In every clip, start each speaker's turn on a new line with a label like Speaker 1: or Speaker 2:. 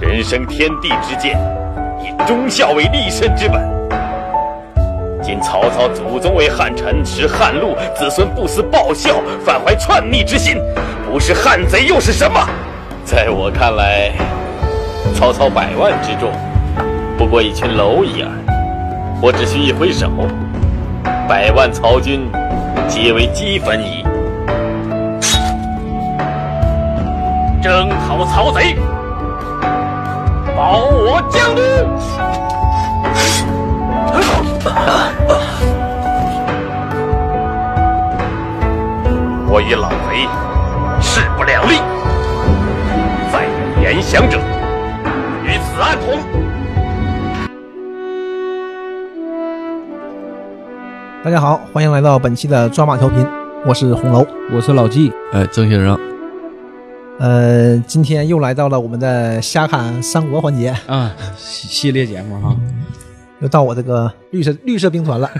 Speaker 1: 人生天地之间，以忠孝为立身之本。今曹操祖宗为汉臣，食汉禄，子孙不思报效，反怀篡逆之心，不是汉贼又是什么？在我看来，曹操百万之众，不过一群蝼蚁耳。我只需一挥手，百万曹军皆为齑粉矣。征讨曹贼，保我江都。我与老贼势不两立，在有言降者，与此案同。
Speaker 2: 大家好，欢迎来到本期的抓马调频，我是红楼。
Speaker 3: 我是老纪，
Speaker 4: 哎，曾先生，
Speaker 2: 呃，今天又来到了我们的瞎侃三国环节，
Speaker 3: 啊，系系列节目 哈，
Speaker 2: 又到我这个绿色绿色兵团了。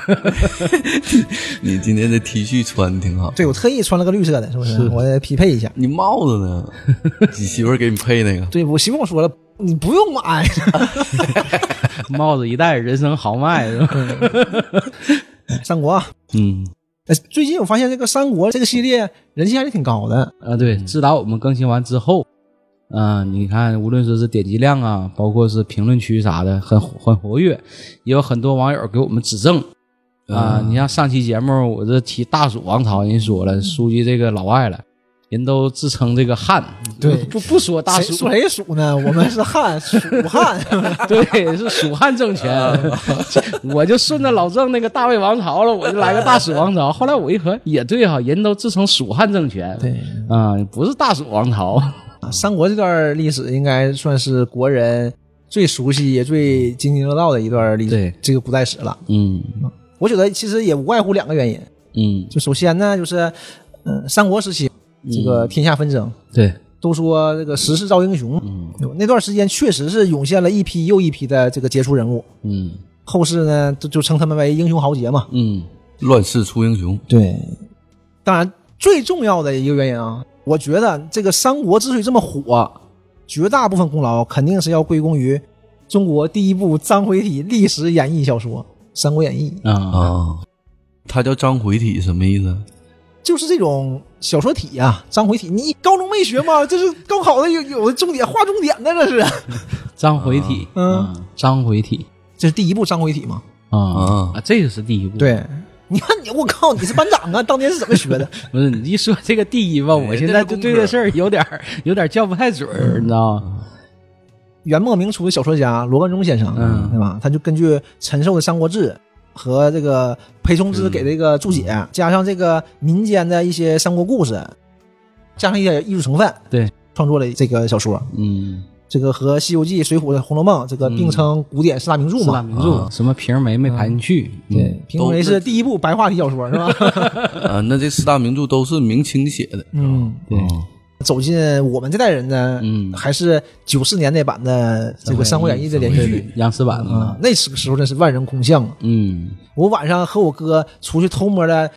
Speaker 4: 你今天这 T 恤穿的挺好，
Speaker 2: 对我特意穿了个绿色的，是不是？我得匹配一下。
Speaker 4: 你帽子呢？ 你媳妇儿给你配那个，
Speaker 2: 对我媳妇跟我说了，你不用买。
Speaker 3: 帽子一戴，人生豪迈 是吧？
Speaker 2: 三国啊，
Speaker 4: 嗯，
Speaker 2: 呃最近我发现这个三国这个系列人气还是挺高的。
Speaker 3: 啊，对，自打我们更新完之后，嗯、你看，无论说是点击量啊，包括是评论区啥的，很很活跃，也有很多网友给我们指正啊、你像上期节目，我这提大蜀王朝，人说了，书记这个老外了，人都自称这个汉，
Speaker 2: 对
Speaker 3: 不不说大
Speaker 2: 谁
Speaker 3: 蜀
Speaker 2: 属，谁属呢？我们是汉，蜀汉。
Speaker 3: 对，是蜀汉政权，我就顺着老郑那个大魏王朝了，我就来个大蜀王朝。后来我一合，也对哈、人都自称蜀汉政权，
Speaker 2: 对
Speaker 3: 啊、不是大蜀王朝，
Speaker 2: 啊，三国这段历史应该算是国人最熟悉也最津津乐道的一段历史
Speaker 3: 对，
Speaker 2: 这个古代史了。
Speaker 3: 嗯
Speaker 2: 我觉得其实也无外乎两个原因，
Speaker 3: 嗯，
Speaker 2: 就首先呢，就是，嗯、三国时期这
Speaker 3: 嗯
Speaker 2: 个天下纷争，
Speaker 3: 对，
Speaker 2: 都说这个时势造英雄，
Speaker 3: 嗯
Speaker 2: 对吧那段时间确实是涌现了一批又一批的这个杰出人物，
Speaker 3: 嗯
Speaker 2: 后世呢就就称他们为英雄豪杰嘛。
Speaker 3: 嗯
Speaker 4: 乱世出英雄，
Speaker 2: 对，当然最重要的一个原因啊，我觉得这个三国之所以这么火，绝大部分功劳肯定是要归功于中国第一部章回体历史演义小说《三国演义》，
Speaker 3: 啊
Speaker 4: 啊，他叫张回体什么意思？
Speaker 2: 就是这种小说体啊，章回体。你高中没学吗？ 这是高考的有有的重点画重点呢，这是。
Speaker 3: 张回体，
Speaker 2: 嗯
Speaker 3: 啊张回体
Speaker 2: 这是第一部章回体嘛？
Speaker 3: 啊
Speaker 4: 啊
Speaker 3: 啊，这个是第一部，，
Speaker 2: 对，你看你，我靠，你是班长 啊，当年是怎么学的？
Speaker 3: 不是你一说这个第一吧，我现在就对这事儿有点儿有点儿叫不太准儿，你知道吗？
Speaker 2: 元末明初的小说家罗贯中先生，
Speaker 3: 嗯
Speaker 2: 对吧？他就根据陈寿的《三国志》和这个裴松
Speaker 3: 嗯
Speaker 2: 之给这个注解，加上这个民间的一些三国故事，加上一些艺术成分，
Speaker 3: 对，
Speaker 2: 创作了这个小说。
Speaker 3: 嗯，
Speaker 2: 这个和《西游记》《水浒》《红楼梦》这个并称古典四大名著
Speaker 3: 四
Speaker 2: 嘛。
Speaker 3: 大名著，什么瓶儿梅没排进去，
Speaker 2: 对，评为是第一部白话体小说是吧？
Speaker 4: 啊，那这四大名著都是明清写的，
Speaker 2: 嗯，
Speaker 3: 对
Speaker 4: 哦
Speaker 2: 走进我们这代人呢，
Speaker 3: 嗯
Speaker 2: 还是九四年那版的这个《三国演义》的连续
Speaker 3: 对
Speaker 2: 剧
Speaker 3: 对，央视版
Speaker 2: 啊
Speaker 3: 的，，
Speaker 2: 那时时候真是万人空巷啊！
Speaker 3: 嗯。
Speaker 2: 我晚上和我哥出去偷摸的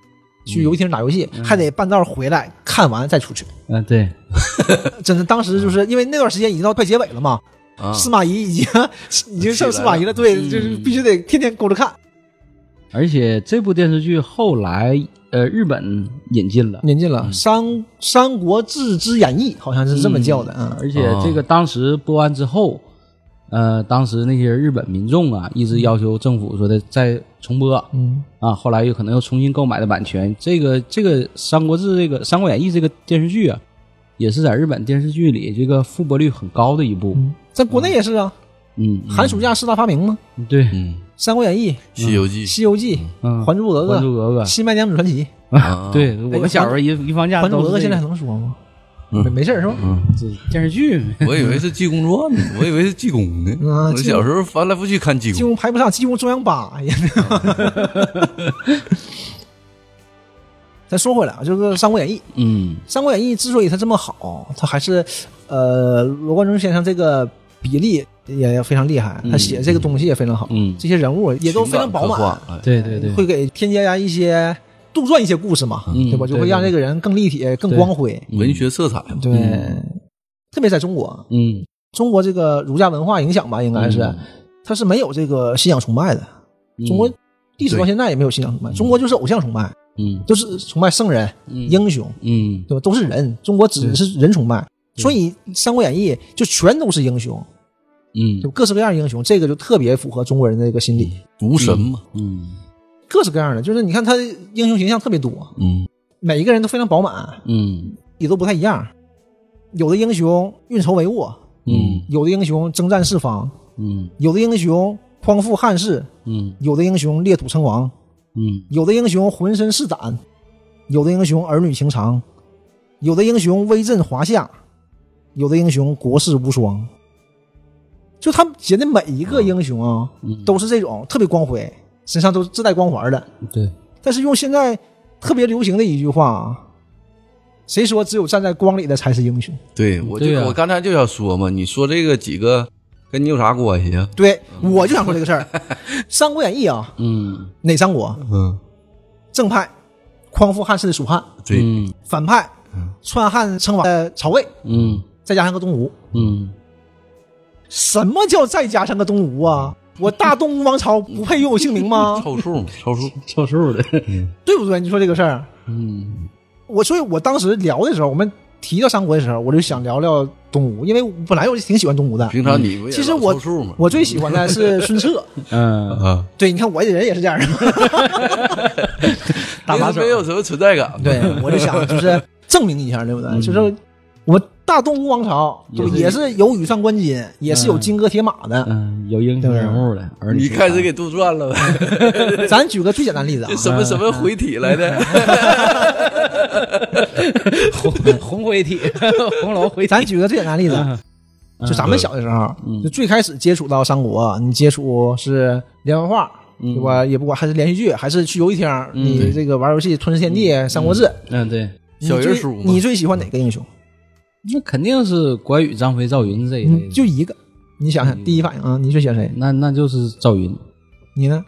Speaker 2: 去游戏厅打游戏，还得半道回来看完再出去。
Speaker 3: 嗯，对，
Speaker 2: 真的，当时就是因为那段时间已经到快结尾了嘛，
Speaker 4: 啊，
Speaker 2: 司马懿已经已经上司马懿了，嗯
Speaker 4: 起来了
Speaker 2: 对，就是必须得天天勾着看。
Speaker 3: 而且这部电视剧后来呃日本引进了，
Speaker 2: 引进了《三三国志之演义》，好像是这么叫的啊。
Speaker 3: 而且这个当时播完之后，呃，当时那些日本民众啊，一直要求政府说的再重播
Speaker 2: 嗯，
Speaker 3: 啊，后来有可能又重新购买的版权。这个这个《三国志》这个《三国演义》这个电视剧啊，也是在日本电视剧里这个复播率很高的一部。
Speaker 2: 在国内也是啊，
Speaker 3: 嗯，
Speaker 2: 寒暑假四大发明嘛，
Speaker 3: 嗯对，
Speaker 4: 嗯，
Speaker 2: 《三国演义》
Speaker 4: 《西游
Speaker 2: 《
Speaker 4: 记
Speaker 2: 西游记》
Speaker 3: 嗯，
Speaker 2: 还珠格格
Speaker 3: 还珠格格
Speaker 2: 《新白娘子传奇》，
Speaker 4: 啊》，
Speaker 3: 对我们小时候一一放
Speaker 2: 《
Speaker 3: 假
Speaker 2: 哎还珠格
Speaker 3: 都
Speaker 2: 格》
Speaker 3: 是
Speaker 2: 现在
Speaker 3: 这
Speaker 2: 还
Speaker 3: 个
Speaker 2: 能说吗？
Speaker 4: 嗯
Speaker 2: 没没事儿是吧？
Speaker 3: 电视剧。
Speaker 4: 我以为是《济公传》 呢，我以为是济公呢，
Speaker 2: 啊
Speaker 4: 我
Speaker 2: 济
Speaker 4: 小时候翻来覆去看济
Speaker 2: 济
Speaker 4: 公，
Speaker 2: 公排不上，济公中央 八。哎呀， 咱说回来啊，就是《三国演义》。
Speaker 3: 嗯
Speaker 2: 《三国演义》之所以它这么好，它还是呃罗贯中先生这个笔力也非常厉害，他写这个东西也非常好，
Speaker 3: 嗯，
Speaker 2: 这些人物也都非常饱
Speaker 4: 情感
Speaker 2: 满
Speaker 4: 刻，画，哎
Speaker 3: 对对对，
Speaker 2: 会给添加一些杜撰一些故事嘛，
Speaker 3: 嗯
Speaker 2: 对吧？就会让这个人更立体、更光辉。
Speaker 4: 文学色彩嘛，
Speaker 2: 嗯对，特别在中国，
Speaker 3: 嗯
Speaker 2: 中国这个儒家文化影响吧，应该是、
Speaker 3: 嗯
Speaker 2: 它是没有这个信仰崇拜的。
Speaker 4: 嗯
Speaker 2: 中国历史到现在也没有信仰崇拜，中国就是偶像崇拜，
Speaker 3: 嗯
Speaker 2: 都是崇拜圣人、
Speaker 3: 嗯
Speaker 2: 英雄，
Speaker 3: 嗯
Speaker 2: 对吧？都是人，中国只是人崇拜。所以《三国演义》就全都是英雄，
Speaker 3: 嗯
Speaker 2: 就各式各样的英雄，这个就特别符合中国人的这个心理，
Speaker 4: 无神嘛，
Speaker 3: 嗯
Speaker 2: 各式各样的，就是你看他英雄形象特别多，
Speaker 4: 嗯
Speaker 2: 每一个人都非常饱满，
Speaker 3: 嗯
Speaker 2: 也都不太一样。有的英雄运筹帷幄，
Speaker 3: 嗯
Speaker 2: 有的英雄征战四方，
Speaker 3: 嗯
Speaker 2: 有的英雄匡扶汉室，
Speaker 3: 嗯
Speaker 2: 有的英雄裂土称王，
Speaker 3: 嗯
Speaker 2: 有的英雄浑身是胆，有的英雄儿女情长，有的英雄威震华夏，有的英雄国士无双。就他们写的每一个英雄啊，
Speaker 3: 嗯
Speaker 2: 都是这种特别光辉，身上都自带光环的。
Speaker 3: 对，
Speaker 2: 但是用现在特别流行的一句话啊，谁说只有站在光里的才是英雄？
Speaker 4: 对我就
Speaker 3: 对啊
Speaker 4: 我刚才就想说嘛，你说这个几个跟你有啥关系啊？
Speaker 2: 对，我就想说这个事 儿，《三国演义》啊，
Speaker 3: 嗯
Speaker 2: 哪三国？
Speaker 4: 嗯，
Speaker 2: 正派匡扶汉室的蜀汉，
Speaker 4: 对，
Speaker 3: 嗯
Speaker 2: 反派篡汉称王的曹魏，
Speaker 3: 嗯
Speaker 2: 再加上个东吴。
Speaker 3: 嗯
Speaker 2: 什么叫再加上个东吴 啊？我大东吴王朝不配拥有姓名吗？
Speaker 4: 凑数嘛，凑数，
Speaker 3: 凑数的，
Speaker 2: 对不对？你说这个事儿，
Speaker 3: 嗯
Speaker 2: 我所以，我当时聊的时候，我们提到三国的时候，我就想聊聊东吴，因为我本来我就挺喜欢东吴的。
Speaker 4: 平常你不也
Speaker 2: 其实
Speaker 4: 老
Speaker 2: 我
Speaker 4: 凑数嘛，
Speaker 2: 我最喜欢的是孙 策，
Speaker 3: 嗯
Speaker 4: 啊，
Speaker 2: 对，你看我人也是这 样的，
Speaker 3: 打把手
Speaker 4: 没有什么存在 感，
Speaker 2: 对，我就想就是证明一下，对不对？就是我大东吴王朝对也是有羽扇纶巾，也是有金戈铁马的。
Speaker 3: 嗯，有英雄人物的，而
Speaker 4: 嗯你开始给杜撰了
Speaker 2: 哎
Speaker 4: 呗？
Speaker 2: 咱举个最简单 例子啊，
Speaker 4: 什么什么回体来的？
Speaker 2: 哎
Speaker 3: 红红回体，红楼回体，
Speaker 2: 咱举个最简单例子，啊就咱
Speaker 3: 嗯
Speaker 2: 们小的时候，就最开始接触到三国，你接触是连环画，对吧？也不管还是连续剧，还是去游戏厅，你这个玩游戏《吞噬天地》《三国志》，
Speaker 3: 嗯对，
Speaker 2: 你
Speaker 4: 小人
Speaker 2: 最
Speaker 4: 书嘛
Speaker 2: 你最喜欢哪个英雄？
Speaker 3: 那肯定是关羽、张飞、赵云这一类
Speaker 2: 嗯，
Speaker 3: 的，
Speaker 2: 就一个。你想想，第一反应啊，你最喜欢谁？
Speaker 3: 那那就是赵云，
Speaker 2: 你呢？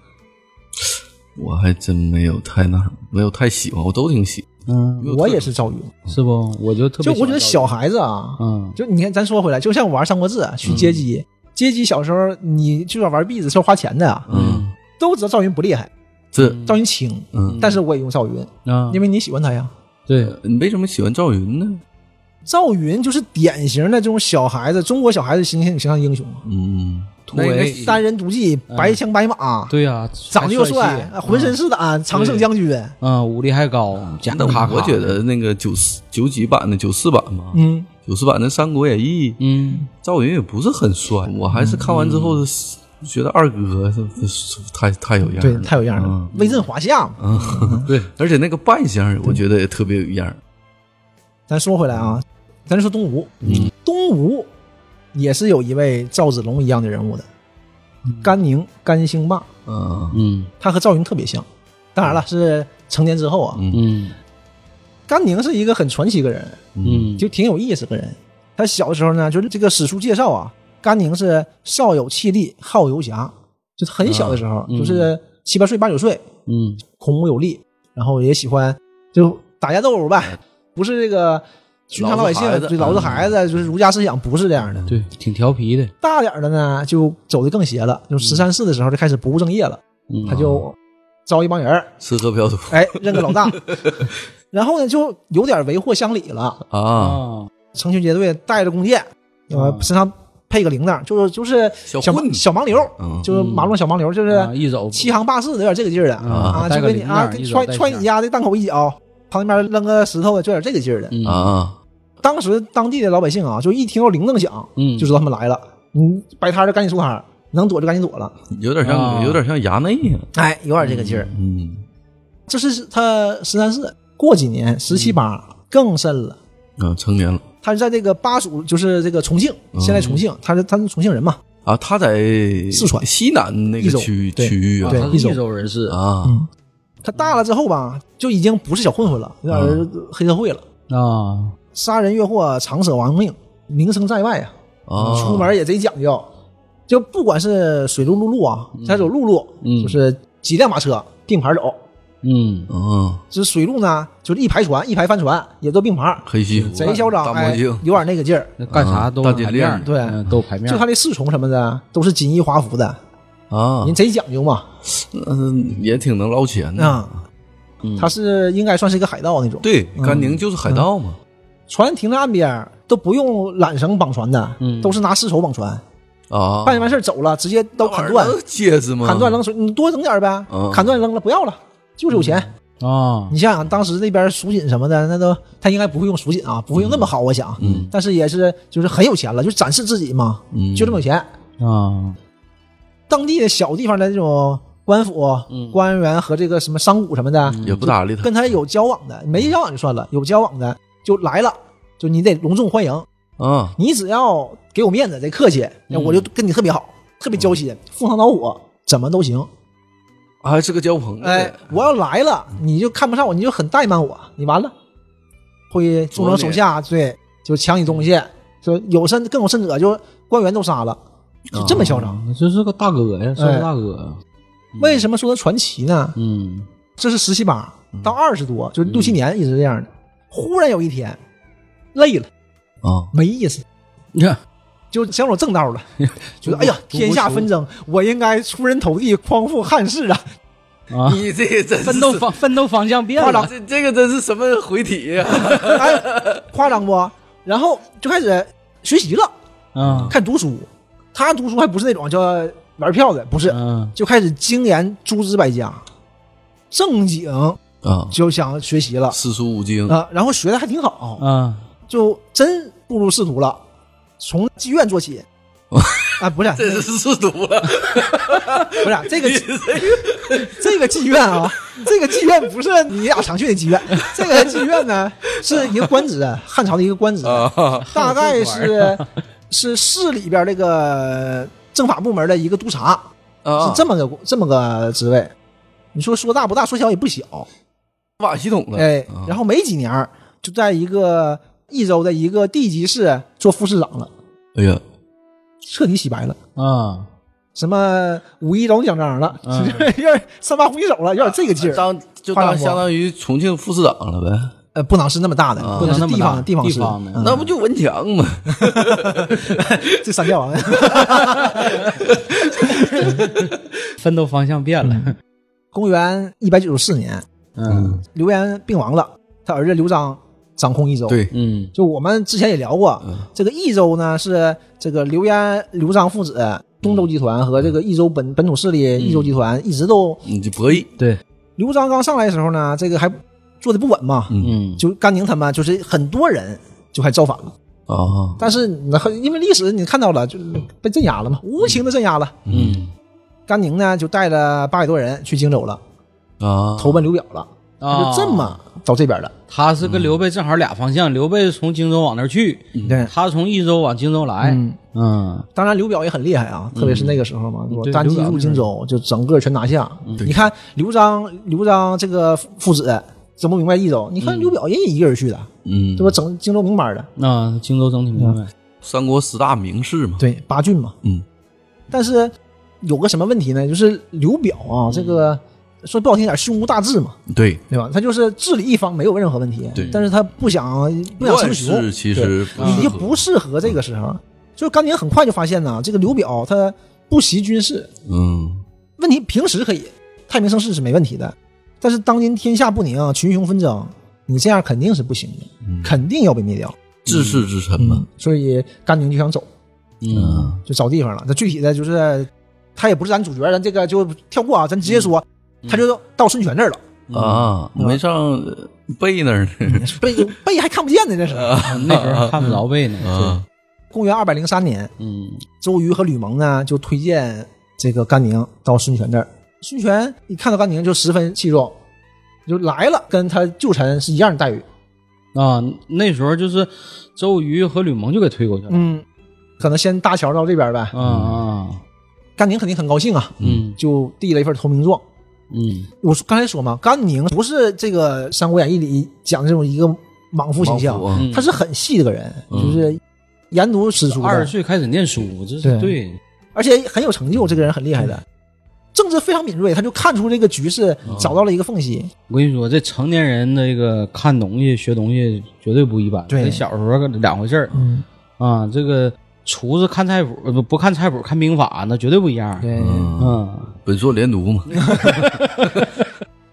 Speaker 4: 我还真没有太那什么，没有太喜欢，我都挺喜欢。
Speaker 3: 嗯，
Speaker 4: 有特
Speaker 2: 我也是赵云。
Speaker 3: 是不？我就特
Speaker 2: 就
Speaker 3: 别
Speaker 2: 我觉得
Speaker 3: 喜
Speaker 2: 小
Speaker 3: 欢
Speaker 2: 孩子啊，
Speaker 3: 赵云，嗯
Speaker 2: 就你看，咱说回来，就像玩《三国志》
Speaker 4: 嗯
Speaker 2: 去街机，街机小时候你就算玩币子是要花钱的啊，
Speaker 4: 嗯，
Speaker 2: 都知道赵云不厉害，
Speaker 4: 这
Speaker 2: 赵云轻，
Speaker 4: 嗯，
Speaker 2: 但是我也用赵云，
Speaker 3: 啊，
Speaker 2: 因为你喜欢他呀。
Speaker 3: 对，
Speaker 4: 你为什么喜欢赵云呢？
Speaker 2: 赵云就是典型的这种小孩子，中国小孩子形象形象英雄，啊
Speaker 4: 嗯，
Speaker 3: 突围
Speaker 2: 单人独骑，白枪白马，
Speaker 3: 对呀，
Speaker 2: 长得又
Speaker 3: 帅
Speaker 2: 帅
Speaker 3: 气，，
Speaker 2: 啊浑身是胆，常胜将军。
Speaker 3: 嗯，武力还高，加
Speaker 4: 那
Speaker 3: 咔咔
Speaker 4: 嗯我觉，得那个九四九几版的九四版嘛，
Speaker 2: 嗯，
Speaker 4: 九四版的《三国演义》，
Speaker 3: 嗯
Speaker 4: 赵云也不是很帅，
Speaker 2: 嗯
Speaker 4: 我还是看完之后是觉得二哥这这这太太有样
Speaker 2: 对
Speaker 4: 了，，
Speaker 2: 太有样了
Speaker 4: 嗯，
Speaker 2: 威震华夏嘛。
Speaker 4: 嗯，
Speaker 3: 对，
Speaker 4: 而且那个扮相我觉得也特别有样儿。
Speaker 2: 咱说回来啊，咱说东吴，东吴也是有一位赵子龙一样的人物的，甘宁甘兴霸，
Speaker 4: 嗯
Speaker 3: 嗯
Speaker 2: 他和赵云特别像。当然了，是成年之后啊，
Speaker 4: 嗯
Speaker 3: 嗯
Speaker 2: 甘宁是一个很传奇的人，
Speaker 3: 嗯，
Speaker 2: 就挺有意思个人。他小的时候呢，就是这个史书介绍啊，甘宁是少有气力，好游侠，就是很小的时候，就是七八岁、八九岁，
Speaker 3: 嗯
Speaker 2: 孔武有力，然后也喜欢就打架斗殴呗，不是这个寻常老百姓
Speaker 4: 嗯老子孩子嗯
Speaker 2: 对老子孩子，就是儒家思想不是这样的。
Speaker 3: 对，挺调皮的，
Speaker 2: 大点儿的呢，就走的更邪了，就十
Speaker 4: 嗯
Speaker 2: 三四的时候就开始不务正业了，
Speaker 3: 嗯
Speaker 2: 他就招一帮人儿，
Speaker 4: 吃喝嫖赌
Speaker 2: 哎，认个老大，然后呢就有点为祸乡里了。
Speaker 4: 啊，
Speaker 3: 啊，
Speaker 2: 成群结队带着弓箭，呃，
Speaker 3: 啊
Speaker 2: 身上配个铃铛，就是就是
Speaker 4: 嗯小
Speaker 2: 小
Speaker 4: 混
Speaker 2: 盲小盲流，
Speaker 4: 嗯
Speaker 2: 就是马路上小盲流，就是
Speaker 3: 啊一走
Speaker 2: 欺行霸市的，有点这个劲儿的
Speaker 3: 啊
Speaker 2: 啊，
Speaker 3: 带
Speaker 2: 就
Speaker 3: 个
Speaker 2: 给你
Speaker 3: 铃铛
Speaker 2: 啊
Speaker 3: 一，手
Speaker 2: 踹
Speaker 3: 带
Speaker 2: 踹
Speaker 3: 线
Speaker 2: 你家的档口一脚，旁边扔个石头的，就有点这个劲儿的。
Speaker 3: 嗯
Speaker 4: 啊，
Speaker 2: 当时当地的老百姓啊，就一听到铃铛响，
Speaker 3: 嗯
Speaker 2: 就知道他们来了，嗯，摆摊儿的赶紧出摊儿，能躲就赶紧躲了，
Speaker 4: 有点
Speaker 3: 啊
Speaker 4: 像有点像衙内啊呀。
Speaker 2: 哎，有点这个劲儿。
Speaker 4: 嗯
Speaker 2: 这是他十三四，过几年十
Speaker 3: 嗯
Speaker 2: 七八更甚了。
Speaker 4: 啊，成年了
Speaker 2: 他是在这个巴蜀，就是这个重庆，现在重庆，
Speaker 3: 嗯
Speaker 2: 他是他是重庆人嘛，
Speaker 4: 啊，他在
Speaker 2: 四川
Speaker 4: 西南那
Speaker 2: 益
Speaker 4: 个
Speaker 2: 州
Speaker 4: 区
Speaker 2: 对
Speaker 4: 区域啊
Speaker 2: 对
Speaker 3: 他是
Speaker 2: 一走
Speaker 3: 益州人士
Speaker 4: 啊，
Speaker 2: 他大了之后吧，就已经不是小混混了，有点儿
Speaker 3: 嗯
Speaker 2: 黑社会了，
Speaker 3: 啊，
Speaker 2: 杀人越货，常舍亡命，名声在外啊，
Speaker 4: 啊
Speaker 2: 出门也贼讲究，就
Speaker 4: 嗯
Speaker 2: 不管是水路陆路啊，还是有陆路，
Speaker 3: 嗯
Speaker 2: 就是几辆马车并排走，
Speaker 3: 嗯，
Speaker 4: 嗯，
Speaker 2: 这水路呢，就是一排船，一排帆船，也都并排，
Speaker 4: 黑西服
Speaker 2: 贼嚣张，
Speaker 4: 大墨
Speaker 2: 哎，
Speaker 4: 镜，
Speaker 2: 有点那个劲儿。
Speaker 3: 那干啥
Speaker 4: 啊
Speaker 3: 都
Speaker 4: 大
Speaker 3: 排
Speaker 4: 金
Speaker 3: 面
Speaker 4: 链
Speaker 3: 儿，
Speaker 4: 儿
Speaker 2: 对
Speaker 3: 嗯都排面
Speaker 2: 就
Speaker 3: 儿
Speaker 2: 他。这侍从什么的，都是锦衣华服的，
Speaker 4: 啊，
Speaker 2: 人贼讲究嘛。
Speaker 4: 嗯，也挺能捞钱的。
Speaker 2: 啊，他是应该算是一个海盗那种。
Speaker 4: 对，甘宁就是海盗嘛。
Speaker 2: 船停在岸边儿都不用缆绳绑船的，
Speaker 3: 嗯
Speaker 2: 都是拿丝绸绑船，
Speaker 4: 啊，
Speaker 2: 办完事儿走了，直接都砍断，
Speaker 4: 能戒指吗？
Speaker 2: 砍断扔水，你多整点儿呗，
Speaker 4: 嗯
Speaker 2: 砍断扔了不要了。就是有钱，
Speaker 3: 啊，
Speaker 2: 你想想当时那边赎锦什么的，那都他应该不会用赎锦啊，不会用那么好，我想，
Speaker 4: 嗯
Speaker 2: 但是也是就是很有钱了，就展示自己嘛，
Speaker 4: 嗯
Speaker 2: 就这么有钱。
Speaker 3: 啊，
Speaker 2: 当地的小地方的这种官府、官员和这个什么商贾什么的，
Speaker 4: 嗯也不搭理他
Speaker 2: 跟他有交往的，没交往就算了，有交往的就来了，就你得隆重欢迎。
Speaker 4: 啊。
Speaker 2: 你只要给我面子，得客气，哎我就跟你特别好，特别交心，
Speaker 4: 嗯
Speaker 2: 赴汤蹈火，怎么都行。
Speaker 4: 还是个交朋友的，
Speaker 2: 哎，我要来了，你就看不上我，你就很怠慢我，你完了，会重整手下，对，就抢你东西，就有甚更有甚者，就官员都杀了，就这么嚣张。
Speaker 3: 啊这是个大哥呀，算是大哥。啊
Speaker 2: 为什么说他传奇呢？
Speaker 3: 嗯
Speaker 2: 这是十七八到二十多，就六七年一直这样的。忽然有一天，累了，
Speaker 4: 啊，
Speaker 2: 没意思，
Speaker 3: 你看，
Speaker 2: 就想走正道了，觉得哎呀，天下纷争，我应该出人头地，匡复汉室啊！
Speaker 3: 啊，
Speaker 4: 你这个 真是
Speaker 3: 奋斗方奋斗方向变
Speaker 2: 夸
Speaker 3: 了
Speaker 2: 张，
Speaker 4: 这这个真是什么回体 呀？
Speaker 2: 哎，夸张不？然后就开始学习了，
Speaker 3: 啊，
Speaker 2: 开始读书。他读书还不是那种叫玩票的，不是，
Speaker 3: 嗯
Speaker 2: 就开始精研诸子百家，正经
Speaker 4: 啊，
Speaker 2: 就想学习了
Speaker 4: 四书五经
Speaker 2: 啊，然后学的还挺好，
Speaker 3: 啊，
Speaker 2: 就真步入仕途了，从妓院做起。啊， 不是，
Speaker 4: 这是四读了，
Speaker 2: 不是这个 这个妓院啊，这个妓院不是你俩常去的 妓院，这个妓院呢是一个官职，汉朝的一个官职，
Speaker 4: 啊
Speaker 2: 大 概是是市里边那个政法部门的一个督察，
Speaker 4: 啊
Speaker 2: 是，这么个这么个职位。你说说大不大，说小也不小，
Speaker 4: 瓦系统了，
Speaker 2: 哎
Speaker 4: 啊，
Speaker 2: 然后没几年儿就在一个益州的一个地级市做副市长了，
Speaker 4: 哎呀，
Speaker 2: 彻底洗白了。
Speaker 3: 啊，
Speaker 2: 什么五一劳动奖章了，
Speaker 3: 嗯
Speaker 2: 有点三八红旗手了，有点这个
Speaker 3: 啊
Speaker 2: 劲儿。
Speaker 4: 当就
Speaker 2: 夸张
Speaker 4: 当
Speaker 2: 不
Speaker 4: 相当于重庆副市长了呗，
Speaker 2: 呃，不能是那么大的，不能是
Speaker 3: 不啊能那么
Speaker 2: 地
Speaker 3: 大
Speaker 2: 方地方
Speaker 3: 地
Speaker 2: 市
Speaker 3: 方的
Speaker 2: 嗯
Speaker 4: 那不就文强吗？
Speaker 2: 这三啊家王
Speaker 3: 奋斗方向变了。
Speaker 2: 公元一百九十四年，
Speaker 3: 嗯
Speaker 2: 刘焉病亡了，他儿子刘璋掌控益州。，
Speaker 4: 对，
Speaker 3: 嗯
Speaker 2: 就我们之前也聊过，这个益州呢是这个刘焉、刘璋父子东周集团和这个益州本本土势力
Speaker 3: 嗯
Speaker 2: 益州集团一直都，
Speaker 4: 你这嗯博弈，
Speaker 3: 对，
Speaker 2: 刘璋刚上来的时候呢，这个还做的不稳嘛，
Speaker 3: 嗯
Speaker 2: 就甘宁他们就是很多人就还造反了，
Speaker 4: 啊，
Speaker 2: 但是你很因为历史你看到了，就被镇压了嘛，无情的镇压了。
Speaker 3: 嗯
Speaker 2: 甘宁呢就带了八百多人去荆州了，
Speaker 4: 啊，
Speaker 2: 投奔刘表了，他
Speaker 3: 啊
Speaker 2: 就这么到这边了。
Speaker 3: 他是跟刘备正好俩方向，刘备是从荆州往那儿去，
Speaker 2: 对
Speaker 3: 他从益州往荆州来。
Speaker 2: 嗯
Speaker 3: 嗯
Speaker 2: 当然刘表也很厉害啊，
Speaker 4: 嗯
Speaker 2: 特别是那个时候嘛，我
Speaker 3: 对
Speaker 2: 单骑
Speaker 3: 刘表
Speaker 2: 入
Speaker 3: 那
Speaker 2: 荆州，就整个全拿下。
Speaker 4: 嗯
Speaker 2: 你看刘璋，刘璋这个父父子整不明白益州，你看刘表人也一个人去的，
Speaker 4: 嗯
Speaker 2: 对，吧？整荆州明白的，
Speaker 3: 啊，荆州整体明白。
Speaker 4: 三国十大名士嘛，
Speaker 2: 对，八郡嘛。
Speaker 4: 嗯，
Speaker 2: 但是有个什么问题呢？就是刘表
Speaker 4: 嗯
Speaker 2: 啊，这个说不好听点，胸无大志嘛，
Speaker 4: 对，
Speaker 2: 对吧？他就是治理一方没有任何问题，
Speaker 4: 对
Speaker 2: 但是他不想不想
Speaker 4: 乱
Speaker 2: 称雄，
Speaker 4: 世其实嗯不
Speaker 2: 你
Speaker 4: 适
Speaker 2: 就
Speaker 4: 合
Speaker 2: 不适合这个时候。就是甘宁很快就发现呢，这个刘表他不习军事，
Speaker 4: 嗯
Speaker 2: 问题平时可以太平盛世是没问题的，但是当今天下不宁，群雄纷争，你这样肯定是不行的，肯定要被灭掉。
Speaker 4: 自视之臣嘛
Speaker 2: 嗯，，所以甘宁就想走，
Speaker 3: 嗯
Speaker 2: 就找地方了。那具体的就是，他也不是咱主角，咱这个就跳过啊，咱直接说，他就到孙权这儿了，
Speaker 4: 啊，没上背那儿呢，
Speaker 2: 被被还看不见呢，这是。
Speaker 3: 那时候看不着背呢。
Speaker 4: 啊
Speaker 2: 公元二百零三年，
Speaker 3: 嗯
Speaker 2: 周瑜和吕蒙呢就推荐这个甘宁到孙权这儿。孙权一看到甘宁就十分器重，就来了，跟他旧臣是一样的待遇。
Speaker 3: 啊，那时候就是周瑜和吕蒙就给推过去了。
Speaker 2: 嗯，可能先搭桥到这边呗。
Speaker 3: 啊啊
Speaker 2: 甘宁肯定很高兴啊，
Speaker 3: 嗯
Speaker 2: 就递了一份投名状。
Speaker 3: 嗯
Speaker 2: 我说刚才说嘛，甘宁不是这个《三国演义》里讲的这种一个莽夫形象
Speaker 4: 莽夫啊，
Speaker 3: 嗯
Speaker 2: 他是很细的个人，就是研读史书的，
Speaker 3: 二十岁开始念书，这是
Speaker 2: 对
Speaker 3: 对。
Speaker 2: 而且很有成就，这个人很厉害的。政治非常敏锐，他就看出这个局势，找到了一个缝隙。
Speaker 3: 我跟你说，这成年人的这个看东西、学东西绝对不一般，
Speaker 2: 对
Speaker 3: 跟小时候两回事儿
Speaker 2: 嗯，
Speaker 3: 啊。这个厨子看菜谱呃不不看菜谱，看兵法那绝对不一样。
Speaker 2: 对。
Speaker 3: 嗯，
Speaker 4: 本硕连读嘛，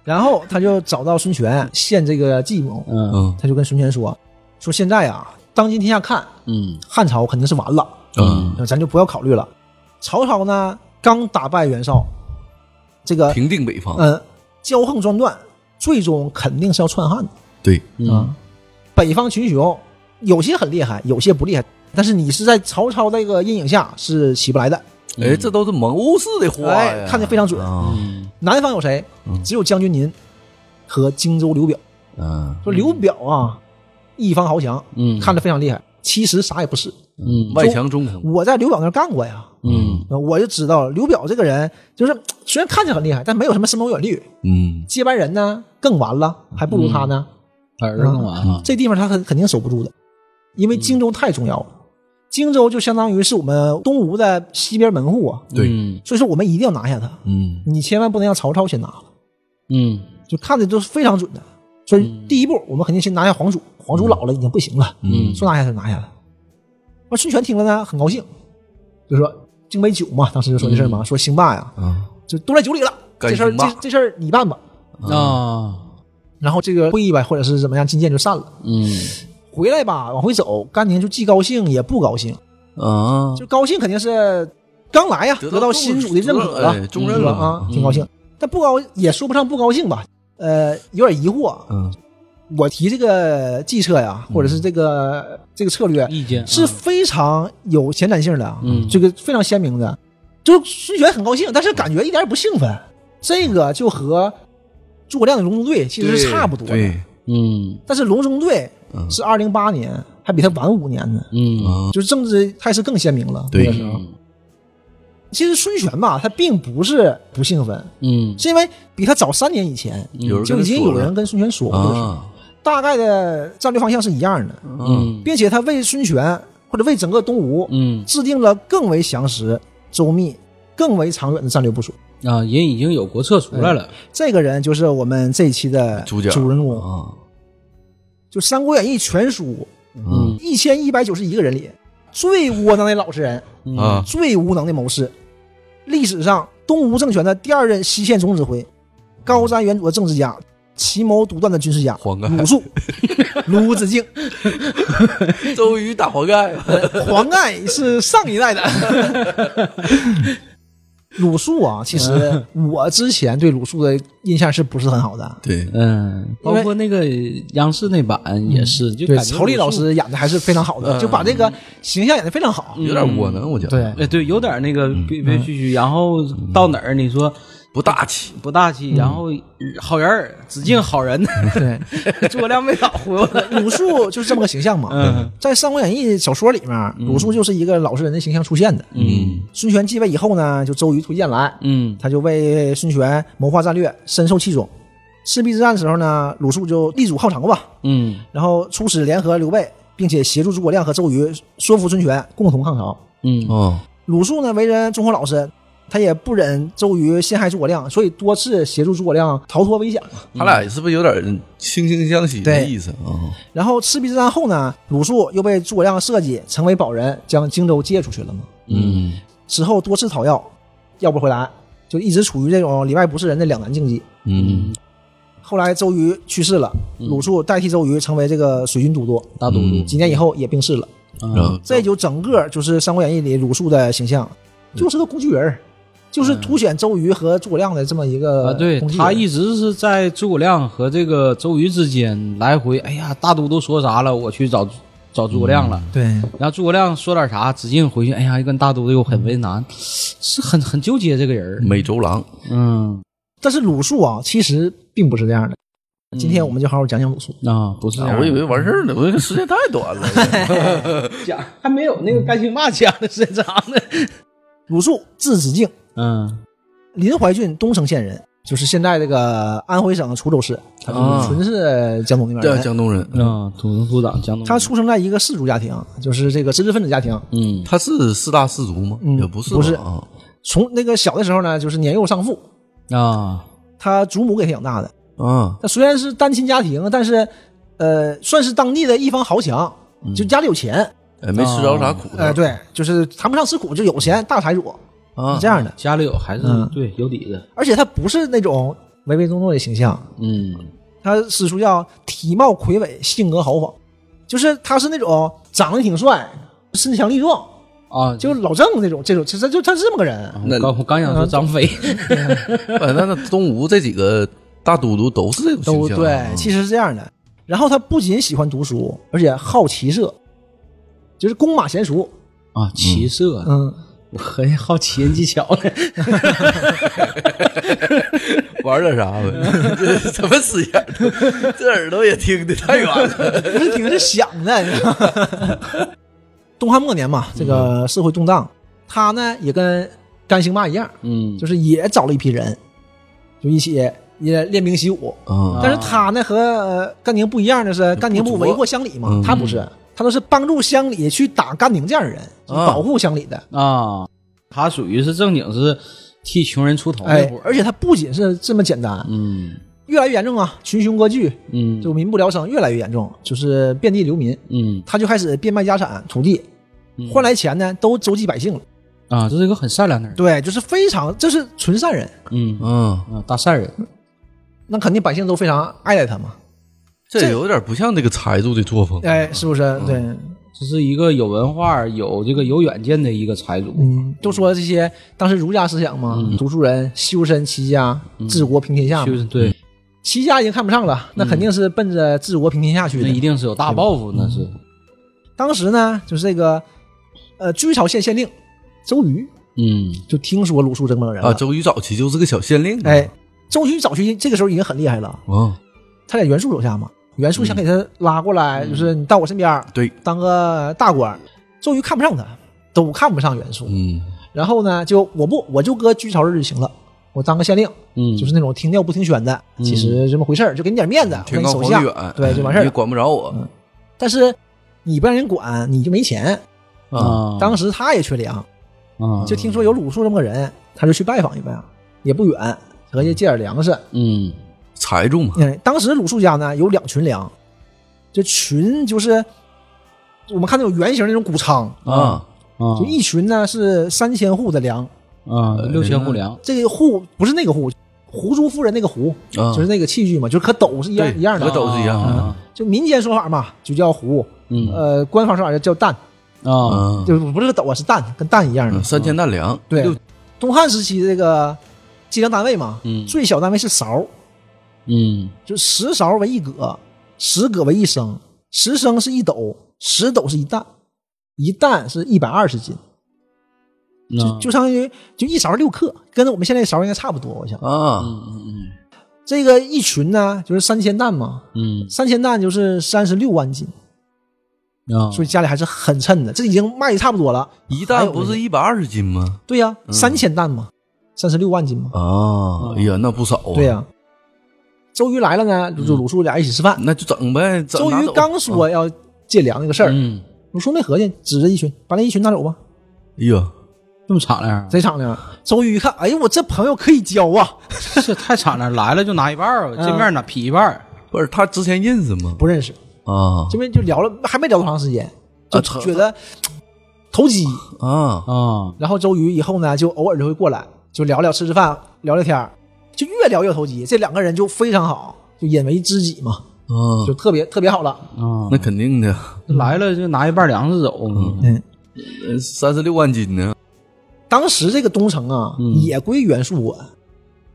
Speaker 2: 然后他就找到孙权献这个计谋，
Speaker 3: 嗯
Speaker 4: 嗯
Speaker 2: 他就跟孙权说：“说现在啊，当今天下看，
Speaker 3: 嗯
Speaker 2: 汉朝肯定是完了，
Speaker 4: 嗯，
Speaker 2: 咱就不要考虑了。曹操呢，刚打败袁绍，这个
Speaker 4: 平定北方，
Speaker 2: 嗯，骄横专断，最终肯定是要篡汉的。
Speaker 4: 对，
Speaker 3: 嗯
Speaker 2: 北方群雄有些很厉害，有些不厉害，但是你是在曹操这个阴影下是起不来的。
Speaker 4: 哎，这都是谋士的话
Speaker 2: 哎
Speaker 4: 呀，
Speaker 2: 看得非常准
Speaker 4: 啊
Speaker 3: 嗯
Speaker 2: 南方有谁？只有将军您和荆州刘表。
Speaker 4: 嗯，
Speaker 2: 说刘表啊，一方豪强，
Speaker 3: 嗯，
Speaker 2: 看着非常厉害，其实啥也不是。
Speaker 3: 嗯
Speaker 4: 外强中空，
Speaker 2: 我在刘表那儿干过呀，
Speaker 3: 嗯
Speaker 2: 呃我就知道刘表这个人就是虽然看起来很厉害，但没有什么深谋远虑。
Speaker 4: 嗯
Speaker 2: 接班人呢更完了，还不如他呢。
Speaker 3: 嗯儿子完了，
Speaker 2: 这地方他肯肯定守不住的，因为荆州太重要了。荆州就相当于是我们东吴的西边门户啊，
Speaker 4: 对
Speaker 3: 嗯
Speaker 2: 所以说我们一定要拿下它。
Speaker 4: 嗯
Speaker 2: 你千万不能让曹操先拿了，
Speaker 3: 嗯
Speaker 2: 就看的都是非常准的。所以第一步，我们肯定先拿下黄祖，黄祖老了已经不行了，
Speaker 3: 嗯
Speaker 2: 说拿下就拿下了。那孙权听了呢，很高兴，就说敬杯酒嘛，当时就说这事儿嘛，
Speaker 3: 嗯
Speaker 2: 说行吧呀，
Speaker 4: 啊，
Speaker 2: 就都在酒里了，
Speaker 4: 干
Speaker 2: 这事儿
Speaker 4: 行
Speaker 2: 这
Speaker 4: 吧
Speaker 2: 这事儿你办吧。嗯
Speaker 3: 啊
Speaker 2: 然后这个会议吧，或者是怎么样，觐见就散了。
Speaker 3: 嗯
Speaker 2: 回来吧，往回走，甘宁就既高兴也不高兴，
Speaker 4: 啊，
Speaker 2: 就高兴肯定是刚来呀，得到新主的认可了，
Speaker 4: 哎重任
Speaker 2: 是吧
Speaker 4: 了
Speaker 2: 啊，
Speaker 4: 嗯
Speaker 2: 挺高兴。但不高也说不上不高兴吧，呃，有点疑惑。
Speaker 4: 嗯
Speaker 2: 我提这个计策呀，或者是这个这个策略，
Speaker 3: 意见
Speaker 4: 嗯
Speaker 3: 啊
Speaker 2: 是非常有前瞻性的啊，
Speaker 3: 嗯
Speaker 2: 这个非常鲜明的。就孙权很高兴，但是感觉一点也不兴奋。这个就和诸葛亮的隆中对其实是差不多的。
Speaker 4: 对，嗯
Speaker 3: 嗯
Speaker 2: 但是隆中对是二零八年，还比他晚五年呢，
Speaker 3: 嗯
Speaker 4: 啊
Speaker 2: 就是政治态势更鲜明了。
Speaker 4: 对
Speaker 2: 那个时候，其实孙权吧，他并不是不兴奋，
Speaker 3: 嗯
Speaker 2: 是因为比他早三年以前
Speaker 4: 嗯有人
Speaker 2: 就
Speaker 4: 跟
Speaker 2: 已
Speaker 4: 他
Speaker 2: 经
Speaker 4: 说
Speaker 2: 有人
Speaker 4: 了
Speaker 2: 跟孙权说过这个事儿，
Speaker 4: 啊，
Speaker 2: 大概的战略方向是一样的，
Speaker 3: 嗯
Speaker 2: 并且他为孙权或者为整个东吴
Speaker 3: 嗯
Speaker 2: 制定了更为详实、周密、更为长远的战略部署。
Speaker 3: 啊，人已经有国策出来了，
Speaker 2: 这个人就是我们这一期的
Speaker 4: 主角
Speaker 2: 主人公，
Speaker 4: 啊，
Speaker 2: 就《三国演义》全书
Speaker 3: 嗯
Speaker 2: 一千一百九十一个人里最窝囊的老实人，
Speaker 4: 啊，
Speaker 2: 最无能的谋士，历史上东吴政权的第二任西线总指挥，高瞻远瞩的政治家，奇谋独断的军事家，
Speaker 4: 黄盖
Speaker 2: 鲁肃、卢子敬、
Speaker 4: 周瑜打黄盖，
Speaker 2: 黄盖是上一代的。 鲁肃啊，其实
Speaker 3: 嗯
Speaker 2: 我之前对鲁肃的印象是不是很好的？
Speaker 4: 对，
Speaker 3: 嗯，包括那个央视那版也是，就
Speaker 2: 对，
Speaker 3: 感觉嗯
Speaker 2: 曹丽老师演的还是非常好的，就把这个形象演的非常好。
Speaker 4: 有点窝囊，我觉得，
Speaker 2: 对，
Speaker 3: 哎，对，有点那个憋憋屈屈，然后到哪儿你说
Speaker 4: 不大气，
Speaker 3: 不大气，然后好人儿只敬好人，
Speaker 2: 对，
Speaker 3: 诸葛亮没少忽悠他。
Speaker 2: 鲁肃就是这么个形象嘛。
Speaker 3: 嗯
Speaker 2: 在《三国演义》小说里面，鲁肃就是一个老实人的形象出现的。
Speaker 4: 嗯
Speaker 2: 孙权继位以后呢，就周瑜推荐来，
Speaker 3: 嗯
Speaker 2: 他就为孙权谋划战略，深受其重。赤壁之战的时候呢，鲁肃就力主号长吧，
Speaker 3: 嗯
Speaker 2: 然后出使联合刘备，并且协助诸葛亮和周瑜说服孙权共同抗曹。
Speaker 3: 嗯
Speaker 4: 哦，
Speaker 2: 鲁肃呢，为人忠厚老实，他也不忍周瑜陷害诸葛亮，所以多次协助诸葛亮逃脱危险。
Speaker 4: 他俩是不是有点惺惺相惜的
Speaker 2: 对
Speaker 4: 意思啊？
Speaker 2: 然后赤壁之战后呢，鲁肃又被诸葛亮设计成为保人，将荆州借出去了嘛。
Speaker 4: 嗯
Speaker 2: 之后多次讨要，要不回来，就一直处于这种里外不是人的两难境地。
Speaker 4: 嗯
Speaker 2: 后来周瑜去世了，鲁肃代替周瑜成为这个水军都督，
Speaker 3: 嗯大都督
Speaker 2: 几年以后也病逝了。
Speaker 3: 嗯
Speaker 4: 嗯然后
Speaker 2: 这就整个就是《三国演义》里鲁肃的形象，
Speaker 3: 嗯
Speaker 2: 就是个工具人儿，就是凸显周瑜和诸葛亮的这么一个
Speaker 3: 啊，对
Speaker 2: 工具人
Speaker 3: 他一直是在诸葛亮和这个周瑜之间来回。哎呀，大都督说啥了？我去找找诸葛亮了。
Speaker 2: 对
Speaker 3: 然后诸葛亮说点啥，子敬回去，哎呀，跟大都督又很为难，是很很纠结这个人儿。
Speaker 4: 美洲狼，
Speaker 3: 嗯，
Speaker 2: 但是鲁肃啊，其实并不是这样的。
Speaker 3: 嗯
Speaker 2: 今天我们就好好讲讲鲁肃。
Speaker 3: 啊，不是这样的，
Speaker 4: 啊我以为完事儿了，我这个时间太短了。
Speaker 3: 讲还没有那个甘兴霸讲的时间长呢。
Speaker 2: 鲁肃字子敬，
Speaker 3: 嗯
Speaker 2: 临淮郡东城县人，就是现在这个安徽省滁州市，他就是纯是江东那边
Speaker 4: 对，
Speaker 2: 人。
Speaker 4: 江东人，
Speaker 3: 啊，土生土长江东。
Speaker 2: 他出生在一个氏族家庭，就是这个知识分子家庭，
Speaker 3: 嗯
Speaker 4: 他是四大氏族吗？
Speaker 2: 嗯
Speaker 4: 也不是吧，
Speaker 2: 不是
Speaker 4: 啊，
Speaker 2: 从那个小的时候呢，就是年幼丧父，
Speaker 3: 啊，
Speaker 2: 他祖母给他养大的。
Speaker 4: 啊，
Speaker 2: 他虽然是单亲家庭，但是，呃，算是当地的一方豪强，
Speaker 4: 嗯
Speaker 2: 就家里有钱，
Speaker 4: 哎，没吃着啥苦头
Speaker 2: 哎、对，就是谈不上吃苦，就有钱，大财主
Speaker 4: 啊
Speaker 2: 是这，样的。
Speaker 3: 家里有还是
Speaker 2: 嗯
Speaker 3: 对有底子，
Speaker 2: 而且他不是那种唯唯诺诺的形象，
Speaker 3: 嗯
Speaker 2: 他史书叫体貌魁伟，性格豪爽，就是他是那种长得挺帅，身强力壮，
Speaker 3: 啊，
Speaker 2: 就老郑那种这种，其实就他是这么个
Speaker 4: 哦
Speaker 2: 人。
Speaker 3: 我刚我刚想说张 飞，
Speaker 4: 哎，那那东吴这几个大都督都是这种
Speaker 2: 都
Speaker 4: 形象
Speaker 2: 对
Speaker 4: 啊，，
Speaker 2: 其实是这样的。然后他不仅喜欢读书，而且好骑射，就是弓马娴熟。
Speaker 3: 啊，骑射，
Speaker 2: 嗯，
Speaker 3: 我合计好骑人技巧呢，
Speaker 4: 玩点啥 呗？这怎么死眼儿？这耳朵也听得太远了。
Speaker 2: 不是听是想的。你知道吗 东汉末年嘛，这个社会动荡，他呢也跟甘兴霸一样，
Speaker 3: 嗯，
Speaker 2: 就是也找了一批人，就一起也练兵习武。
Speaker 4: 啊
Speaker 2: 但是他呢和呃甘宁不一样的是，甘宁不为祸乡里嘛
Speaker 4: 嗯，
Speaker 2: 他不是，他都是帮助乡里去打甘宁这样的人，就是
Speaker 4: 啊
Speaker 2: 保护乡里的。
Speaker 3: 啊，他属于是正经是替穷人出头那
Speaker 2: 哎
Speaker 3: 伙，儿，
Speaker 2: 而且他不仅是这么简单，
Speaker 3: 嗯
Speaker 2: 越来越严重啊，群雄割据，
Speaker 3: 嗯
Speaker 2: 就民不聊生，越来越严重，就是遍地流民，
Speaker 3: 嗯
Speaker 2: 他就开始变卖家产、
Speaker 4: 嗯
Speaker 2: 土地，换来钱呢都周济百姓了。
Speaker 3: 啊，这是一个很善良的人，
Speaker 2: 对，就是非常，这是纯善人，
Speaker 3: 嗯
Speaker 4: 嗯，
Speaker 3: 啊，大善人，
Speaker 2: 那肯定百姓都非常爱戴他嘛。
Speaker 4: 这有点不像这个财主的作风。
Speaker 2: 哎，是不
Speaker 4: 嗯
Speaker 2: 是？对，
Speaker 3: 这是一个有文化、有这个有远见的一个财主，
Speaker 2: 嗯，都说这些当时儒家思想嘛，
Speaker 4: 嗯
Speaker 2: 读书人修身齐家，治国平天下
Speaker 3: 就
Speaker 2: 嘛。
Speaker 3: 嗯是对，
Speaker 2: 齐家已经看不上了，
Speaker 4: 嗯
Speaker 2: 那肯定是奔着治国平天下去
Speaker 3: 那
Speaker 2: 的。
Speaker 3: 一定是有大抱负，那是，
Speaker 2: 当时呢，就是这个，呃，居巢县县令周瑜
Speaker 3: 嗯
Speaker 2: 就听说鲁肃这么个人了
Speaker 4: 啊，周瑜早期就是个小县令。
Speaker 2: 哎，周瑜早期这个时候已经很厉害了，
Speaker 4: 啊，
Speaker 2: 他在袁术手下嘛，袁术
Speaker 4: 嗯
Speaker 2: 想给他拉过来，就是你到我身边儿
Speaker 4: 对，
Speaker 2: 当个大官儿。周瑜看不上他，都看不上袁术，
Speaker 4: 嗯，
Speaker 2: 然后呢，就我不我就搁居巢日就行了。我当个县令，
Speaker 3: 嗯，
Speaker 2: 就是那种听调不听宣的，
Speaker 4: 嗯
Speaker 2: 其实这么回事儿，就给你点面子，我
Speaker 4: 天
Speaker 2: 给你
Speaker 4: 高
Speaker 2: 手
Speaker 4: 嗯皇
Speaker 2: 下
Speaker 4: 帝远，，嗯
Speaker 2: 对，就完事儿
Speaker 4: 你
Speaker 2: 了。嗯
Speaker 4: 管不着我。
Speaker 2: 但是你不让人管，你就没钱。
Speaker 4: 嗯
Speaker 3: 啊，
Speaker 2: 当时他也缺粮，
Speaker 3: 啊，
Speaker 2: 就听说有鲁肃这么个人，他就去拜访一拜，也不远，合计借点粮食，
Speaker 3: 嗯
Speaker 4: 财主嘛，
Speaker 2: 嗯，当时鲁肃家呢有两群粮，这群就是我们看那种圆形那种谷仓，
Speaker 4: 啊，
Speaker 3: 啊
Speaker 2: 就一群呢是三千户的粮，
Speaker 3: 啊六千户粮，
Speaker 2: 这个户不是那个户，胡珠夫人那个胡，
Speaker 4: 啊
Speaker 2: 就是那个器具嘛，就是和斗是一样
Speaker 4: 对
Speaker 2: 一样
Speaker 4: 和
Speaker 2: 的，
Speaker 4: 斗是一样的
Speaker 3: 啊
Speaker 2: 就民间说法嘛，就叫胡，
Speaker 3: 嗯
Speaker 2: 呃，官方说法叫蛋，
Speaker 3: 啊，
Speaker 4: 啊，
Speaker 2: 就是不是斗啊，是蛋，跟蛋一样的。
Speaker 4: 三千担粮，
Speaker 2: 对
Speaker 4: 嗯六，
Speaker 2: 东汉时期的这个计量单位嘛，
Speaker 3: 嗯
Speaker 2: 最小单位是勺，
Speaker 3: 嗯
Speaker 2: 就十勺为一葛，十葛为一升，十升是一斗，十斗是一担，一担是一百二十斤，
Speaker 3: 那
Speaker 2: 就相当于就一勺六克，跟我们现在勺应该差不多，我想。
Speaker 4: 啊，
Speaker 3: 嗯
Speaker 2: 这个一群呢，就是三千担嘛，
Speaker 3: 嗯
Speaker 2: 三千担就是三十六万斤，
Speaker 3: 嗯啊，
Speaker 2: 所以家里还是很称的，这已经卖的差不多了。
Speaker 4: 一
Speaker 2: 还
Speaker 4: 担
Speaker 2: 有
Speaker 4: 不
Speaker 2: 那个
Speaker 4: 是一百二十斤吗？
Speaker 2: 对呀、三千担嘛，三十六万斤嘛，
Speaker 4: 啊，哎呀，那不少啊。
Speaker 2: 对呀、周瑜来了呢，就鲁肃俩一起吃饭。
Speaker 4: 那就整呗。整
Speaker 2: 周
Speaker 4: 嗯拿
Speaker 2: 瑜
Speaker 4: 走
Speaker 2: 刚说要借粮那个事儿，
Speaker 3: 嗯
Speaker 2: 鲁肃没合计，指着一群，把那一群拿走吧。
Speaker 4: 哎呀，
Speaker 3: 这么敞亮，啊
Speaker 2: 贼敞亮。周瑜一看，哎呦，我这朋友可以交啊！
Speaker 3: 这太敞亮，来了就拿一半儿，见面拿劈一半儿，
Speaker 4: 不是他之前认识吗？
Speaker 2: 不认识，
Speaker 4: 啊
Speaker 2: 这边就聊了，还没聊多长时间，就
Speaker 4: 啊
Speaker 2: 觉得投机。
Speaker 4: 啊，
Speaker 3: 啊
Speaker 2: 然后周瑜以后呢，就偶尔就会过来，就聊聊吃吃饭，聊聊天儿就越聊越投机。这两个人就非常好，就引为知己嘛，
Speaker 4: 啊
Speaker 2: 就，特别特别好了。
Speaker 3: 啊，
Speaker 4: 那肯定的，呃
Speaker 3: 来了就拿一半粮食走，
Speaker 2: 嗯，
Speaker 4: 三十六万斤呢。
Speaker 2: 当时这个东城啊，也归袁术管，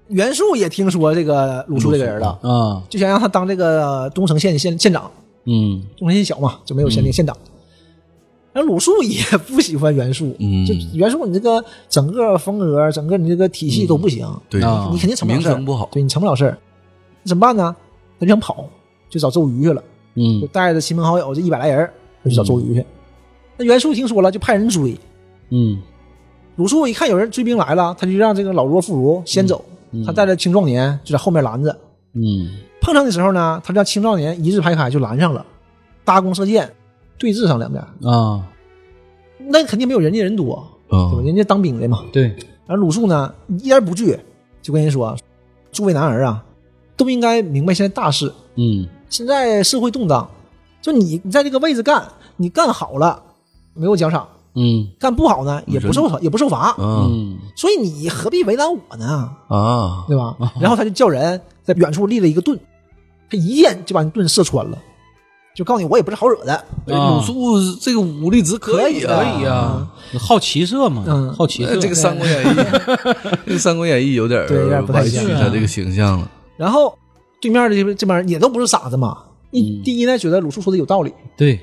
Speaker 2: 袁术也听说这个鲁肃这个人了，
Speaker 3: 啊
Speaker 2: 就想让他当这个东城县县县长。
Speaker 3: 嗯
Speaker 2: 中心小嘛，就没有县
Speaker 4: 嗯
Speaker 2: 令县长。然后鲁肃也不喜欢袁术，
Speaker 4: 嗯
Speaker 2: 就袁术你这个整个风格、整个你这个体系都不行，
Speaker 4: 对，
Speaker 3: 啊
Speaker 2: 你肯定成不了
Speaker 4: 嗯名
Speaker 2: 事儿
Speaker 4: 声不好
Speaker 2: 对你成不了事儿，那怎么办呢？他就想跑，就找周瑜去了，就
Speaker 3: 嗯
Speaker 2: 带着亲朋好友这一百来人儿，就去找周瑜
Speaker 4: 嗯
Speaker 2: 去。那袁术听说了，就派人追。
Speaker 3: 嗯
Speaker 2: 鲁肃一看有人追兵来了，他就让这个老弱妇孺
Speaker 4: 嗯
Speaker 2: 先走，他带着青壮年就在后面拦着。
Speaker 3: 嗯
Speaker 2: 碰上的时候呢，他让青壮年一字排开就拦上了，搭弓射箭，对峙上两边。
Speaker 3: 啊，
Speaker 2: 那肯定没有人家人多，
Speaker 4: 啊
Speaker 3: 嗯
Speaker 2: 对吧？人家当兵的嘛。
Speaker 3: 对，
Speaker 2: 而鲁肃呢，一点不惧，就跟人说：“诸位男儿啊，都应该明白现在大势，
Speaker 3: 嗯
Speaker 2: 现在社会动荡，就你你在这个位置干，你干好了没有奖赏，
Speaker 3: 嗯
Speaker 2: 干不好呢也不受也不受罚，
Speaker 4: 啊
Speaker 3: 嗯
Speaker 2: 所以你何必为难我呢？
Speaker 4: 啊！
Speaker 2: 对吧？然后他就叫人在远处立了一个盾，他一箭就把你盾射穿了，就告诉你我也不是好惹的。
Speaker 4: 哎
Speaker 3: 啊
Speaker 4: 鲁肃这个武力值以
Speaker 2: 可
Speaker 4: 啊，
Speaker 2: 以的
Speaker 3: 啊，呃好奇色嘛，
Speaker 2: 嗯
Speaker 3: 好奇
Speaker 4: 哎
Speaker 3: 色，
Speaker 4: 这个《三 国演义》，这个《三国演义》有点儿
Speaker 2: 对有点不太
Speaker 4: 歪曲
Speaker 2: 像
Speaker 4: 他这个形象了。
Speaker 2: 然后对面的这边这帮人也都不是傻子嘛。一第一呢，觉得鲁肃说的有道理；
Speaker 3: 对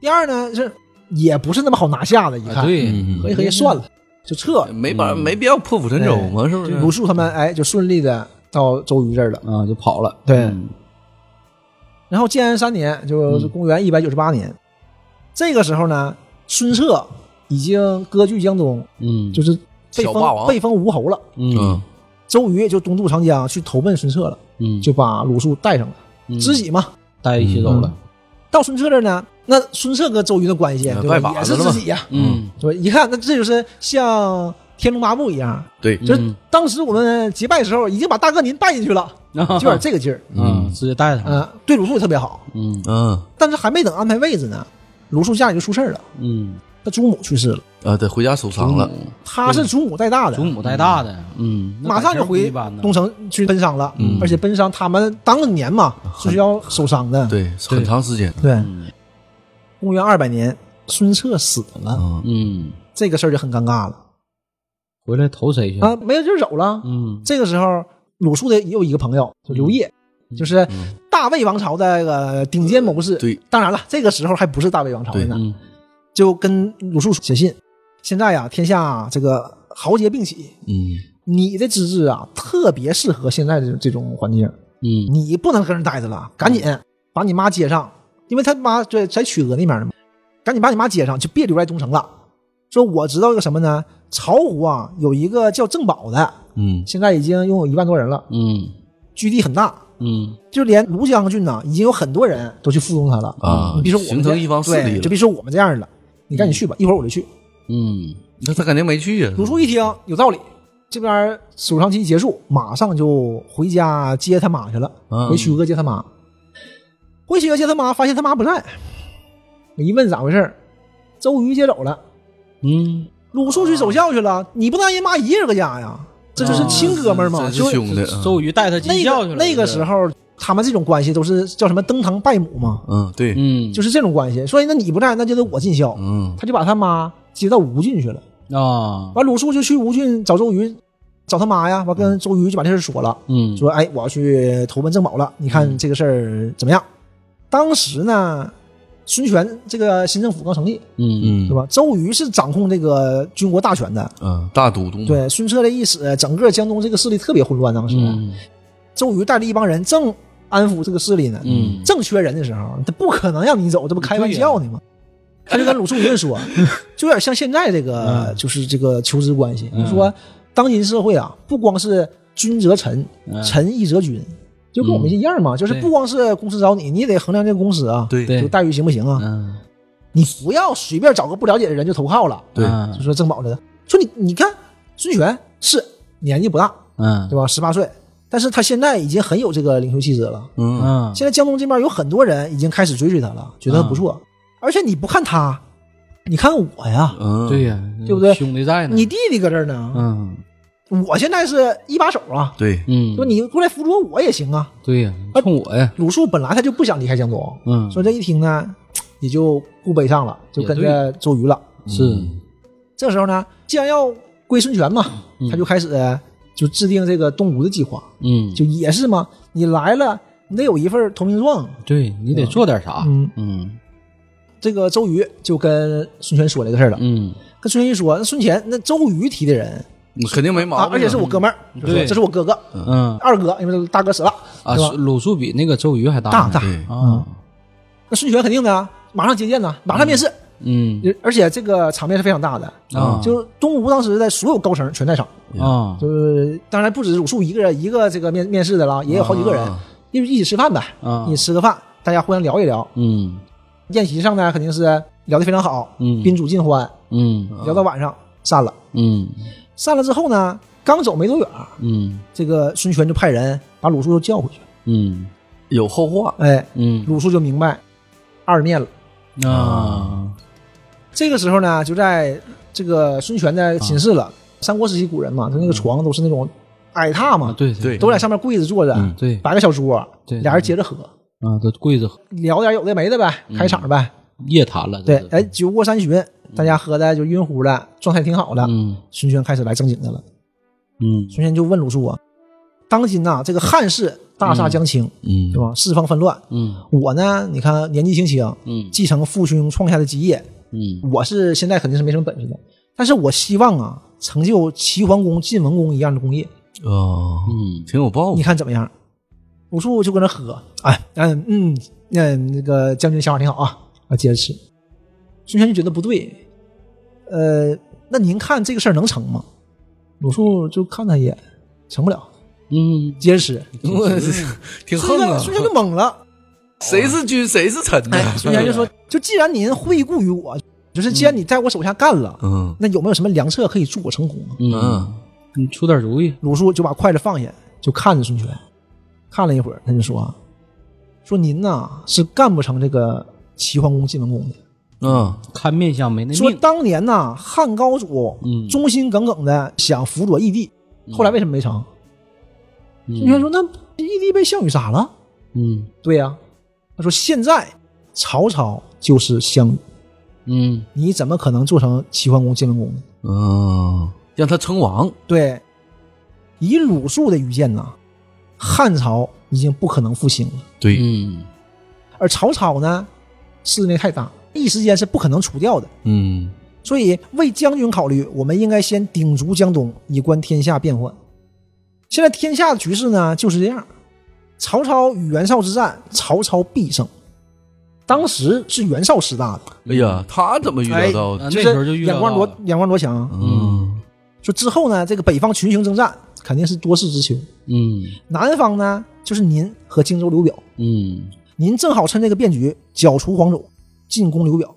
Speaker 2: 第二呢，是也不是那么好拿下的。一
Speaker 3: 啊
Speaker 2: 看，
Speaker 3: 对，
Speaker 4: 嗯
Speaker 2: 合计合计算了，就撤了。
Speaker 4: 呃没把没必要破釜沉舟嘛，是不是？
Speaker 2: 鲁肃他们哎，就顺利的到周瑜这儿了。
Speaker 3: 啊就跑了，
Speaker 2: 对
Speaker 3: 嗯
Speaker 2: 然后建安三年，就是公元一百九十八年，这个时候呢，孙策已经割据江东，
Speaker 3: 嗯
Speaker 2: 就是被
Speaker 4: 小霸
Speaker 2: 封
Speaker 4: 王
Speaker 2: 被封吴侯了。
Speaker 3: 嗯
Speaker 4: 嗯，
Speaker 2: 周瑜就东渡长江去投奔孙策了，
Speaker 3: 嗯
Speaker 2: 就把鲁肃带上了，
Speaker 3: 嗯
Speaker 2: 知己嘛。
Speaker 3: 带一起走了，
Speaker 2: 到孙策这儿呢，那孙策跟周瑜的关系
Speaker 4: 呃
Speaker 2: 对
Speaker 4: 拜把
Speaker 2: 吧
Speaker 4: 子
Speaker 2: 也是
Speaker 4: 了嘛
Speaker 2: 知己呀、
Speaker 3: 嗯
Speaker 2: 对吧？一看，那这就是像《天龙八部》一样，
Speaker 3: 嗯
Speaker 4: 对，
Speaker 2: 就是当时我们结拜的时候，已经把大哥您带进去了，就有点这个劲儿。
Speaker 3: 嗯，直接带
Speaker 4: 啊
Speaker 3: 他，
Speaker 2: 嗯、对鲁肃也特别好，
Speaker 3: 嗯
Speaker 4: 嗯
Speaker 2: 但是还没等安排位置呢，鲁肃家里就出事儿了，
Speaker 3: 嗯，
Speaker 2: 他祖母去世了，
Speaker 4: 啊，得回家收藏了。
Speaker 2: 他是祖母带大的，
Speaker 3: 祖母带大的，嗯，那
Speaker 2: 马上就
Speaker 3: 感情不一
Speaker 2: 回
Speaker 3: 般呢
Speaker 2: 东城去奔丧了，
Speaker 4: 嗯啊
Speaker 2: 而且奔丧他们当年嘛是需要守丧的，
Speaker 4: 嗯对，很长时间。
Speaker 2: 对
Speaker 3: 嗯
Speaker 2: 公元二百年，孙策死了，
Speaker 4: 嗯，
Speaker 3: 嗯，
Speaker 2: 这个事儿就很尴尬了
Speaker 3: 回来投谁去？
Speaker 2: 啊，没有地儿走了。
Speaker 3: 嗯
Speaker 2: 这个时候，鲁肃的也有一个朋友，就刘烨，
Speaker 3: 嗯
Speaker 2: 就是大魏王朝的呃顶尖谋士。
Speaker 4: 对，
Speaker 2: 当然了，这个时候还不是大魏王朝的呢，
Speaker 3: 嗯
Speaker 2: 就跟鲁肃写信。现在呀，天下这个豪杰并起，
Speaker 4: 嗯，
Speaker 2: 你的资质啊，特别适合现在的这种环境，
Speaker 3: 嗯
Speaker 2: 你不能跟人待着了，赶紧把你妈接上，因为他妈在在曲阿那边呢嘛，赶紧把你妈接上，就别留在东城了。说我知道一个什么呢？巢湖啊，有一个叫郑宝的，
Speaker 4: 嗯，
Speaker 2: 现在已经拥有一万多人了，
Speaker 3: 嗯
Speaker 2: 居地很大，
Speaker 3: 嗯
Speaker 2: 就连卢将军呢，已经有很多人都去附庸他了
Speaker 4: 啊
Speaker 2: 嗯你别说我们
Speaker 4: 形
Speaker 2: 这
Speaker 4: 成一方势力
Speaker 2: 对
Speaker 4: 了
Speaker 2: 就别说我们这样的，你赶紧去吧，一会儿我就去。
Speaker 3: 嗯
Speaker 4: 那他肯定没去呀。啊
Speaker 2: 鲁肃一听有道理，这边守丧期结束，马上就回家接他妈去了，
Speaker 4: 嗯
Speaker 2: 回曲阿接他妈。回曲阿接他妈，发现他妈不在，一问咋回事儿周瑜接走了，
Speaker 3: 嗯
Speaker 2: 鲁肃去守孝去了，你不能让人妈一人搁家呀，这就是亲哥们儿嘛，
Speaker 4: 真哦是
Speaker 2: 就
Speaker 4: 兄弟。啊
Speaker 3: 嗯，周瑜带他
Speaker 2: 那
Speaker 3: 进教去
Speaker 2: 个
Speaker 3: 了，
Speaker 2: 那个时，候他们这种关系都是叫什么登堂拜母嘛，
Speaker 4: 嗯，对，
Speaker 3: 嗯，
Speaker 2: 就是是这种关系。所以那你不在，那就得我尽孝，
Speaker 4: 嗯
Speaker 2: 他就把他妈接到吴郡去了。
Speaker 3: 啊，
Speaker 2: 完，鲁肃就去吴郡找周瑜，找他妈呀。完，跟周瑜就把这事儿说了，
Speaker 3: 嗯，
Speaker 2: 说：“哎，我要去投奔郑宝了，你看这个事儿怎么样？”当时呢，孙权这个新政府刚成立，
Speaker 3: 嗯
Speaker 4: 嗯
Speaker 2: 对吧？周瑜是掌控这个军国大权的。
Speaker 4: 嗯，大都督嘛，
Speaker 2: 对孙策的意思，呃整个江东这个势力特别混乱。当时，
Speaker 3: 嗯
Speaker 2: 周瑜带着一帮人正安抚这个势力呢，
Speaker 3: 嗯
Speaker 2: 正缺人的时候，他不可能让你走，这不开玩笑呢吗？他就跟鲁肃一顿 说，就有点像现在这个、
Speaker 3: 嗯
Speaker 2: 就是这个求职关系。
Speaker 3: 嗯
Speaker 2: 你说当今社会啊，不光是君则臣，
Speaker 3: 嗯
Speaker 2: 臣亦则君，就跟我们一样嘛，就是不光是公司找你，你也得衡量这个公司啊，
Speaker 4: 对
Speaker 3: 对
Speaker 2: 就待遇行不行啊？
Speaker 3: 嗯
Speaker 2: 你不要随便找个不了解的人就投靠了。
Speaker 4: 对
Speaker 3: 嗯
Speaker 2: 就说郑宝这个，说你你看孙权是年纪不大，
Speaker 3: 嗯
Speaker 2: 对吧？十八岁，但是他现在已经很有这个领袖气质了。
Speaker 4: 嗯，
Speaker 3: 嗯，
Speaker 2: 现在江东这边有很多人已经开始追随他了，觉得他不错。
Speaker 3: 嗯
Speaker 2: 而且你不看他，你看我呀，
Speaker 4: 嗯，
Speaker 3: 对，呀，
Speaker 2: 对不对
Speaker 3: 兄弟在呢，
Speaker 2: 你弟弟搁这儿呢，
Speaker 3: 嗯
Speaker 2: 我现在是一把手啊，
Speaker 4: 对，
Speaker 3: 嗯，
Speaker 2: 说你过来辅佐我也行啊。
Speaker 3: 对呀，冲我呀，
Speaker 2: 鲁肃本来他就不想离开江东，
Speaker 3: 嗯，
Speaker 2: 说这一听呢，也就不悲伤了，就跟
Speaker 3: 也嗯
Speaker 2: 着周瑜了。
Speaker 3: 是
Speaker 2: 这时候呢，既然要归孙权嘛，他就开始就制定这个东吴的计划，
Speaker 3: 嗯，
Speaker 2: 就也是嘛，你来了，你得有一份投名状。
Speaker 3: 对你得做点啥，
Speaker 2: 嗯，
Speaker 3: 嗯
Speaker 2: 这个周瑜就跟孙权说这个事儿了。
Speaker 3: 嗯
Speaker 2: 跟孙权一说，那孙权那周瑜提的人
Speaker 4: 肯定没毛
Speaker 2: 啊
Speaker 4: 病，，
Speaker 2: 而且是我哥们儿，就说
Speaker 3: 嗯对
Speaker 2: 这是我哥哥，
Speaker 3: 嗯
Speaker 2: 二哥，因为大哥死了，
Speaker 3: 啊，
Speaker 2: 对吧？
Speaker 3: 鲁肃比那个周瑜还大
Speaker 2: 大
Speaker 3: 呢
Speaker 2: 大，
Speaker 4: 对，
Speaker 3: 啊，
Speaker 2: 那孙权肯定的啊，马上接见呐，马上面试，
Speaker 3: 嗯
Speaker 2: 而且这个场面是非常大的，
Speaker 3: 啊
Speaker 2: 就是东吴当时的所有高层全在场，
Speaker 3: 啊
Speaker 2: 就是当然不止鲁肃一个人，一个这个面面试的了，也有好几个人
Speaker 4: 啊，
Speaker 2: 一一起吃饭呗，
Speaker 3: 啊
Speaker 2: 一起吃个饭，大家互相聊一聊。
Speaker 3: 嗯
Speaker 2: 宴席上呢，肯定是聊得非常好，
Speaker 3: 嗯
Speaker 2: 宾主尽欢，
Speaker 3: 嗯
Speaker 2: 聊到晚上散了。
Speaker 3: 嗯
Speaker 2: 散了之后呢，刚走没多远儿，
Speaker 3: 嗯
Speaker 2: 这个孙权就派人把鲁肃又叫回去。
Speaker 3: 嗯
Speaker 4: 有后话，
Speaker 2: 哎，
Speaker 3: 嗯
Speaker 2: 鲁肃就明白二面了。嗯
Speaker 3: 啊
Speaker 2: 这个时候呢，就在这个孙权的寝室了。三国时期古人嘛，他那个床都是那种矮榻嘛，
Speaker 3: 啊，对啊
Speaker 4: 对
Speaker 2: 都在上面跪着坐着，
Speaker 4: 嗯
Speaker 3: 对
Speaker 2: 摆个小桌，
Speaker 3: 对
Speaker 2: 俩人接着喝，
Speaker 3: 啊，都跪着
Speaker 2: 聊点有的没的呗，开场呗。
Speaker 3: 夜谈了，
Speaker 2: 对
Speaker 3: 这是，
Speaker 2: 哎，酒过三巡，大家喝的就晕乎的，状态挺好的。
Speaker 3: 嗯
Speaker 2: 孙权开始来正经的了。
Speaker 3: 嗯
Speaker 2: 孙权就问鲁肃啊：“当今呐、这个汉室大厦将倾，
Speaker 4: 嗯
Speaker 2: 对吧？四方纷乱。
Speaker 3: 嗯
Speaker 2: 我呢，你看年纪轻轻，
Speaker 3: 嗯
Speaker 2: 继承父兄创下的基业，
Speaker 3: 嗯
Speaker 2: 我是现在肯定是没什么本事的，但是我希望啊，成就齐桓公、晋文公一样的功业，
Speaker 4: 啊，
Speaker 3: 嗯
Speaker 4: 挺有抱
Speaker 2: 你
Speaker 4: 负，
Speaker 2: 看怎么样？鲁肃就搁那喝，哎，嗯嗯，那、那个将军想法挺好啊，啊，接着吃。孙权就觉得不对，呃，那您看这个事儿能成吗？鲁肃就看他一眼，成不了，
Speaker 3: 嗯，
Speaker 2: 接着吃。
Speaker 4: 我
Speaker 2: 孙
Speaker 4: 挺横
Speaker 2: 权
Speaker 4: 啊，
Speaker 2: 孙权就懵了，
Speaker 4: 谁是君谁是臣呢？
Speaker 2: 孙权就说，就既然您惠顾于我，就是既然你在我手下干了，
Speaker 4: 嗯
Speaker 2: 那有没有什么良策可以助我成功啊？
Speaker 3: 嗯，
Speaker 4: 嗯
Speaker 3: 你出点主意，
Speaker 2: 鲁肃就把筷子放下，就看着孙权，看了一会儿，他就说啊：“说您呐是干不成这个齐桓公、晋文公的。
Speaker 4: 嗯
Speaker 3: 看面相没那
Speaker 2: 说
Speaker 3: 命，
Speaker 2: 当年呐，汉高祖
Speaker 3: 嗯
Speaker 2: 忠心耿耿的想辅佐义帝，后来为什么没
Speaker 3: 嗯
Speaker 2: 成？孙权说：那义帝被项羽杀了。
Speaker 3: 嗯
Speaker 2: 对呀、他说现在曹操就是项羽，
Speaker 3: 嗯
Speaker 2: 你怎么可能做成齐桓公、晋文公呢？
Speaker 4: 嗯，让他称王，
Speaker 2: 对，以鲁肃的愚见呐，汉朝已经不可能复兴了。”
Speaker 4: 对，
Speaker 3: 嗯
Speaker 2: 而曹操呢，势力太大，一时间是不可能除掉的。
Speaker 4: 嗯
Speaker 2: 所以为将军考虑，我们应该先鼎足江东，以观天下变幻。现在天下的局势呢就是这样，曹操与袁绍之战，曹操必胜。当时是袁绍势大的，
Speaker 4: 哎呀，他怎么预料到
Speaker 3: 啊
Speaker 4: 的？
Speaker 2: 就
Speaker 3: 那时候就是预
Speaker 2: 眼
Speaker 3: 料
Speaker 2: 光
Speaker 3: 到
Speaker 2: 多
Speaker 3: 了，
Speaker 2: 眼光多强啊。
Speaker 4: 嗯
Speaker 2: 说之后呢，这个北方群雄征战肯定是多事之秋，
Speaker 3: 嗯
Speaker 2: 南方呢就是您和荆州刘表，
Speaker 3: 嗯
Speaker 2: 您正好趁这个变局剿除黄种，进攻刘表，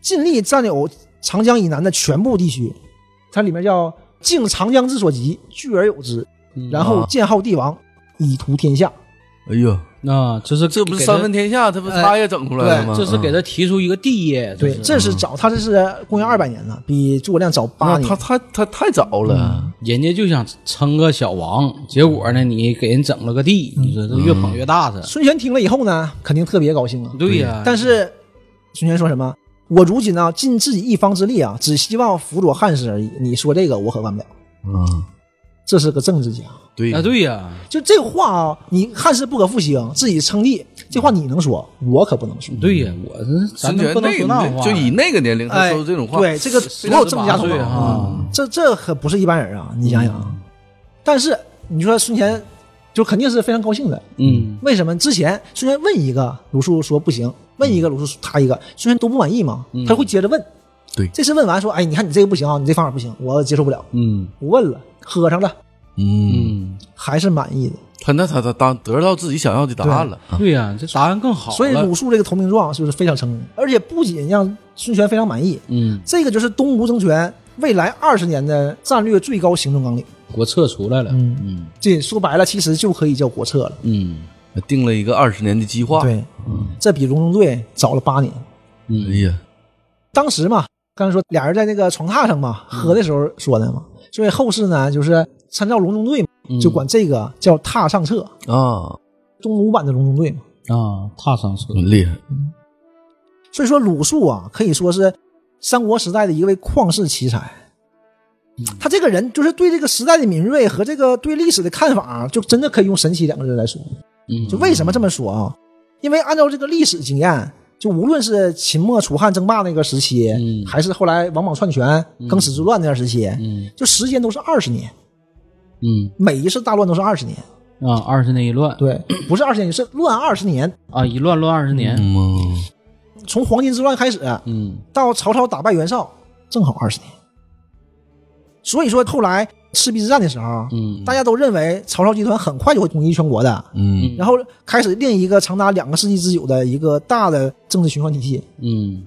Speaker 2: 尽力占有长江以南的全部地区。它里面叫“敬长江之所及，聚而有之”，然后建号帝王，以图天下。
Speaker 4: 哎呀，
Speaker 3: 啊，这是
Speaker 4: 这不是
Speaker 3: 给他
Speaker 4: 三分天下，他不是
Speaker 3: 哎
Speaker 4: 他也整出来了吗？
Speaker 3: 这是给
Speaker 4: 嗯
Speaker 3: 他提出一个地业，
Speaker 2: 对，这是早，它这是公元二百年了，比诸葛亮早八
Speaker 4: 那
Speaker 2: 年
Speaker 4: 啊他。他他太早了，
Speaker 3: 人家就想称个小王，结果呢，你给人整了个地，
Speaker 2: 嗯
Speaker 3: 你说这越捧越大是？
Speaker 2: 孙权听了以后呢，肯定特别高兴啊。
Speaker 3: 对呀，
Speaker 2: 但是孙权说什么？我如今呢，尽自己一方之力啊，只希望辅佐汉室而已。你说这个，我可办不了。
Speaker 4: 嗯，
Speaker 2: 这是个政治家。
Speaker 4: 对
Speaker 3: 啊，对呀，
Speaker 2: 就这话啊，你汉室不可复兴，自己称帝，这话你能说，我可不能说。
Speaker 3: 对呀，我这咱
Speaker 4: 孙
Speaker 3: 能
Speaker 4: 权
Speaker 3: 不能
Speaker 4: 那
Speaker 3: 说那
Speaker 4: 个
Speaker 3: 话？
Speaker 4: 就以那个年龄，他
Speaker 2: 哎，
Speaker 4: 说出这种话，
Speaker 2: 对这个所
Speaker 3: 虽然
Speaker 2: 有政治家
Speaker 3: 18
Speaker 2: 头
Speaker 3: 岁
Speaker 2: 脑
Speaker 3: 啊，
Speaker 2: 这这可不是一般人啊！你想想，
Speaker 3: 嗯
Speaker 2: 啊，但是你说孙权就肯定是非常高兴的，
Speaker 3: 嗯
Speaker 2: 为什么？之前孙权问一个鲁肃说不行，问一个鲁肃说他一个，孙权都不满意嘛，
Speaker 3: 嗯
Speaker 2: 他会接着问。
Speaker 4: 对
Speaker 2: 这次问完说，哎，你看你这个不行啊，你这方法不行，我接受不了，
Speaker 3: 嗯
Speaker 2: 不问了，喝上了，
Speaker 4: 嗯，
Speaker 3: 嗯，
Speaker 2: 还是满意的。
Speaker 4: 他那他他当得到自己想要的答案了，啊
Speaker 3: 对呀，这答案更好了，
Speaker 2: 所以鲁肃这个投名状是不是非常成功？而且不仅让孙权非常满意，
Speaker 3: 嗯，
Speaker 2: 这个就是东吴政权未来二十年的战略最高行动纲领。
Speaker 3: 国策出来了，嗯
Speaker 2: 这说白了，其实就可以叫国策了。
Speaker 3: 嗯
Speaker 4: 定了一个二十年的计划，
Speaker 2: 对，这比隆中对早了八年。
Speaker 4: 哎呀，
Speaker 2: 当时嘛，刚才说俩人在那个床榻上嘛喝的时候说的嘛，所以后世呢就是参照隆中对嘛，
Speaker 3: 嗯
Speaker 2: 就管这个叫榻上策，
Speaker 4: 啊，
Speaker 2: 东吴版的隆中对嘛。
Speaker 3: 啊，踏上车，
Speaker 4: 很厉害，
Speaker 2: 所以说鲁肃啊，可以说是三国时代的一位旷世奇才。他这个人就是对这个时代的敏锐和这个对历史的看法啊，就真的可以用“神奇”两个字来说。
Speaker 3: 嗯
Speaker 2: 就为什么这么说啊？因为按照这个历史经验，就无论是秦末楚汉争霸那个时期，
Speaker 3: 嗯
Speaker 2: 还是后来王莽篡权、更始之乱那段时期，
Speaker 3: 嗯
Speaker 2: 就时间都是二十年，
Speaker 3: 嗯
Speaker 2: 每一次大乱都是二十年。
Speaker 3: 啊，二十年一乱，
Speaker 2: 对，不是二十年，是乱二十年。
Speaker 3: 啊，一乱乱二十年，
Speaker 4: 嗯，
Speaker 2: 从黄巾之乱开始，
Speaker 3: 嗯
Speaker 2: 到曹操打败袁绍，正好二十年。所以说，后来赤壁之战的时候，
Speaker 3: 嗯
Speaker 2: 大家都认为曹操集团很快就会统一全国的，
Speaker 4: 嗯，
Speaker 2: 然后开始另一个长达两个世纪之久的一个大的政治循环体系。
Speaker 3: 嗯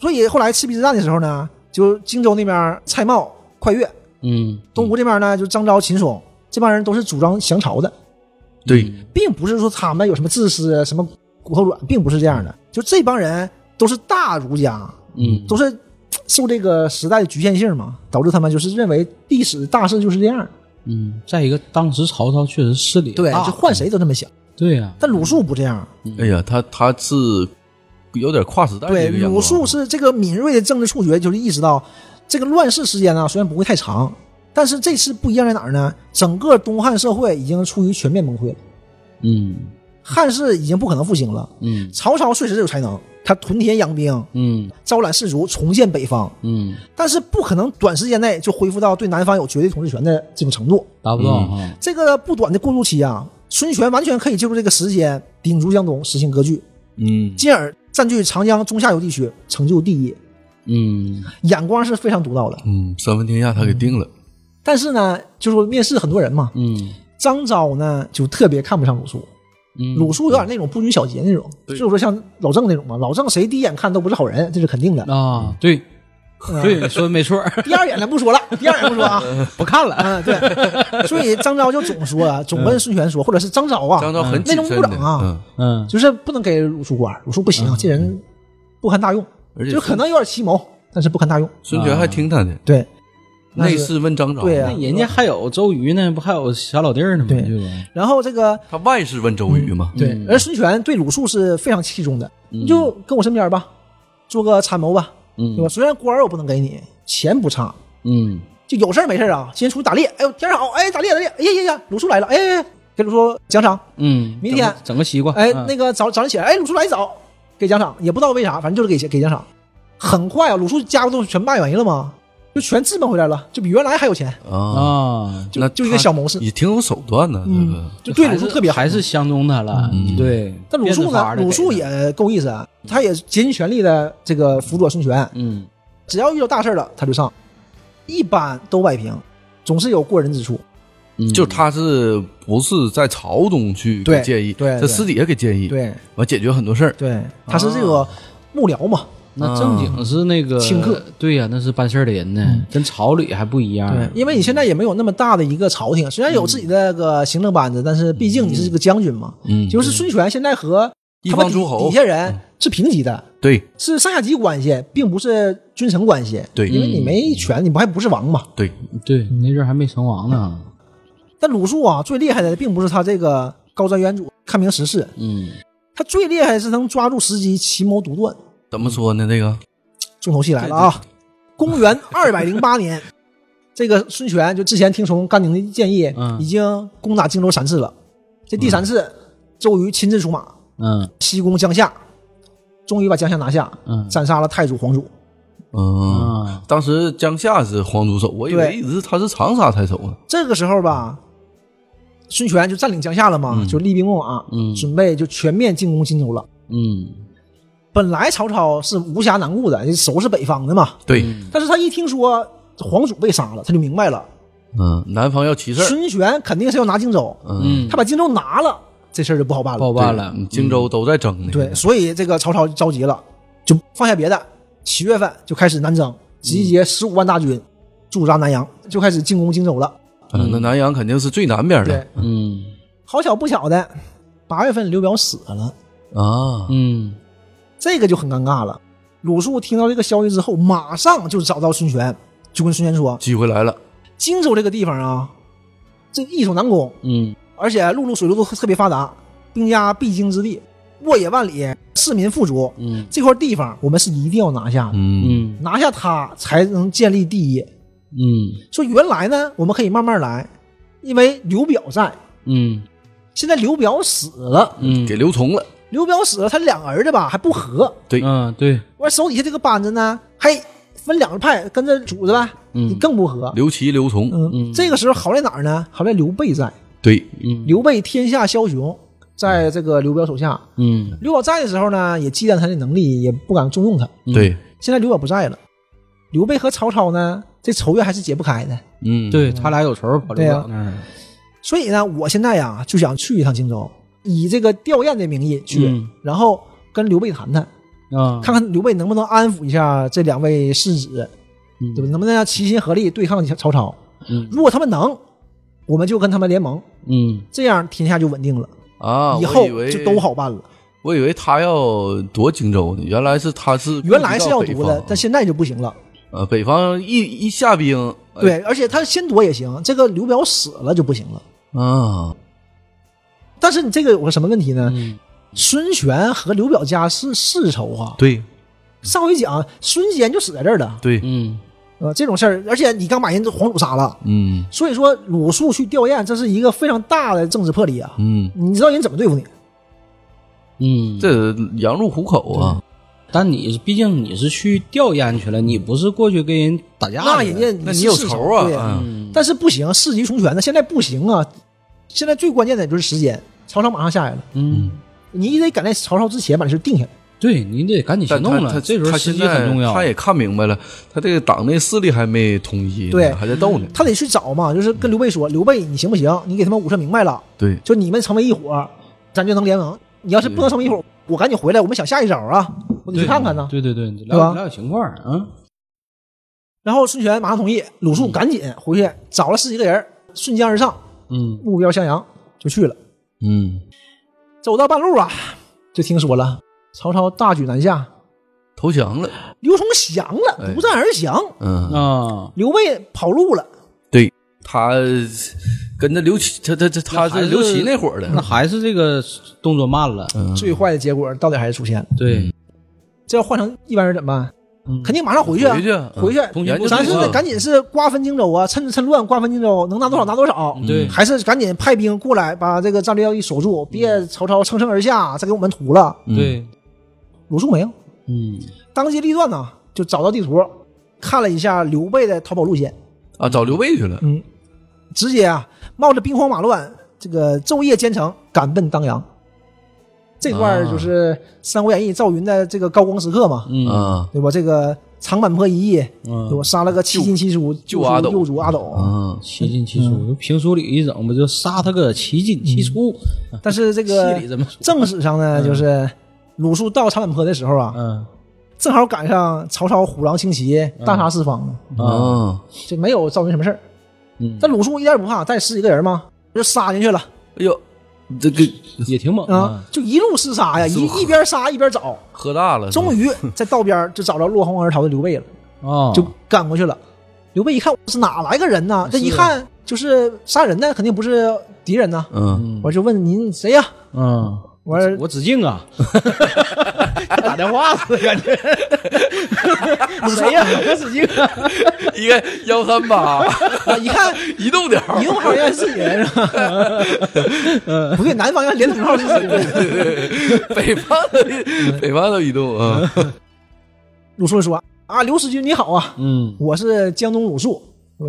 Speaker 2: 所以后来赤壁之战的时候呢，就荆州那边蔡瑁、快越
Speaker 3: 嗯，
Speaker 2: 东吴这边呢，就张昭、秦爽这帮人都是主张降曹的，
Speaker 4: 对，
Speaker 2: 并不是说他们有什么自私啊、什么骨头软，并不是这样的。就这帮人都是大儒家，
Speaker 3: 嗯，
Speaker 2: 都是受这个时代的局限性嘛，导致他们就是认为历史大势就是这样。
Speaker 3: 嗯，再一个，当时曹操确实势力
Speaker 2: 对，
Speaker 3: 大
Speaker 2: 啊就换谁都这么想。
Speaker 3: 对呀、
Speaker 2: 但鲁肃不这样，
Speaker 4: 哎呀，他他是有点跨时代的
Speaker 2: 对，
Speaker 4: 一个眼光啊
Speaker 2: 鲁肃是这个敏锐的政治触觉，就是意识到这个乱世时间呢，虽然不会太长，但是这次不一样在哪儿呢？整个东汉社会已经处于全面崩溃了，
Speaker 3: 嗯
Speaker 2: 汉室已经不可能复兴了。
Speaker 3: 嗯
Speaker 2: 曹操确实有才能，他屯田养兵，
Speaker 3: 嗯
Speaker 2: 招揽士族，重建北方，
Speaker 3: 嗯，
Speaker 2: 但是不可能短时间内就恢复到对南方有绝对统治权的这种程度。
Speaker 3: 达不到哈、
Speaker 2: 这个不短的过渡期啊，孙权完全可以借助这个时间顶住江东，实行割据，
Speaker 4: 嗯，
Speaker 2: 进而占据长江中下游地区，成就帝业。
Speaker 3: 嗯
Speaker 2: 眼光是非常独到的，
Speaker 4: 嗯，三分天下他给定了，
Speaker 2: 但是呢，就说面试很多人嘛，
Speaker 3: 嗯
Speaker 2: 张昭呢就特别看不上鲁肃，
Speaker 3: 嗯，
Speaker 2: 鲁肃有点那种不拘小节那种，
Speaker 4: 对
Speaker 2: 就是说像老郑那种嘛，老郑谁第一眼看都不是好人，这是肯定
Speaker 4: 嗯
Speaker 2: 的。
Speaker 3: 啊，对
Speaker 2: 嗯
Speaker 3: 对，你说的没错儿，
Speaker 2: 第二眼咱不说了，第二眼不说 啊，
Speaker 3: 不看了，
Speaker 2: 嗯，对，所以张昭就总说啊，总跟孙权说，或者是张昭啊，
Speaker 4: 嗯张昭很
Speaker 2: 内
Speaker 4: 谨
Speaker 2: 容
Speaker 4: 慎
Speaker 2: 部
Speaker 4: 的
Speaker 2: 长，啊，
Speaker 3: 嗯
Speaker 2: 就是不能给鲁肃官，鲁肃不行，啊这人不堪大用，
Speaker 4: 嗯而且
Speaker 2: 就可能有点奇谋，但是不堪大用。
Speaker 4: 孙权还听他的，
Speaker 2: 对，那
Speaker 4: 内
Speaker 2: 是
Speaker 4: 侍问张昭，
Speaker 2: 对啊
Speaker 3: 那人家还有周瑜呢，不还有小老弟儿呢吗？
Speaker 2: 对
Speaker 3: 就是
Speaker 2: 然后这个
Speaker 4: 他外侍问周瑜嘛，
Speaker 2: 嗯
Speaker 3: 嗯
Speaker 2: 对，而孙权对鲁肃是非常器重的，你就跟我身边吧，做个参谋吧，
Speaker 3: 嗯
Speaker 2: 对吧？虽然官儿我不能给你，钱不差，
Speaker 3: 嗯
Speaker 2: 就有事儿没事儿啊，今天出去打猎，哎呦天儿好，哎打猎打猎，哎呀呀呀，鲁肃来了，哎，给鲁肃奖赏，
Speaker 3: 嗯，
Speaker 2: 明天
Speaker 3: 整个西瓜，
Speaker 2: 哎
Speaker 3: 嗯，
Speaker 2: 那个早早上起来，哎，鲁肃来早，给奖赏，也不知道为啥，反正就是给给奖赏。很快啊，鲁肃家务都全卖没了嘛，就全置办回来了，就比原来还有钱，
Speaker 4: 啊，
Speaker 3: 啊，
Speaker 2: 就
Speaker 4: 那
Speaker 2: 就一个
Speaker 4: 他
Speaker 2: 小谋士嗯
Speaker 4: 也挺有手段的，这个嗯
Speaker 2: 就对
Speaker 3: 还
Speaker 2: 鲁
Speaker 3: 是
Speaker 2: 肃特别好嗯
Speaker 3: 还是相中他了，对。
Speaker 2: 但鲁肃
Speaker 3: 变着法
Speaker 2: 呢，
Speaker 3: 儿地
Speaker 2: 鲁肃
Speaker 3: 给他，
Speaker 2: 也够意思，啊，他也竭尽全力的这个辅佐孙权，
Speaker 3: 嗯
Speaker 2: 只要遇到大事儿了他就上，一般都摆平，总是有过人之处。
Speaker 3: 嗯，
Speaker 4: 就他是不是在朝中去
Speaker 2: 对
Speaker 4: 给建议，
Speaker 2: 对
Speaker 4: 在
Speaker 2: 对
Speaker 4: 私底下给建议，，
Speaker 2: 对
Speaker 4: 完解决很多事儿，
Speaker 2: 对，他是这
Speaker 4: 啊
Speaker 2: 个幕僚嘛，
Speaker 3: 那正经是那个
Speaker 2: 请嗯客，嗯
Speaker 3: 对呀，那是办事儿的人呢，跟朝里还不一样。
Speaker 2: 对，因为你现在也没有那么大的一个朝廷，虽然有自己的个行政班子，但是毕竟你是个将军嘛，
Speaker 4: 嗯，
Speaker 2: 就是孙权现在和
Speaker 4: 一
Speaker 2: 他们
Speaker 4: 方诸侯嗯
Speaker 2: 底下人是平级的，
Speaker 4: 对
Speaker 2: 是上下级关系，并不是君臣关系。
Speaker 4: 对
Speaker 2: 因为你没
Speaker 4: 嗯
Speaker 2: 权，你不还不是王嘛？
Speaker 4: 对，
Speaker 3: 对，那阵儿还没成王呢。
Speaker 2: 但鲁肃啊，最厉害的并不是他这个高瞻远瞩、看明时事，
Speaker 3: 嗯
Speaker 2: 他最厉害的是能抓住时机、奇谋独断。
Speaker 4: 怎么说呢？这个
Speaker 2: 重头戏来了啊！公元二百零八年，这个孙权就之前听从甘宁的建议，
Speaker 3: 嗯
Speaker 2: 已经攻打荆州三次了。这第三次，周瑜亲自出马，
Speaker 3: 嗯
Speaker 2: 西攻江夏，终于把江夏拿下，
Speaker 3: 嗯
Speaker 2: 斩杀了太祖皇祖。
Speaker 4: 嗯，
Speaker 3: 啊
Speaker 4: 当时江夏是黄祖手，我以为
Speaker 2: 对
Speaker 4: 一直他是长沙太守呢，
Speaker 2: 这个时候吧，孙权就占领江夏了嘛，就厉兵秣马，
Speaker 3: 嗯
Speaker 2: 准备就全面进攻荆州了。
Speaker 3: 嗯
Speaker 2: 本来曹操是无暇南顾的，收拾北方的嘛，
Speaker 4: 对，
Speaker 2: 但是他一听说皇祖被杀了，他就明白了，
Speaker 4: 嗯，南方要起事儿，
Speaker 2: 孙权肯定是要拿荆州，
Speaker 4: 嗯，
Speaker 2: 他把嗯荆州拿了，这事儿就不好办
Speaker 3: 不好
Speaker 2: 了。
Speaker 3: 办了。
Speaker 4: 对荆州都在争呢，
Speaker 2: 对，所以这个曹操就着急了，就放下别的，七月份就开始南征，集结十五万大军，驻扎南阳，就开始进攻荆州了。
Speaker 4: 嗯，那南阳肯定是最南边
Speaker 2: 对
Speaker 4: 的，
Speaker 3: 嗯
Speaker 2: 好巧不巧的，八月份刘表死了，
Speaker 4: 啊，
Speaker 3: 嗯
Speaker 2: 这个就很尴尬了。鲁肃听到这个消息之后，马上就找到孙权，就跟孙权说
Speaker 4: 机会来了，：“
Speaker 2: 荆州这个地方啊，这易守难攻，
Speaker 3: 嗯
Speaker 2: 而且陆路、水路都特别发达，兵家必经之地，沃野万里，市民富足。
Speaker 3: 嗯
Speaker 2: 这块地方我们是一定要拿下的，
Speaker 4: 嗯
Speaker 3: 嗯
Speaker 2: 拿下它才能建立帝业。
Speaker 3: 嗯
Speaker 2: 说原来呢，我们可以慢慢来，因为刘表在，
Speaker 3: 嗯
Speaker 2: 现在刘表死了，
Speaker 3: 嗯，
Speaker 4: 给刘琮了，
Speaker 2: 刘表死了，他俩儿子吧还不和，
Speaker 4: 对，
Speaker 3: 嗯对，
Speaker 2: 完手底下这个班子呢，还分两个派跟着组织呗，
Speaker 3: 嗯
Speaker 2: 你更不和。
Speaker 4: 刘琦、刘琮，
Speaker 2: 嗯，这个时候好在哪儿呢？好在刘备在，
Speaker 4: 对，
Speaker 3: 嗯
Speaker 2: 刘备天下枭雄，在这个刘表手下。
Speaker 3: 嗯
Speaker 2: 刘表在的时候呢，也忌惮他的能力，也不敢重用他。
Speaker 4: 对，
Speaker 2: 现在刘表不在了，刘备和曹操呢，这仇怨还是解不开的。
Speaker 4: 嗯，
Speaker 3: 对他俩有仇跑刘表那儿了。
Speaker 2: 所以呢，我现在呀就想去一趟荆州，以这个吊唁的名义去，
Speaker 3: 嗯
Speaker 2: 然后跟刘备谈谈，
Speaker 3: 啊，
Speaker 2: 看看刘备能不能安抚一下这两位世子，
Speaker 3: 嗯
Speaker 2: 对吧？能不能让齐心合力对抗曹操？
Speaker 3: 嗯
Speaker 2: 如果他们能，我们就跟他们联盟，
Speaker 3: 嗯
Speaker 2: 这样天下就稳定了，
Speaker 4: 啊，
Speaker 2: 以
Speaker 4: 我
Speaker 2: 后
Speaker 4: 以为
Speaker 2: 就都好办了。
Speaker 4: 我以为他要夺荆州呢，原来是他是
Speaker 2: 原来是要
Speaker 4: 顾及到
Speaker 2: 读
Speaker 4: 北
Speaker 2: 的
Speaker 4: 方，啊
Speaker 2: 但现在就不行了。
Speaker 4: 呃北方一一下兵，哎
Speaker 2: 对，而且他先夺也行，这个刘表死了就不行了。
Speaker 4: 啊，
Speaker 2: 但是你这个有个什么问题呢？
Speaker 3: 嗯
Speaker 2: 孙权和刘表家是世仇啊。
Speaker 4: 对
Speaker 2: 上回讲孙坚就死在这儿了，
Speaker 4: 对，
Speaker 3: 嗯
Speaker 2: 呃，这种事儿，而且你刚把人黄祖杀了，
Speaker 4: 嗯
Speaker 2: 所以说鲁肃去吊唁，这是一个非常大的政治魄力啊。
Speaker 4: 嗯，
Speaker 2: 你知道人怎么对付你？
Speaker 3: 嗯，
Speaker 4: 这羊入虎口啊，
Speaker 3: 但你是毕竟你是去调研去了，你不是过去跟人打架
Speaker 2: 那
Speaker 3: 去
Speaker 2: 人
Speaker 3: 了
Speaker 2: 家
Speaker 4: 那
Speaker 2: 你
Speaker 4: 你有
Speaker 2: 是世
Speaker 4: 仇啊
Speaker 2: 对
Speaker 4: 嗯
Speaker 3: 嗯
Speaker 2: 但是不行，四级重拳呢，现在不行啊。现在最关键的就是时间，曹操马上下来了，
Speaker 3: 嗯，
Speaker 2: 你得赶在曹操之前把这事儿定下来。
Speaker 3: 对你得赶紧行
Speaker 4: 但
Speaker 3: 动
Speaker 4: 他
Speaker 3: 了，
Speaker 4: 他
Speaker 3: 这时候
Speaker 4: 他
Speaker 3: 时
Speaker 4: 现
Speaker 3: 机很
Speaker 4: 在
Speaker 3: 重要。
Speaker 4: 他也看明白了，他这个党内势力还没统一呢，
Speaker 2: 对
Speaker 4: 还在斗呢，
Speaker 2: 他得去找嘛，就是跟刘备说，刘备你行不行？你给他们五说明白了，
Speaker 4: 对，
Speaker 2: 就你们成为一伙，咱就能联盟。你要是不能成为一伙，我赶紧回来，我们想下一招啊，我得去
Speaker 3: 对
Speaker 2: 看看呢。
Speaker 3: 对对对，你
Speaker 2: 对吧
Speaker 3: 了解了解情况啊。
Speaker 2: 然后孙权马上同意，鲁肃赶紧回去找了十几个人，顺江而上，
Speaker 3: 嗯
Speaker 2: 目标襄阳就去了。
Speaker 4: 嗯，
Speaker 2: 走到半路啊，就听说了曹操大举南下，
Speaker 4: 投降了，
Speaker 2: 刘琮降了，
Speaker 4: 哎
Speaker 2: 不战而降。
Speaker 4: 嗯，
Speaker 3: 啊，
Speaker 2: 刘备跑路了，
Speaker 4: 对他跟着刘琦，他他他
Speaker 3: 那
Speaker 4: 他
Speaker 3: 还
Speaker 4: 是
Speaker 3: 是
Speaker 4: 刘琦那会儿的，
Speaker 3: 那还是这个动作慢了。
Speaker 4: 嗯
Speaker 2: 最坏的结果到底还是出现了。
Speaker 3: 对，
Speaker 2: 这要换成一般人怎么办？
Speaker 3: 嗯
Speaker 2: 肯定马上回去啊！
Speaker 4: 回去啊
Speaker 2: 回去
Speaker 3: 同学
Speaker 4: 研究
Speaker 2: 咱是
Speaker 4: 这个嗯
Speaker 2: 赶紧是瓜分荆州啊，趁趁乱瓜分荆州，能拿多少拿多少。
Speaker 3: 对
Speaker 2: 还是赶紧派兵过来把这个战略要地守住，
Speaker 3: 嗯
Speaker 2: 别曹操乘胜而下，再给我们屠了。
Speaker 4: 嗯
Speaker 3: 对，
Speaker 2: 鲁肃没有，
Speaker 3: 嗯
Speaker 2: 当机立断呢，就找到地图，看了一下刘备的逃跑路线，
Speaker 4: 啊，找刘备去了，
Speaker 2: 嗯，直接啊，冒着兵荒马乱，这个昼夜兼程赶奔当阳。这段儿就是《三国演义》赵云的这个高光时刻嘛，
Speaker 3: 啊嗯
Speaker 4: 啊，
Speaker 2: 对吧？这个长坂坡一役，对吧？
Speaker 3: 嗯，
Speaker 2: 杀了个七进七出，
Speaker 4: 救阿斗
Speaker 2: 右主阿
Speaker 3: 啊
Speaker 2: 斗。
Speaker 4: 嗯，
Speaker 3: 七进七出，评书里一整不就杀他个七进七出？
Speaker 2: 但是这个
Speaker 3: 戏里这么说。
Speaker 2: 正史上呢，就是鲁肃到长坂坡的时候啊，
Speaker 3: 嗯
Speaker 2: 正好赶上曹操虎狼侵袭，大杀四方呢，
Speaker 3: 啊
Speaker 4: 啊，
Speaker 2: 就没有赵云什么事儿。
Speaker 3: 嗯，
Speaker 2: 但鲁肃一点也不怕，带十几个人嘛，就杀进去了
Speaker 4: 哎呦，这个
Speaker 3: 也挺猛
Speaker 2: 啊，，就一路厮杀呀，一一边杀一边找，
Speaker 4: 喝大了，
Speaker 2: 终于在道边儿就找着落荒而逃的刘备了，
Speaker 3: 啊，
Speaker 2: 就赶过去了。刘备一看是哪来个人呢？这一看就是杀人的，肯定不是敌人呐。
Speaker 4: 嗯，
Speaker 3: 嗯
Speaker 2: 我就问您谁呀？
Speaker 3: 嗯，
Speaker 2: 我说
Speaker 3: 我子敬啊，打电话似的感觉，
Speaker 2: 谁呀？我子敬。
Speaker 4: 一个幺三八
Speaker 2: 啊一看
Speaker 4: 移动点
Speaker 2: 一用号原来是自己 人是吧？不对，南方原来联通号是自己人。
Speaker 4: 北方的北方的移动啊，
Speaker 2: 鲁肃说：“啊，刘使君你好啊，
Speaker 3: 嗯
Speaker 2: 我是江东鲁肃。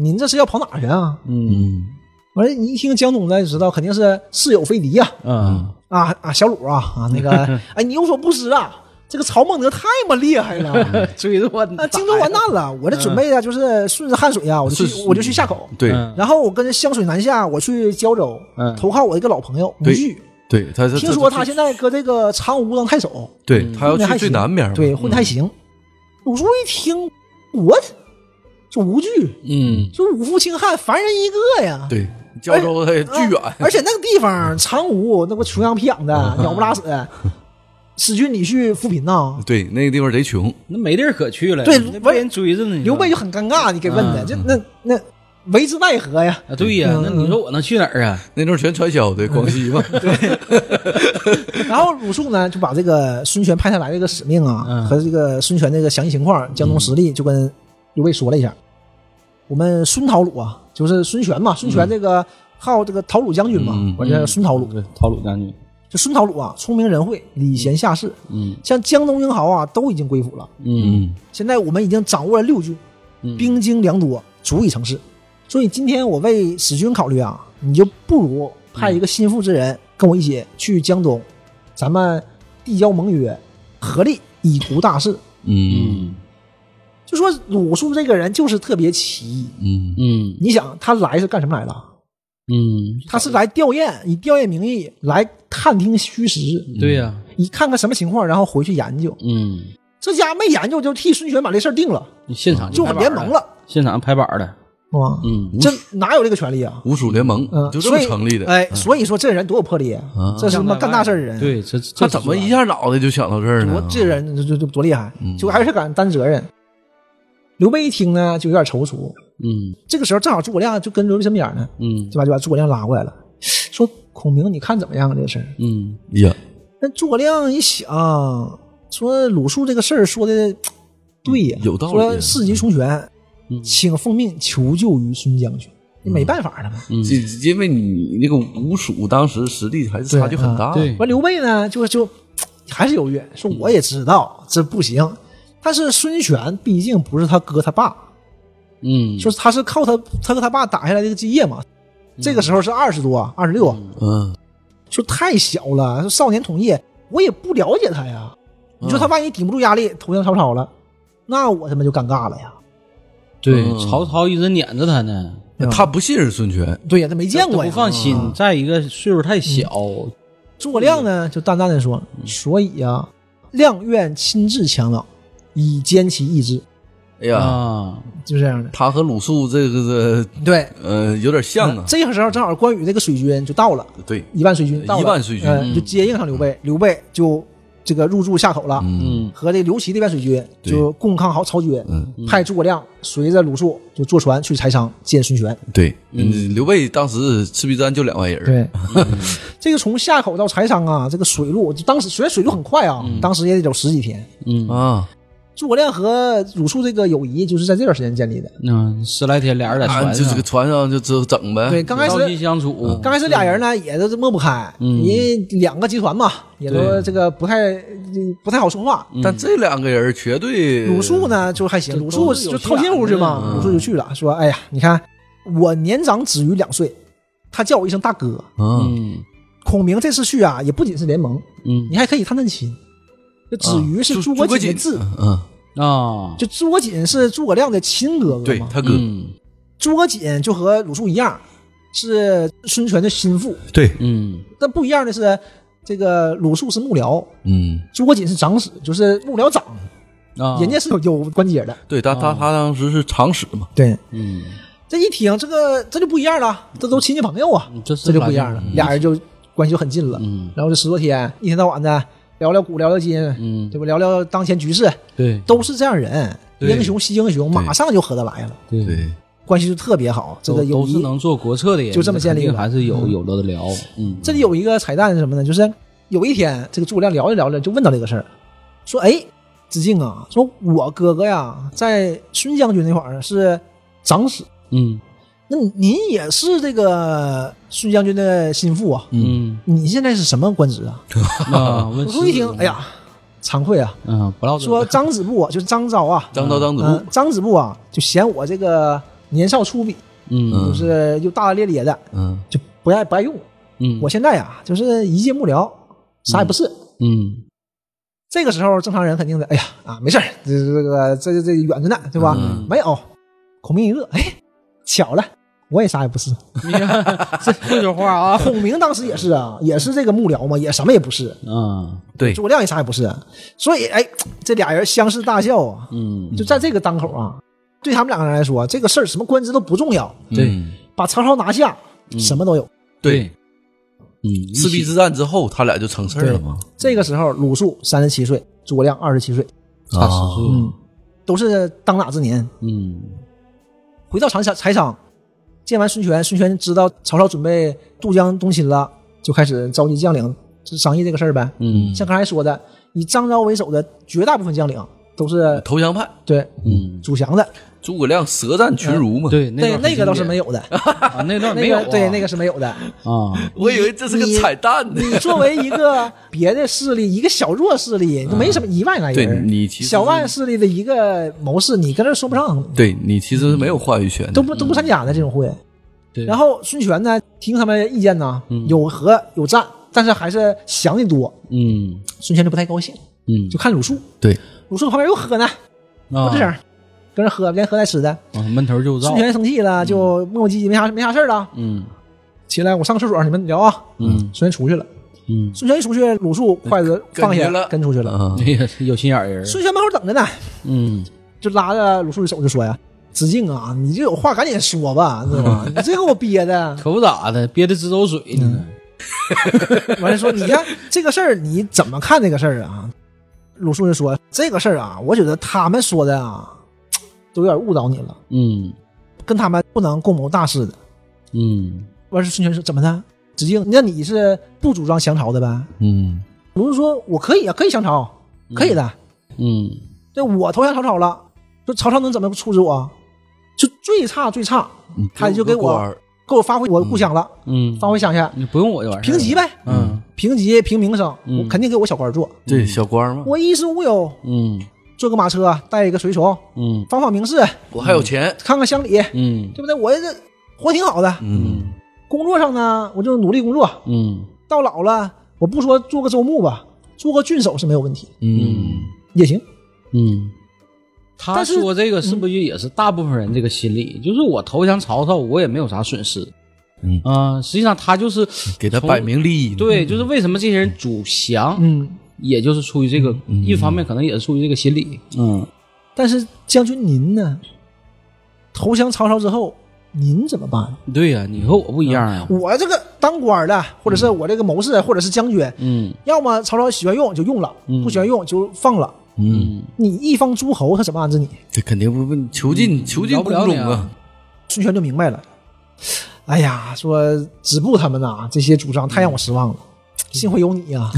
Speaker 2: 您这是要跑哪儿去啊？
Speaker 3: 嗯
Speaker 4: 嗯
Speaker 2: 完了，你一听江东的就知道肯定是事有非敌呀、
Speaker 3: 嗯，
Speaker 2: 啊！啊小鲁啊啊，那个哎，你有所不知啊，这个曹孟德太么厉害了。”
Speaker 3: 追着我
Speaker 2: 啊，荆州完蛋了！我这准备啊，就是顺着汉水啊，我就去
Speaker 4: 顺
Speaker 2: 我就去夏口，
Speaker 4: 对
Speaker 3: 嗯
Speaker 2: 然后我跟着湘水南下，我去胶州
Speaker 3: 嗯，
Speaker 2: 投靠我一个老朋友吴
Speaker 4: 对
Speaker 2: 惧。
Speaker 4: 对，他他
Speaker 2: 听说他现在搁这个长吴当太守，
Speaker 4: 对他要
Speaker 2: 嗯混得还
Speaker 4: 去最
Speaker 2: 行
Speaker 4: 南边嘛，嗯
Speaker 2: 对，混得还行。鲁肃一听，我这吴惧，
Speaker 3: 嗯
Speaker 2: 这五夫轻汉，凡人一个呀。
Speaker 4: 对，胶州他也
Speaker 2: 啊，
Speaker 4: 巨远，嗯
Speaker 2: 而且那个地方长吴那不穷乡僻壤的，鸟不拉 屎。使君你去扶贫呐？
Speaker 4: 对，那个地方贼穷，
Speaker 3: 那没地儿可去了，
Speaker 2: 对
Speaker 3: 那被人追着呢。你说
Speaker 2: 刘备就很尴尬，你给问的，
Speaker 3: 嗯
Speaker 2: 这那那为之奈何呀？
Speaker 3: 啊，对
Speaker 2: 嗯
Speaker 3: 呀，那你说我能去哪儿啊？
Speaker 4: 那时候全传销，对，广西嘛，
Speaker 2: 然后鲁肃呢，就把这个孙权派下来这个使命啊，
Speaker 3: 嗯
Speaker 2: 和这个孙权这个详细情况、江东实力，就跟刘备说了一下。我们孙讨鲁啊，就是孙权嘛，孙权这个号这个讨鲁将军嘛
Speaker 4: 嗯，
Speaker 2: 我这孙讨鲁，
Speaker 3: 对，讨鲁将军，
Speaker 2: 就孙讨鲁啊，聪明仁惠，礼贤下士，
Speaker 3: 嗯
Speaker 2: 像江东英豪啊，都已经归附了。
Speaker 3: 嗯
Speaker 4: 嗯
Speaker 2: 现在我们已经掌握了六郡，
Speaker 3: 嗯
Speaker 2: 兵精粮多，足以成事。所以今天我为使君考虑啊，你就不如派一个心腹之人跟我一起去江东，咱们递交盟约，合力以图大事。
Speaker 4: 嗯
Speaker 3: 嗯
Speaker 2: 就说鲁肃这个人就是特别奇异，
Speaker 4: 嗯
Speaker 3: 嗯
Speaker 2: 你想他来是干什么来的？
Speaker 3: 嗯，
Speaker 2: 他是来吊唁，以吊唁名义来探听虚实，
Speaker 3: 对呀，
Speaker 2: 你看看什么情况，然后回去研究。
Speaker 3: 嗯，
Speaker 2: 这家没研究就替孙权把这事儿定了，
Speaker 3: 你现场
Speaker 2: 就
Speaker 3: 拍板
Speaker 2: 联盟
Speaker 3: 的
Speaker 2: 了。
Speaker 3: 啊现场拍板的，
Speaker 2: 啊，
Speaker 3: 嗯，
Speaker 2: 这哪有这个权利啊？
Speaker 4: 五鼠联盟
Speaker 2: 嗯，
Speaker 4: 就这
Speaker 2: 所
Speaker 4: 么
Speaker 2: 以
Speaker 4: 成立的。
Speaker 2: 哎，所以说这人多有魄力，啊这是他妈干大事儿的人。，
Speaker 3: 对，这这
Speaker 4: 他怎么一下脑袋就想到这儿
Speaker 2: 多
Speaker 4: 呢？
Speaker 2: 这人就就就多厉害，
Speaker 4: 嗯
Speaker 2: 就还是敢担责任。刘备一听呢，就有点踌躇。
Speaker 3: 嗯
Speaker 2: 这个时候正好诸葛亮就跟刘备身边呢，
Speaker 3: 嗯
Speaker 2: 对吧？就把诸葛亮拉过来了，说：“孔明，你看怎么样啊这个事儿？”
Speaker 3: 嗯
Speaker 4: 呀，
Speaker 2: 那诸葛亮一想，说鲁肃这个事儿说的对呀、
Speaker 4: 嗯有道理啊
Speaker 2: 说四级重权，
Speaker 3: 嗯
Speaker 2: 请奉命求救于孙将军，你没办法了嘛。
Speaker 3: 嗯，
Speaker 4: 这因为你那个五鼠当时实力还是差距
Speaker 2: 啊
Speaker 4: 很大。
Speaker 3: 对
Speaker 2: 完、刘备呢，就就还是犹豫，说我也知道这不行，但是孙权毕竟不是他哥他爸，
Speaker 3: 嗯
Speaker 2: 说他是靠他他和他爸打下来这个基业嘛。这个时候是二十多，二十六，啊
Speaker 4: 嗯，
Speaker 2: 说太小了，说少年统一，我也不了解他呀。你说
Speaker 3: 嗯
Speaker 2: 他万一顶不住压力投降曹操了，那我他妈就尴尬了呀。
Speaker 3: 对
Speaker 4: 嗯，
Speaker 3: 曹操一直撵着他呢，
Speaker 4: 他不信任孙权，
Speaker 2: 对呀，他没见
Speaker 3: 他
Speaker 2: 过
Speaker 3: 不
Speaker 2: 呀。
Speaker 3: 放心。再一个岁数太小，
Speaker 2: 诸葛亮呢，就淡淡的说：“
Speaker 3: 嗯
Speaker 2: 所以呀、亮愿亲自前往，以坚其意志。
Speaker 4: 哎呀，
Speaker 3: 啊，”
Speaker 2: 就这样的。
Speaker 4: 他和鲁肃这个这
Speaker 2: 对，
Speaker 4: 呃有点像啊。
Speaker 2: 嗯这个时候正好关羽这个水军就到了，
Speaker 4: 对，
Speaker 2: 一万水军到了，
Speaker 4: 一万水军
Speaker 2: 呃
Speaker 4: 嗯
Speaker 2: 就接应上刘备，刘备就这个入驻夏口了，
Speaker 4: 嗯
Speaker 3: 嗯
Speaker 2: 和这刘琦这边水军
Speaker 4: 对
Speaker 2: 就共抗好曹军，
Speaker 4: 嗯，
Speaker 2: 派诸葛亮随着鲁肃就坐船去柴桑见孙权。
Speaker 4: 对，嗯刘备当时赤壁之战就两万人，，
Speaker 2: 对，这个从夏口到柴桑啊，这个水路就当时虽然水路很快啊，
Speaker 4: 嗯
Speaker 2: 当时也得走十几天。
Speaker 3: 嗯，
Speaker 4: 啊，
Speaker 2: 诸葛亮和鲁肃这个友谊就是在这段时间建立的。
Speaker 3: 那十来天俩人在
Speaker 4: 啊
Speaker 3: 船
Speaker 4: 就是
Speaker 3: 上
Speaker 4: 个，船上就就整呗，
Speaker 2: 对，刚开
Speaker 3: 朝夕
Speaker 2: 始
Speaker 3: 相处，
Speaker 2: 刚开始俩人
Speaker 4: 嗯
Speaker 2: 呢也都是抹不开，你两个集团嘛，也都
Speaker 3: 对
Speaker 2: 这个不太嗯不太好说话。
Speaker 4: 但这两个人绝对
Speaker 2: 鲁肃呢就还行，
Speaker 3: 这
Speaker 2: 鲁肃
Speaker 3: 都是有
Speaker 2: 就
Speaker 3: 情
Speaker 2: 套近乎去
Speaker 3: 感
Speaker 2: 嘛，
Speaker 3: 的
Speaker 2: 鲁肃就去了，说：“哎呀，你看我年长子瑜两岁，他叫我一声大哥。
Speaker 4: 啊，
Speaker 3: 嗯
Speaker 2: 孔明这次去啊，也不仅是联盟，
Speaker 3: 嗯
Speaker 2: 你还可以探探亲。这
Speaker 4: 啊
Speaker 2: 子瑜是
Speaker 4: 就
Speaker 2: 诸葛
Speaker 4: 诸葛
Speaker 2: 瑾的
Speaker 4: 瑾
Speaker 2: 字，
Speaker 4: 嗯，
Speaker 3: 啊，
Speaker 2: 就诸葛瑾是诸葛亮的亲哥哥
Speaker 4: 对
Speaker 2: 嘛。
Speaker 4: 他哥，
Speaker 3: 嗯
Speaker 2: 诸葛瑾就和鲁肃一样，是孙权的心腹，
Speaker 4: 对，
Speaker 3: 嗯
Speaker 2: 但不一样的是，这个鲁肃是幕僚，
Speaker 4: 嗯，
Speaker 2: 诸葛瑾是长史，就是幕僚长，
Speaker 3: 啊，
Speaker 2: 人家是有有官阶的。
Speaker 4: 对他他他当时是长史嘛，
Speaker 2: 对，
Speaker 3: 嗯，
Speaker 2: 这一听这个这就不一样了，这都亲戚朋友啊，
Speaker 3: 嗯这
Speaker 2: 这就不一样了，俩人就关系就很近了。
Speaker 3: 嗯
Speaker 2: 然后这十多天，一天到晚的聊聊股，聊聊金，
Speaker 3: 嗯
Speaker 2: 对吧？聊聊当前局势，
Speaker 3: 对
Speaker 2: 都是这样人，
Speaker 3: 对
Speaker 2: 英雄惜英雄，马上就合得来了，
Speaker 3: 对
Speaker 4: 对，
Speaker 2: 关系就特别好。这
Speaker 3: 都
Speaker 2: 个友
Speaker 3: 都是
Speaker 2: 谊，
Speaker 3: 能做国策的人，
Speaker 2: 就这么建立
Speaker 3: 肯定
Speaker 2: 了
Speaker 3: 还是有有的聊，嗯，
Speaker 2: 这里有一个彩蛋是什么呢？就是有一天，这个诸葛亮聊着聊着就问到这个事儿，说：“哎，子敬啊，说我哥哥呀，在孙将军那块儿是长史，
Speaker 3: 嗯
Speaker 2: 那您也是这个孙将军的心腹啊，
Speaker 3: 嗯，
Speaker 2: 你现在是什么官职啊？”
Speaker 3: 啊，问
Speaker 2: 鲁肃一
Speaker 3: 师
Speaker 2: 听，
Speaker 3: 傅
Speaker 2: 哎，呀，惭愧啊，
Speaker 3: 嗯，不唠这
Speaker 2: 说
Speaker 3: 个
Speaker 2: 张子布啊，就是张昭啊，
Speaker 4: 张昭张子
Speaker 2: 嗯
Speaker 4: 布，，
Speaker 2: 张子布啊，就嫌我这个年少粗鄙，
Speaker 3: 嗯
Speaker 2: 就是又大大咧咧的，
Speaker 4: 嗯
Speaker 2: 就不爱不爱用。
Speaker 3: 嗯，
Speaker 2: 我现在呀，就是一介幕僚，啥也不是。
Speaker 3: 嗯
Speaker 2: 这个时候，正常人肯定的，哎呀啊，没事儿，这这个这这这远着呢，对吧？
Speaker 4: 嗯
Speaker 2: 没有，孔明一乐，哎，巧了，我也啥也不是。
Speaker 3: 这会说话啊，
Speaker 2: 孔明当时也是啊，也是这个幕僚嘛，也什么也不是。
Speaker 3: 嗯
Speaker 4: 对，
Speaker 2: 诸葛亮也啥也不是，所以哎，这俩人相视大笑啊，
Speaker 3: 嗯，
Speaker 2: 就在这个当口啊，对他们两个人来说，这个事儿什么官职都不重要，
Speaker 3: 对
Speaker 4: 嗯
Speaker 2: 把曹操拿下，什么都有。
Speaker 4: 对，，
Speaker 3: 嗯，
Speaker 4: 赤壁之战之后他俩就成事儿了嘛，
Speaker 2: 这个时候，鲁肃三十七岁，诸葛亮二十七岁，
Speaker 4: 啊
Speaker 3: 差十岁，
Speaker 2: 嗯，都是当打之年。
Speaker 3: 嗯
Speaker 2: 回到长沙柴桑，见完孙权，孙权知道曹操准备渡江东侵了，就开始召集将领商议这个事儿呗。
Speaker 3: 嗯
Speaker 2: 像刚才说的，以张昭为首的绝大部分将领都是
Speaker 4: 投降派，
Speaker 2: 对
Speaker 3: 嗯，
Speaker 2: 主降的，
Speaker 4: 诸葛亮舌战群儒嘛，，
Speaker 3: 对，
Speaker 2: 对那个倒是没
Speaker 3: 有，
Speaker 2: 有的，
Speaker 3: 啊，那 段
Speaker 2: 那
Speaker 3: 没有啊
Speaker 2: 个，对那个是没有的。
Speaker 3: 啊，
Speaker 4: 我以为这是
Speaker 2: 你
Speaker 4: 个彩蛋呢，
Speaker 2: 你作为一个别的势力，一个小弱势力，就没什么一万来人。
Speaker 4: 对你其实是
Speaker 2: 小万势力的一个谋士，你跟这说不上，
Speaker 4: 对你其实是没有话语权的，
Speaker 2: 都不都不参加的这种会。
Speaker 3: 对，
Speaker 2: 然后孙权呢，听他们意见呢，有和有战，但是还是想的多。
Speaker 3: 嗯
Speaker 2: 孙权就不太高兴，
Speaker 3: 嗯
Speaker 2: 就看鲁肃，
Speaker 4: 对，
Speaker 2: 鲁肃旁边又喝呢，
Speaker 3: 啊
Speaker 2: 不吱声，跟着喝，连喝带吃的。
Speaker 3: 啊闷头就
Speaker 2: 孙
Speaker 3: 造，
Speaker 2: 权生气了，就磨磨唧唧，没啥没啥事儿了，
Speaker 3: 嗯
Speaker 2: 起来我上个厕所，你们聊啊。
Speaker 3: 嗯
Speaker 2: 孙权出去了，
Speaker 3: 嗯，
Speaker 2: 孙权一出去，鲁肃筷子
Speaker 4: 跟
Speaker 2: 放下
Speaker 4: 去了
Speaker 2: 跟出去了。
Speaker 4: 啊，
Speaker 3: 那个有心眼儿人，
Speaker 2: 孙权门口等着呢，
Speaker 3: 嗯
Speaker 2: 就拉着鲁肃的手就说呀：“子敬啊，你这有话赶紧说吧，是吧？你这给我憋的，
Speaker 3: 可不咋的，憋得直走水呢。
Speaker 2: 完了说，你看这个事儿你怎么看这个事儿啊？鲁肃就说这个事儿啊，我觉得他们说的啊，都有点误导你了，
Speaker 3: 嗯
Speaker 2: 跟他们不能共谋大事的。
Speaker 3: 嗯
Speaker 2: 完事孙权说怎么的？子敬，那你是不主张降朝的呗？
Speaker 3: 嗯
Speaker 2: 鲁肃说我可以啊，可以降朝，可以的。
Speaker 3: 嗯
Speaker 2: 对我投降曹操了，说曹操能怎么处置我？就最差最差，
Speaker 4: 你
Speaker 2: 他就给
Speaker 4: 我个官
Speaker 2: 我
Speaker 4: 儿
Speaker 2: 给我发回我故乡了，
Speaker 3: 嗯，
Speaker 2: 发回乡下
Speaker 3: 你不用我就完事
Speaker 2: 平
Speaker 3: 儿了
Speaker 2: 级。呗，
Speaker 3: 嗯
Speaker 2: 平级平民生，
Speaker 3: 嗯
Speaker 2: 我肯定给我小官做，
Speaker 4: 对小官儿嘛，
Speaker 2: 我衣食无忧，
Speaker 3: 嗯
Speaker 2: 坐个马车，带一个随从，
Speaker 3: 嗯
Speaker 2: 访访名士，
Speaker 4: 我还有钱，
Speaker 2: 看看乡里，
Speaker 3: 嗯
Speaker 2: 对不对？我这活挺好的，
Speaker 4: 嗯，
Speaker 2: 工作上呢，我就努力工作，
Speaker 3: 嗯
Speaker 2: 到老了，我不说做个州牧吧，做个郡守是没有问题，
Speaker 4: 嗯，
Speaker 2: 也行。
Speaker 3: 嗯。他
Speaker 2: 但是
Speaker 3: 说这个是不是也是大部分人这个心理？就是我投降曹操，我也没有啥损失。
Speaker 4: 嗯
Speaker 3: 啊、实际上他就是
Speaker 4: 给他
Speaker 3: 从
Speaker 4: 摆明利益呢，
Speaker 3: 对，就是为什么这些人主降，
Speaker 2: 嗯，
Speaker 3: 也就是出于这个，一方面可能也是出于这个心理。嗯
Speaker 2: 但是将军您呢，投降曹操之后，您怎么办？
Speaker 3: 对呀、你和我不一样啊。
Speaker 2: 我这个当官的，或者是我这个谋士，或者是将军，
Speaker 3: 嗯
Speaker 2: 要么曹操喜欢用就用了，不喜欢用就放了。
Speaker 3: 嗯
Speaker 2: 你一方诸侯，他怎么安置你？
Speaker 4: 这肯定不不囚禁囚
Speaker 3: 嗯
Speaker 4: 禁
Speaker 3: 饶不
Speaker 4: 宫
Speaker 3: 了
Speaker 4: 中
Speaker 3: 你
Speaker 4: 啊
Speaker 3: 啊，
Speaker 2: 孙权就明白了。哎呀，说子布他们呐、这些主张太让我失望了，幸亏有你呀、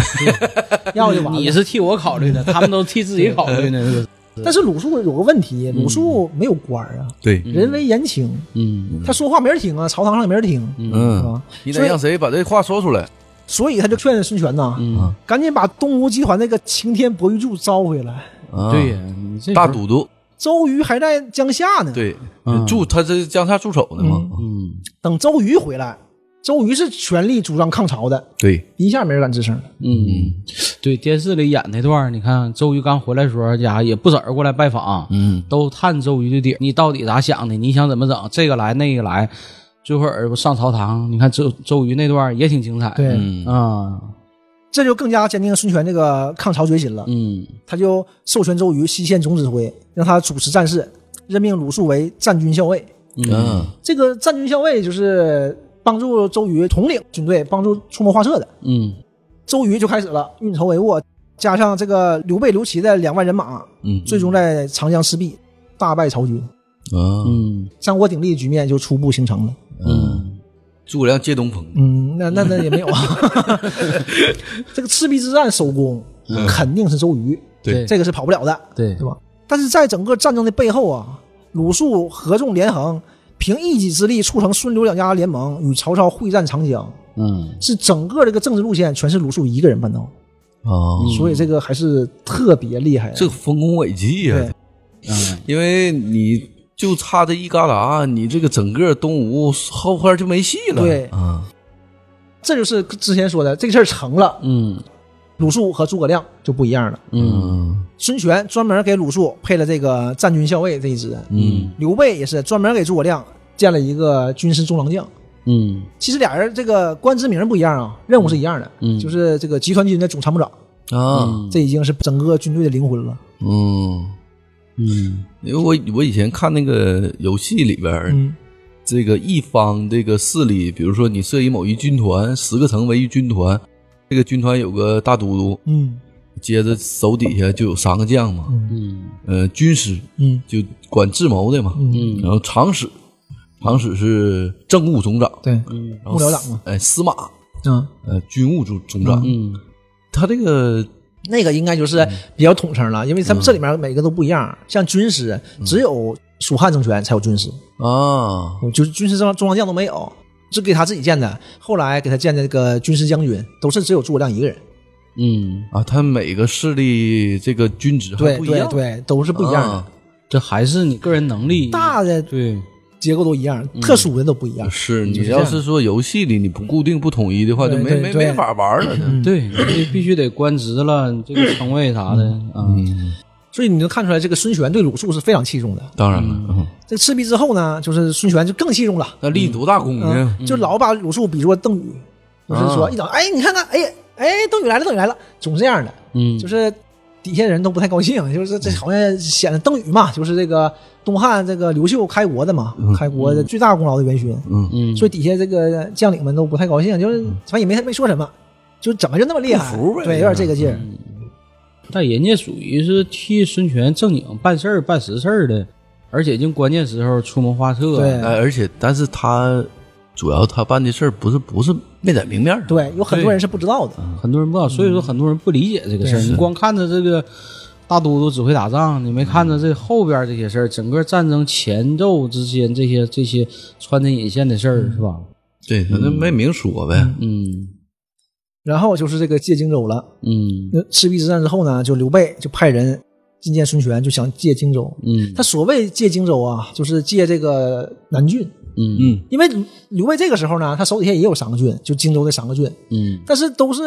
Speaker 2: 要不就完
Speaker 3: 嗯你
Speaker 2: 了。
Speaker 3: 是替我考 虑的，他们都替自己考虑呢。这个，
Speaker 2: 但是鲁肃有个问题，鲁肃没有官儿啊，
Speaker 4: 对，
Speaker 2: 人微言轻，
Speaker 3: 嗯
Speaker 2: 他说话没人听啊，朝堂上也没人听，是
Speaker 4: 嗯
Speaker 2: 吧，？
Speaker 4: 你
Speaker 2: 所
Speaker 4: 得
Speaker 2: 以
Speaker 4: 让谁把这话说出来，
Speaker 2: 所以他就劝孙权呐、
Speaker 3: 嗯，
Speaker 2: 赶紧把东吴集团那个擎天博玉柱招回来。
Speaker 4: 啊
Speaker 3: 对呀、嗯你这
Speaker 4: 大
Speaker 3: 时候，
Speaker 4: 都督，
Speaker 2: 周瑜还在江夏呢。，
Speaker 4: 对
Speaker 3: 嗯，
Speaker 4: 驻他这江夏驻守呢嘛，
Speaker 3: 嗯
Speaker 2: 等周瑜回来，周瑜是全力主张抗曹的，
Speaker 4: 对，
Speaker 2: 一下没人敢吱声了。
Speaker 3: 嗯，对，电视里演那段儿，你看周瑜刚回来的时候，家伙也不少人过来拜访，
Speaker 4: 嗯，
Speaker 3: 都探周瑜的底儿，你到底咋想的？你想怎么整？这个来那个来，最后儿不上朝堂，你看周周瑜那段儿也挺精彩。
Speaker 2: 对
Speaker 4: 嗯
Speaker 3: 啊，
Speaker 2: 这就更加坚定孙权这个抗曹决心了。
Speaker 3: 嗯
Speaker 2: 他就授权周瑜西线总指挥，让他主持战事，任命鲁肃为战军校尉。
Speaker 3: 嗯
Speaker 4: 嗯
Speaker 2: 这个战军校尉就是帮助周瑜统领军队，帮助出谋划策的。
Speaker 3: 嗯
Speaker 2: 周瑜就开始了运筹帷幄，加上这个刘备、刘琦的两万人马，
Speaker 4: 嗯
Speaker 2: 最终在长江赤壁大败曹军，
Speaker 4: 啊，
Speaker 3: 嗯
Speaker 2: 三国鼎立局面就初步形成了。
Speaker 3: 嗯
Speaker 4: 诸葛亮借东风，
Speaker 2: 嗯，那那那也没有啊。这个赤壁之战首功肯定是周瑜，
Speaker 3: 对
Speaker 2: 这个是跑不了的，
Speaker 3: 对
Speaker 2: 对吧？但是在整个战争的背后啊，鲁肃合纵连横，凭一己之力促成孙刘两家联盟与曹操会战长江，
Speaker 3: 嗯
Speaker 2: 是整个这个政治路线全是鲁肃一个人办到，
Speaker 4: 啊，
Speaker 2: 所以这个还是特别厉害的。啊
Speaker 4: 这个丰功伟绩呀，
Speaker 2: 对
Speaker 3: 嗯
Speaker 4: 因为你就差这一旮旯，你这个整个东吴后边就没戏了。
Speaker 2: 对
Speaker 4: 啊，
Speaker 2: 这就是之前说的这个事儿成了，
Speaker 3: 嗯
Speaker 2: 鲁肃和诸葛亮就不一样了。
Speaker 3: 嗯
Speaker 4: 嗯
Speaker 2: 孙权专门给鲁肃配了这个战军校尉这一职，
Speaker 4: 嗯
Speaker 2: 刘备也是专门给诸葛亮建了一个军师中郎将。
Speaker 3: 嗯
Speaker 2: 其实俩人这个官职名不一样啊，任务是一样的，
Speaker 3: 嗯
Speaker 2: 就是这个集团军的总参谋长，
Speaker 4: 啊，
Speaker 2: 这已经是整个军队的灵魂了。
Speaker 4: 嗯，
Speaker 3: 嗯
Speaker 4: 因为我我以前看那个游戏里边儿，
Speaker 2: 嗯
Speaker 4: 这个一方这个势力，比如说你设一某一军团，十个城为一军团，这个军团有个大都督，
Speaker 2: 嗯
Speaker 4: 接着手底下就有三个将嘛，
Speaker 3: 嗯
Speaker 4: 呃，军师
Speaker 2: 嗯
Speaker 4: 就管智谋的嘛，
Speaker 2: 嗯，
Speaker 4: 然后长史，长史是政务总长，
Speaker 2: 对，
Speaker 3: 嗯
Speaker 4: 然后
Speaker 2: 幕僚长嘛，
Speaker 4: 哎，司马，
Speaker 2: 嗯，
Speaker 4: 呃，军务总总长，
Speaker 3: 嗯
Speaker 4: 他这个
Speaker 2: 那个应该就是
Speaker 4: 嗯
Speaker 2: 比较统称了，因为他们这里面每个都不一样。像军师，
Speaker 4: 嗯
Speaker 2: 只有蜀汉政权才有军师，
Speaker 4: 啊，
Speaker 2: 就是军师中中郎将都没有，是给他自己建的。后来给他建的这个军师将军，都是只有诸葛亮一个人。
Speaker 3: 嗯，
Speaker 4: 啊，他每个势力这个军职还
Speaker 2: 对
Speaker 4: 不一
Speaker 2: 对
Speaker 4: 样，
Speaker 2: 对，都是不一样的。
Speaker 4: 啊
Speaker 3: 这还是你个人能力
Speaker 2: 大的
Speaker 3: 对
Speaker 2: 结构都一样，
Speaker 4: 嗯
Speaker 2: 特殊的都不一样。
Speaker 4: 是
Speaker 3: 就
Speaker 4: 你
Speaker 3: 是
Speaker 4: 要
Speaker 3: 这样
Speaker 4: 是说游戏里你不固定不统一的话，就
Speaker 2: 对
Speaker 4: 没
Speaker 2: 对
Speaker 4: 没
Speaker 2: 对嗯
Speaker 4: 没法玩了。这
Speaker 3: 对，你这必须得官职了，你这个称谓啥的
Speaker 2: 嗯
Speaker 3: 啊，
Speaker 2: 所以你能看出来，这个孙权对鲁肃是非常器重的。
Speaker 4: 嗯当然了，嗯
Speaker 2: 这赤壁之后呢，就是孙权就更器重了，
Speaker 4: 那立多大功呢？
Speaker 2: 就老把鲁肃比作邓禹，
Speaker 4: 啊
Speaker 2: 就是说一整，哎，你看看，哎哎，邓禹来了，邓禹来了，总是这样的，
Speaker 3: 嗯，
Speaker 2: 就是底下人都不太高兴，就是
Speaker 4: 嗯
Speaker 2: 这好像显得邓禹嘛，就是这个东汉这个刘秀开国的嘛，开国的最大功劳的元勋，
Speaker 4: 嗯，
Speaker 3: 嗯，
Speaker 2: 所以底下这个将领们都不太高兴，就是反正也没没说什么，就怎么就那么厉害，
Speaker 4: 不服呗嗯
Speaker 2: 对，有点这个劲儿。
Speaker 3: 但人家属于是替孙权正经办事儿、办实事儿的，而且就关键时候出谋划策。啊
Speaker 2: 对
Speaker 4: 哎，而且但是他主要他办的事儿不是不是没在明面上，
Speaker 2: 对，有很多人是不知道的，
Speaker 3: 很多人不知道，所以说很多人不理解这个事儿。
Speaker 2: 嗯对
Speaker 3: 你光看着这个大都督指挥打仗，你没看着这后边这些事儿，整个战争前奏之间这些这些穿针引线的事
Speaker 2: 嗯
Speaker 3: 儿，是吧？
Speaker 4: 对，他那没明说呗，
Speaker 3: 嗯
Speaker 2: 然后就是这个借荆州了。
Speaker 3: 嗯
Speaker 2: 那赤壁之战之后呢，就刘备就派人觐见孙权，就想借荆州。
Speaker 3: 嗯
Speaker 2: 他所谓借荆州啊，就是借这个南郡，
Speaker 3: 嗯
Speaker 4: 嗯，
Speaker 2: 因为刘备这个时候呢，他手底下也有三个郡，就荆州的三个郡，
Speaker 3: 嗯
Speaker 2: 但是都是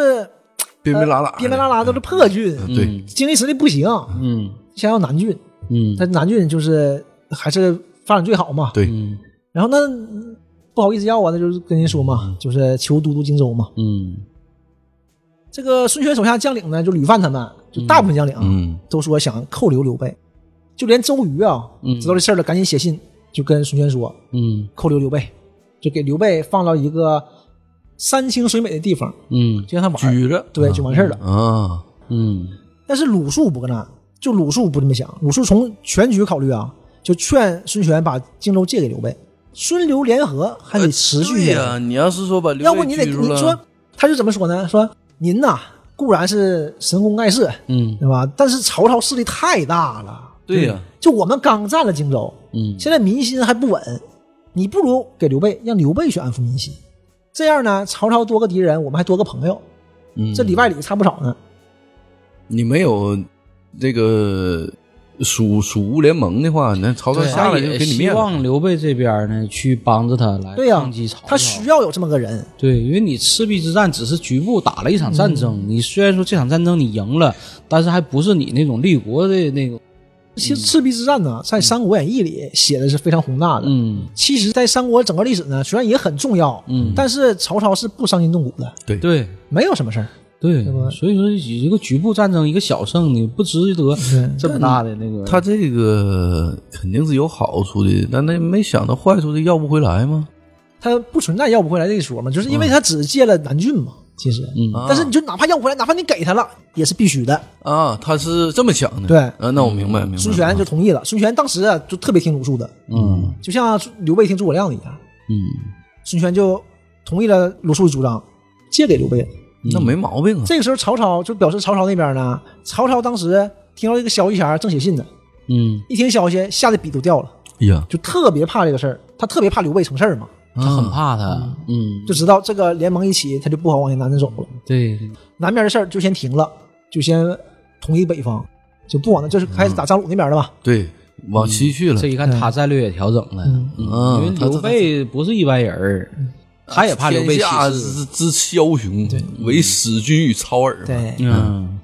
Speaker 4: 边边拉拉，
Speaker 2: 边边呃拉拉都是破郡，
Speaker 4: 对，
Speaker 2: 经济实力不行，
Speaker 3: 嗯
Speaker 2: 想要南郡，
Speaker 3: 嗯
Speaker 2: 但南郡就是还是发展最好嘛。
Speaker 4: 对
Speaker 3: 嗯
Speaker 2: 然后那嗯不好意思要啊，那就是跟您说嘛，就是求都督荆州嘛。
Speaker 3: 嗯
Speaker 2: 这个孙权手下将领呢，就吕范他们，就大部分将领啊、
Speaker 4: 嗯
Speaker 2: 都说想扣留刘备，就连周瑜啊，
Speaker 3: 嗯
Speaker 2: 知道这事儿了，赶紧写信就跟孙权说
Speaker 3: 嗯
Speaker 2: 扣留刘备，就给刘备放到一个山清水美的地方，
Speaker 3: 嗯
Speaker 2: 就让他玩儿，
Speaker 4: 举着
Speaker 2: 对，就完事儿了。
Speaker 4: 啊，
Speaker 3: 嗯
Speaker 2: 但是鲁肃不跟那，就鲁肃不这么想，鲁肃从全局考虑啊，就劝孙权把荆州借给刘备，孙刘联合还得持
Speaker 3: 呃
Speaker 2: 续啊
Speaker 4: 哎对
Speaker 2: 联合
Speaker 4: 呀，你要是说把刘备
Speaker 2: 要不你得
Speaker 4: 拘
Speaker 2: 你
Speaker 4: 住了
Speaker 2: 说，他是怎么说呢？说您呐固然是神功盖世，
Speaker 3: 嗯
Speaker 2: 对吧？但是曹操势力太大了，
Speaker 4: 对呀，
Speaker 2: 就我们刚占了荆州，
Speaker 3: 嗯
Speaker 2: 现在民心还不稳，你不如给刘备，让刘备去安抚民心。这样呢，曹操多个敌人，我们还多个朋友，
Speaker 4: 嗯
Speaker 2: 这里外里差不少呢。
Speaker 4: 你没有这个蜀蜀吴联盟的话，那曹操
Speaker 3: 对
Speaker 4: 下来就
Speaker 3: 也
Speaker 4: 给你
Speaker 3: 希
Speaker 4: 灭了。
Speaker 3: 望刘备这边呢去帮着他来
Speaker 2: 对呀、
Speaker 3: 哎抗击曹操，嗯
Speaker 2: 他需要有这么个人，
Speaker 3: 对，因为你赤壁之战只是局部打了一场战争，
Speaker 4: 嗯
Speaker 3: 你虽然说这场战争你赢了，但是还不是你那种立国的那种，
Speaker 2: 其实赤壁之战呢，在《三国演义》里写的是非常宏大的。
Speaker 3: 嗯，
Speaker 2: 其实，在三国整个历史呢，虽然也很重要，
Speaker 3: 嗯
Speaker 2: 但是曹操是不伤筋动骨的，
Speaker 3: 对
Speaker 2: 没有什么事儿。
Speaker 3: 对
Speaker 2: 对吧，
Speaker 3: 所以说一个局部战争，一个小胜，你不值得这么大的那个，
Speaker 4: 他这个肯定是有好处的，但那没想到坏处的要不回来吗？
Speaker 2: 他不存在要不回来这一说嘛，就是因
Speaker 4: 嗯
Speaker 2: 为他只借了南郡嘛，其实。
Speaker 3: 嗯
Speaker 4: 啊
Speaker 2: 但是你就哪怕要不回来，哪怕你给他了，也是必须的。
Speaker 4: 啊，他是这么想的。
Speaker 2: 对嗯
Speaker 4: 啊，那我明白明白。
Speaker 2: 孙权就同意了。孙权当时啊，就特别听鲁肃的，
Speaker 3: 嗯
Speaker 2: 就像刘备听诸葛亮一样。
Speaker 3: 嗯
Speaker 2: 孙权就同意了鲁肃的主张，借给刘备了。
Speaker 4: 那没毛病啊。
Speaker 2: 这个时候，曹操就表示曹操那边呢，曹操当时听到这个消息前儿正写信呢，
Speaker 3: 嗯
Speaker 2: 一听消息吓得笔都掉了，
Speaker 4: 哎呀，
Speaker 2: 就特别怕这个事儿。他特别怕刘备成事儿嘛，
Speaker 3: 他很
Speaker 4: 啊
Speaker 3: 怕他，嗯，
Speaker 2: 就知道这个联盟一起，他就不好往南走了。
Speaker 3: 对，
Speaker 2: 南边的事儿就先停了，就先统一北方，就不往那，
Speaker 3: 嗯
Speaker 2: 就是开始打张鲁那边了吧？
Speaker 4: 对，往西去了
Speaker 3: 这。一看他战略也调整了，因
Speaker 4: 嗯
Speaker 3: 为刘备不是一般人儿，他也怕刘备
Speaker 4: 天
Speaker 3: 起
Speaker 4: 下
Speaker 3: 事，
Speaker 4: 之之枭雄，唯史居与操耳嘛。
Speaker 2: 对，
Speaker 3: 嗯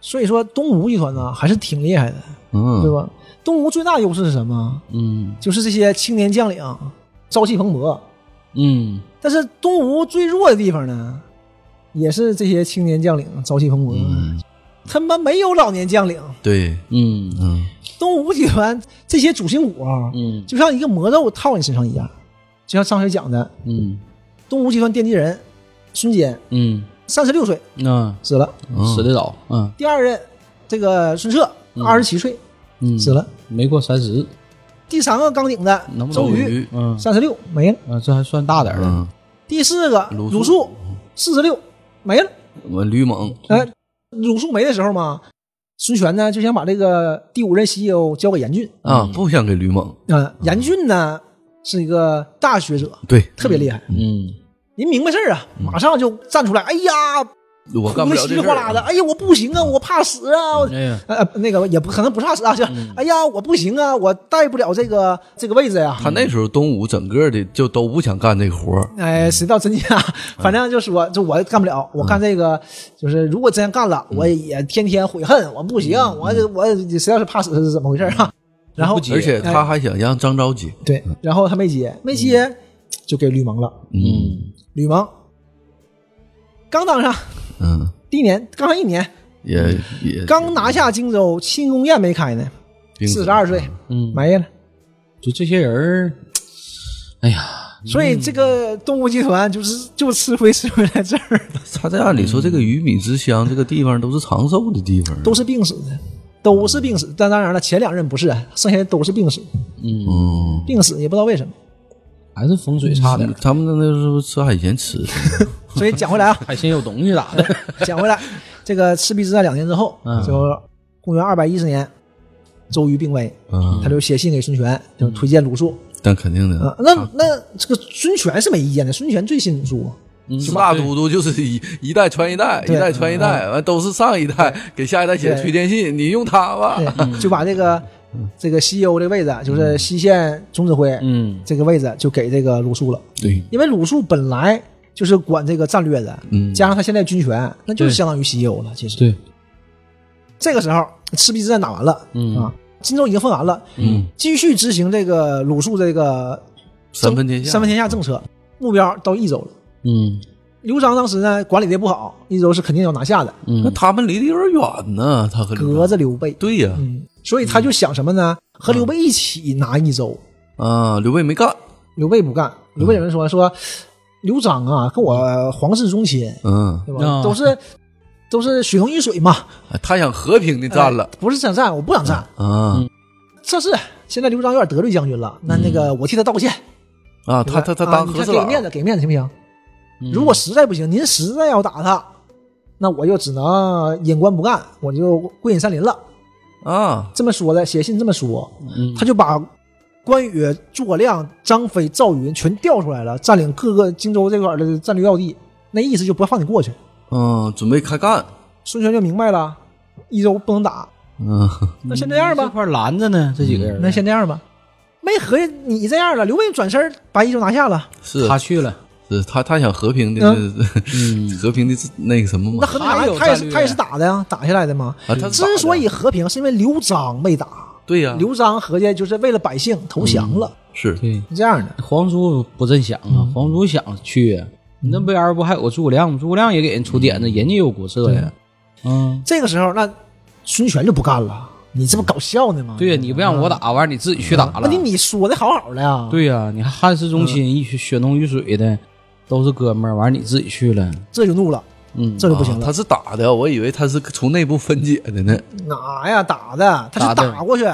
Speaker 2: 所以说东吴集团呢还是挺厉害的，
Speaker 4: 嗯，
Speaker 2: 对吧？东吴最大优势是什么？
Speaker 3: 嗯
Speaker 2: 就是这些青年将领朝气蓬勃。
Speaker 3: 嗯
Speaker 2: 但是东吴最弱的地方呢，也是这些青年将领朝气蓬勃，他们没有老年将领。
Speaker 4: 对，
Speaker 3: 嗯
Speaker 4: 嗯，
Speaker 2: 东吴集团 这些主心骨啊，
Speaker 3: 嗯
Speaker 2: 就像一个魔咒套你身上一样，就像上回讲的，
Speaker 3: 嗯
Speaker 2: 东吴集团奠基人孙坚
Speaker 3: 嗯，
Speaker 2: 三十六岁
Speaker 3: 那。
Speaker 2: 死了，
Speaker 3: 死得早，嗯
Speaker 2: 第二任这个孙策二十七岁
Speaker 3: 嗯，
Speaker 2: 死了，
Speaker 3: 没过三十，
Speaker 2: 第三个纲领的
Speaker 3: 能不能
Speaker 2: 周
Speaker 4: 周
Speaker 2: 瑜
Speaker 4: 瑜，
Speaker 3: 嗯
Speaker 2: 三十六没了，
Speaker 3: 啊，这还算大点儿的，
Speaker 4: 嗯，
Speaker 2: 第四个
Speaker 4: 鲁肃嗯
Speaker 2: 鲁肃四十六没了。
Speaker 4: 我吕蒙，
Speaker 2: 哎，鲁肃没的时候嘛，孙权呢就想把这个第五任西游交给严俊
Speaker 4: 啊，不想给吕蒙，
Speaker 2: 啊、严俊呢是一个大学者，
Speaker 4: 对
Speaker 2: 特别厉害，
Speaker 3: 嗯
Speaker 2: 人明白事儿啊，马上就站出来，哎呀，
Speaker 4: 我嗯干
Speaker 2: 哭
Speaker 4: 不
Speaker 2: 的
Speaker 4: 了
Speaker 2: 稀
Speaker 4: 这
Speaker 2: 里
Speaker 4: 事
Speaker 2: 哗啦
Speaker 4: 儿啊
Speaker 2: 的，。哎呀，我不行啊，我怕死啊。我
Speaker 3: 哎呀，
Speaker 2: 呃，呃那个也不可能不怕死啊，就、
Speaker 4: 嗯
Speaker 2: 哎呀，我不行啊，我带不了这个这个位置呀、
Speaker 4: 他那时候东吴整个的就都不想干这活儿，
Speaker 2: 哎，谁知道真假？
Speaker 4: 嗯
Speaker 2: 反正就是我，就我干不了，我干这个，就是如果真干了，我
Speaker 4: 嗯
Speaker 2: 也天天悔恨，我不行，我我实在是怕死是怎么回事啊？然后哎
Speaker 3: 不接
Speaker 4: 嗯而且他嗯还想让张昭接，
Speaker 2: 对，然后他没接，没接就给吕蒙了。
Speaker 3: 嗯
Speaker 2: 吕蒙刚当上
Speaker 4: 嗯，
Speaker 2: 第一年，刚上一年，
Speaker 4: 也也
Speaker 2: 刚拿下荆州，庆功宴没开呢，
Speaker 4: 兵
Speaker 2: 四
Speaker 4: 死
Speaker 2: 十二岁
Speaker 3: 嗯，
Speaker 2: 埋下了。
Speaker 3: 就这些人儿，哎呀，
Speaker 2: 所以这个动物集团就是就吃亏吃亏在这儿，
Speaker 4: 他在按理说这个鱼米之乡这个地方都是长寿的地方，
Speaker 2: 都是病死的，都是病死。但当然了，前两任不是，啊剩下的都是病死，
Speaker 4: 嗯，
Speaker 2: 病死也不知道为什么。
Speaker 3: 还是风水差点儿。
Speaker 4: 他们那那时候吃海鲜吃的，
Speaker 2: 所以讲回来 啊，
Speaker 3: 海鲜有东西咋的？
Speaker 2: 讲回来，这个赤壁之战两年之后，就公元二百一十年，周瑜病危，
Speaker 4: 嗯，
Speaker 2: 他就写信给孙权，就推荐鲁肃。
Speaker 4: 但肯定
Speaker 2: 啊
Speaker 4: 的，，
Speaker 2: 那那这个孙权是没意见的，孙权最信鲁肃。啊
Speaker 3: 嗯
Speaker 4: 这大都督就是一一代传一代，
Speaker 2: 嗯
Speaker 4: 一
Speaker 2: 对嗯
Speaker 4: 代传一代，完都是上一代给下一代写
Speaker 2: 对
Speaker 4: 推荐信，你用它吧，
Speaker 2: 对，哎就把这个这个西欧这个位置啊，就是西线总指挥，
Speaker 3: 嗯，
Speaker 2: 这个位置啊就给这个鲁肃了，
Speaker 4: 对，
Speaker 2: 因为鲁肃本来就是管这个战略的，
Speaker 4: 嗯
Speaker 2: 加上他现在军权，那就是
Speaker 3: 对
Speaker 2: 相当于西欧了。其实
Speaker 3: 对，
Speaker 2: 这个时候赤壁之战打完了，
Speaker 3: 嗯
Speaker 2: 啊，荆州已经分完了，
Speaker 4: 嗯，
Speaker 2: 继续执行这个鲁肃这个
Speaker 4: 三分天下，
Speaker 2: 三分天下政策，目标到益州了。
Speaker 3: 嗯
Speaker 2: 刘璋当时呢管理的不好，益州是肯定要拿下的，
Speaker 4: 那
Speaker 3: 嗯，
Speaker 4: 他们离得有点远呢，他和刘
Speaker 2: 隔着刘备，嗯
Speaker 4: 对呀，
Speaker 2: 所以他就想什么呢？和刘备一起拿益州。
Speaker 4: 啊，刘备没干，
Speaker 2: 刘备不干，刘备有人说说刘璋啊，跟我皇室宗亲，
Speaker 4: 嗯，
Speaker 2: 对
Speaker 3: 啊
Speaker 2: 吧？都是都是水同一水嘛，
Speaker 4: 哎他想和平的战了
Speaker 2: 哎不是想战，我不想战。
Speaker 4: 啊
Speaker 2: 这是现在刘璋有点得罪将军了，那那个我替他道歉。
Speaker 4: 啊，
Speaker 2: 对
Speaker 4: 嗯
Speaker 2: 吧
Speaker 4: 他他他
Speaker 2: 啊
Speaker 4: 当
Speaker 2: 你
Speaker 4: 和
Speaker 2: 看
Speaker 4: 事
Speaker 2: 给
Speaker 4: 佬，
Speaker 2: 面子，给面子行不行？
Speaker 3: 嗯
Speaker 2: 如果实在不行，您实在要打他，那我就只能隐官不干，我就归隐山林了。
Speaker 4: 啊，
Speaker 2: 这么说的，写信这么说，
Speaker 3: 嗯
Speaker 2: 他就把关羽、诸葛亮、张飞、赵云全调出来了，占领各个荆州这块儿的战略要地。那意思就不要放你过去。
Speaker 4: 嗯，准备开干，
Speaker 2: 孙权就明白了，益州不能打，
Speaker 4: 嗯，
Speaker 2: 那先这样
Speaker 3: 这
Speaker 2: 吧，
Speaker 3: 块拦着呢，这几个人，
Speaker 2: 那先这样吧。没合计你这样了，刘备转身把益州拿下了，
Speaker 4: 是
Speaker 3: 他去了，
Speaker 4: 是他他想和平的，
Speaker 3: 嗯
Speaker 4: 和平的那个什么
Speaker 2: 那
Speaker 4: 嘛
Speaker 2: 和平
Speaker 3: 他
Speaker 2: 打
Speaker 3: 有
Speaker 2: 他也
Speaker 3: 战
Speaker 2: 是
Speaker 3: 略
Speaker 2: 他也是打的呀，打下来的嘛。
Speaker 4: 啊，他
Speaker 2: 之所以和平，是因为刘璋没打，
Speaker 3: 啊
Speaker 4: 对呀，
Speaker 2: 刘璋合计就是为了百姓投降
Speaker 3: 嗯
Speaker 2: 了，
Speaker 4: 是
Speaker 3: 对，
Speaker 2: 是这样的。
Speaker 3: 皇叔不正想啊，皇叔想去，你那边儿不还有个诸葛亮吗？诸葛亮也给人出点子，人家也有国策呀。嗯，
Speaker 2: 这个时候，那孙权就不干了，你这不搞笑呢吗？
Speaker 3: 对呀，你不让我打，完你自己去打了
Speaker 2: 问题。你说的好好的呀，
Speaker 3: 对呀，你还汉室宗
Speaker 2: 嗯
Speaker 3: 亲，一血血浓于水的，都是哥们儿，完你自己去了。
Speaker 2: 这就怒了，
Speaker 3: 嗯，
Speaker 2: 这就不
Speaker 4: 啊
Speaker 2: 行了
Speaker 4: 他。是打的，我以为他是从内部分解的呢，
Speaker 2: 哪呀打的？他是
Speaker 3: 打的啊
Speaker 2: 打过去，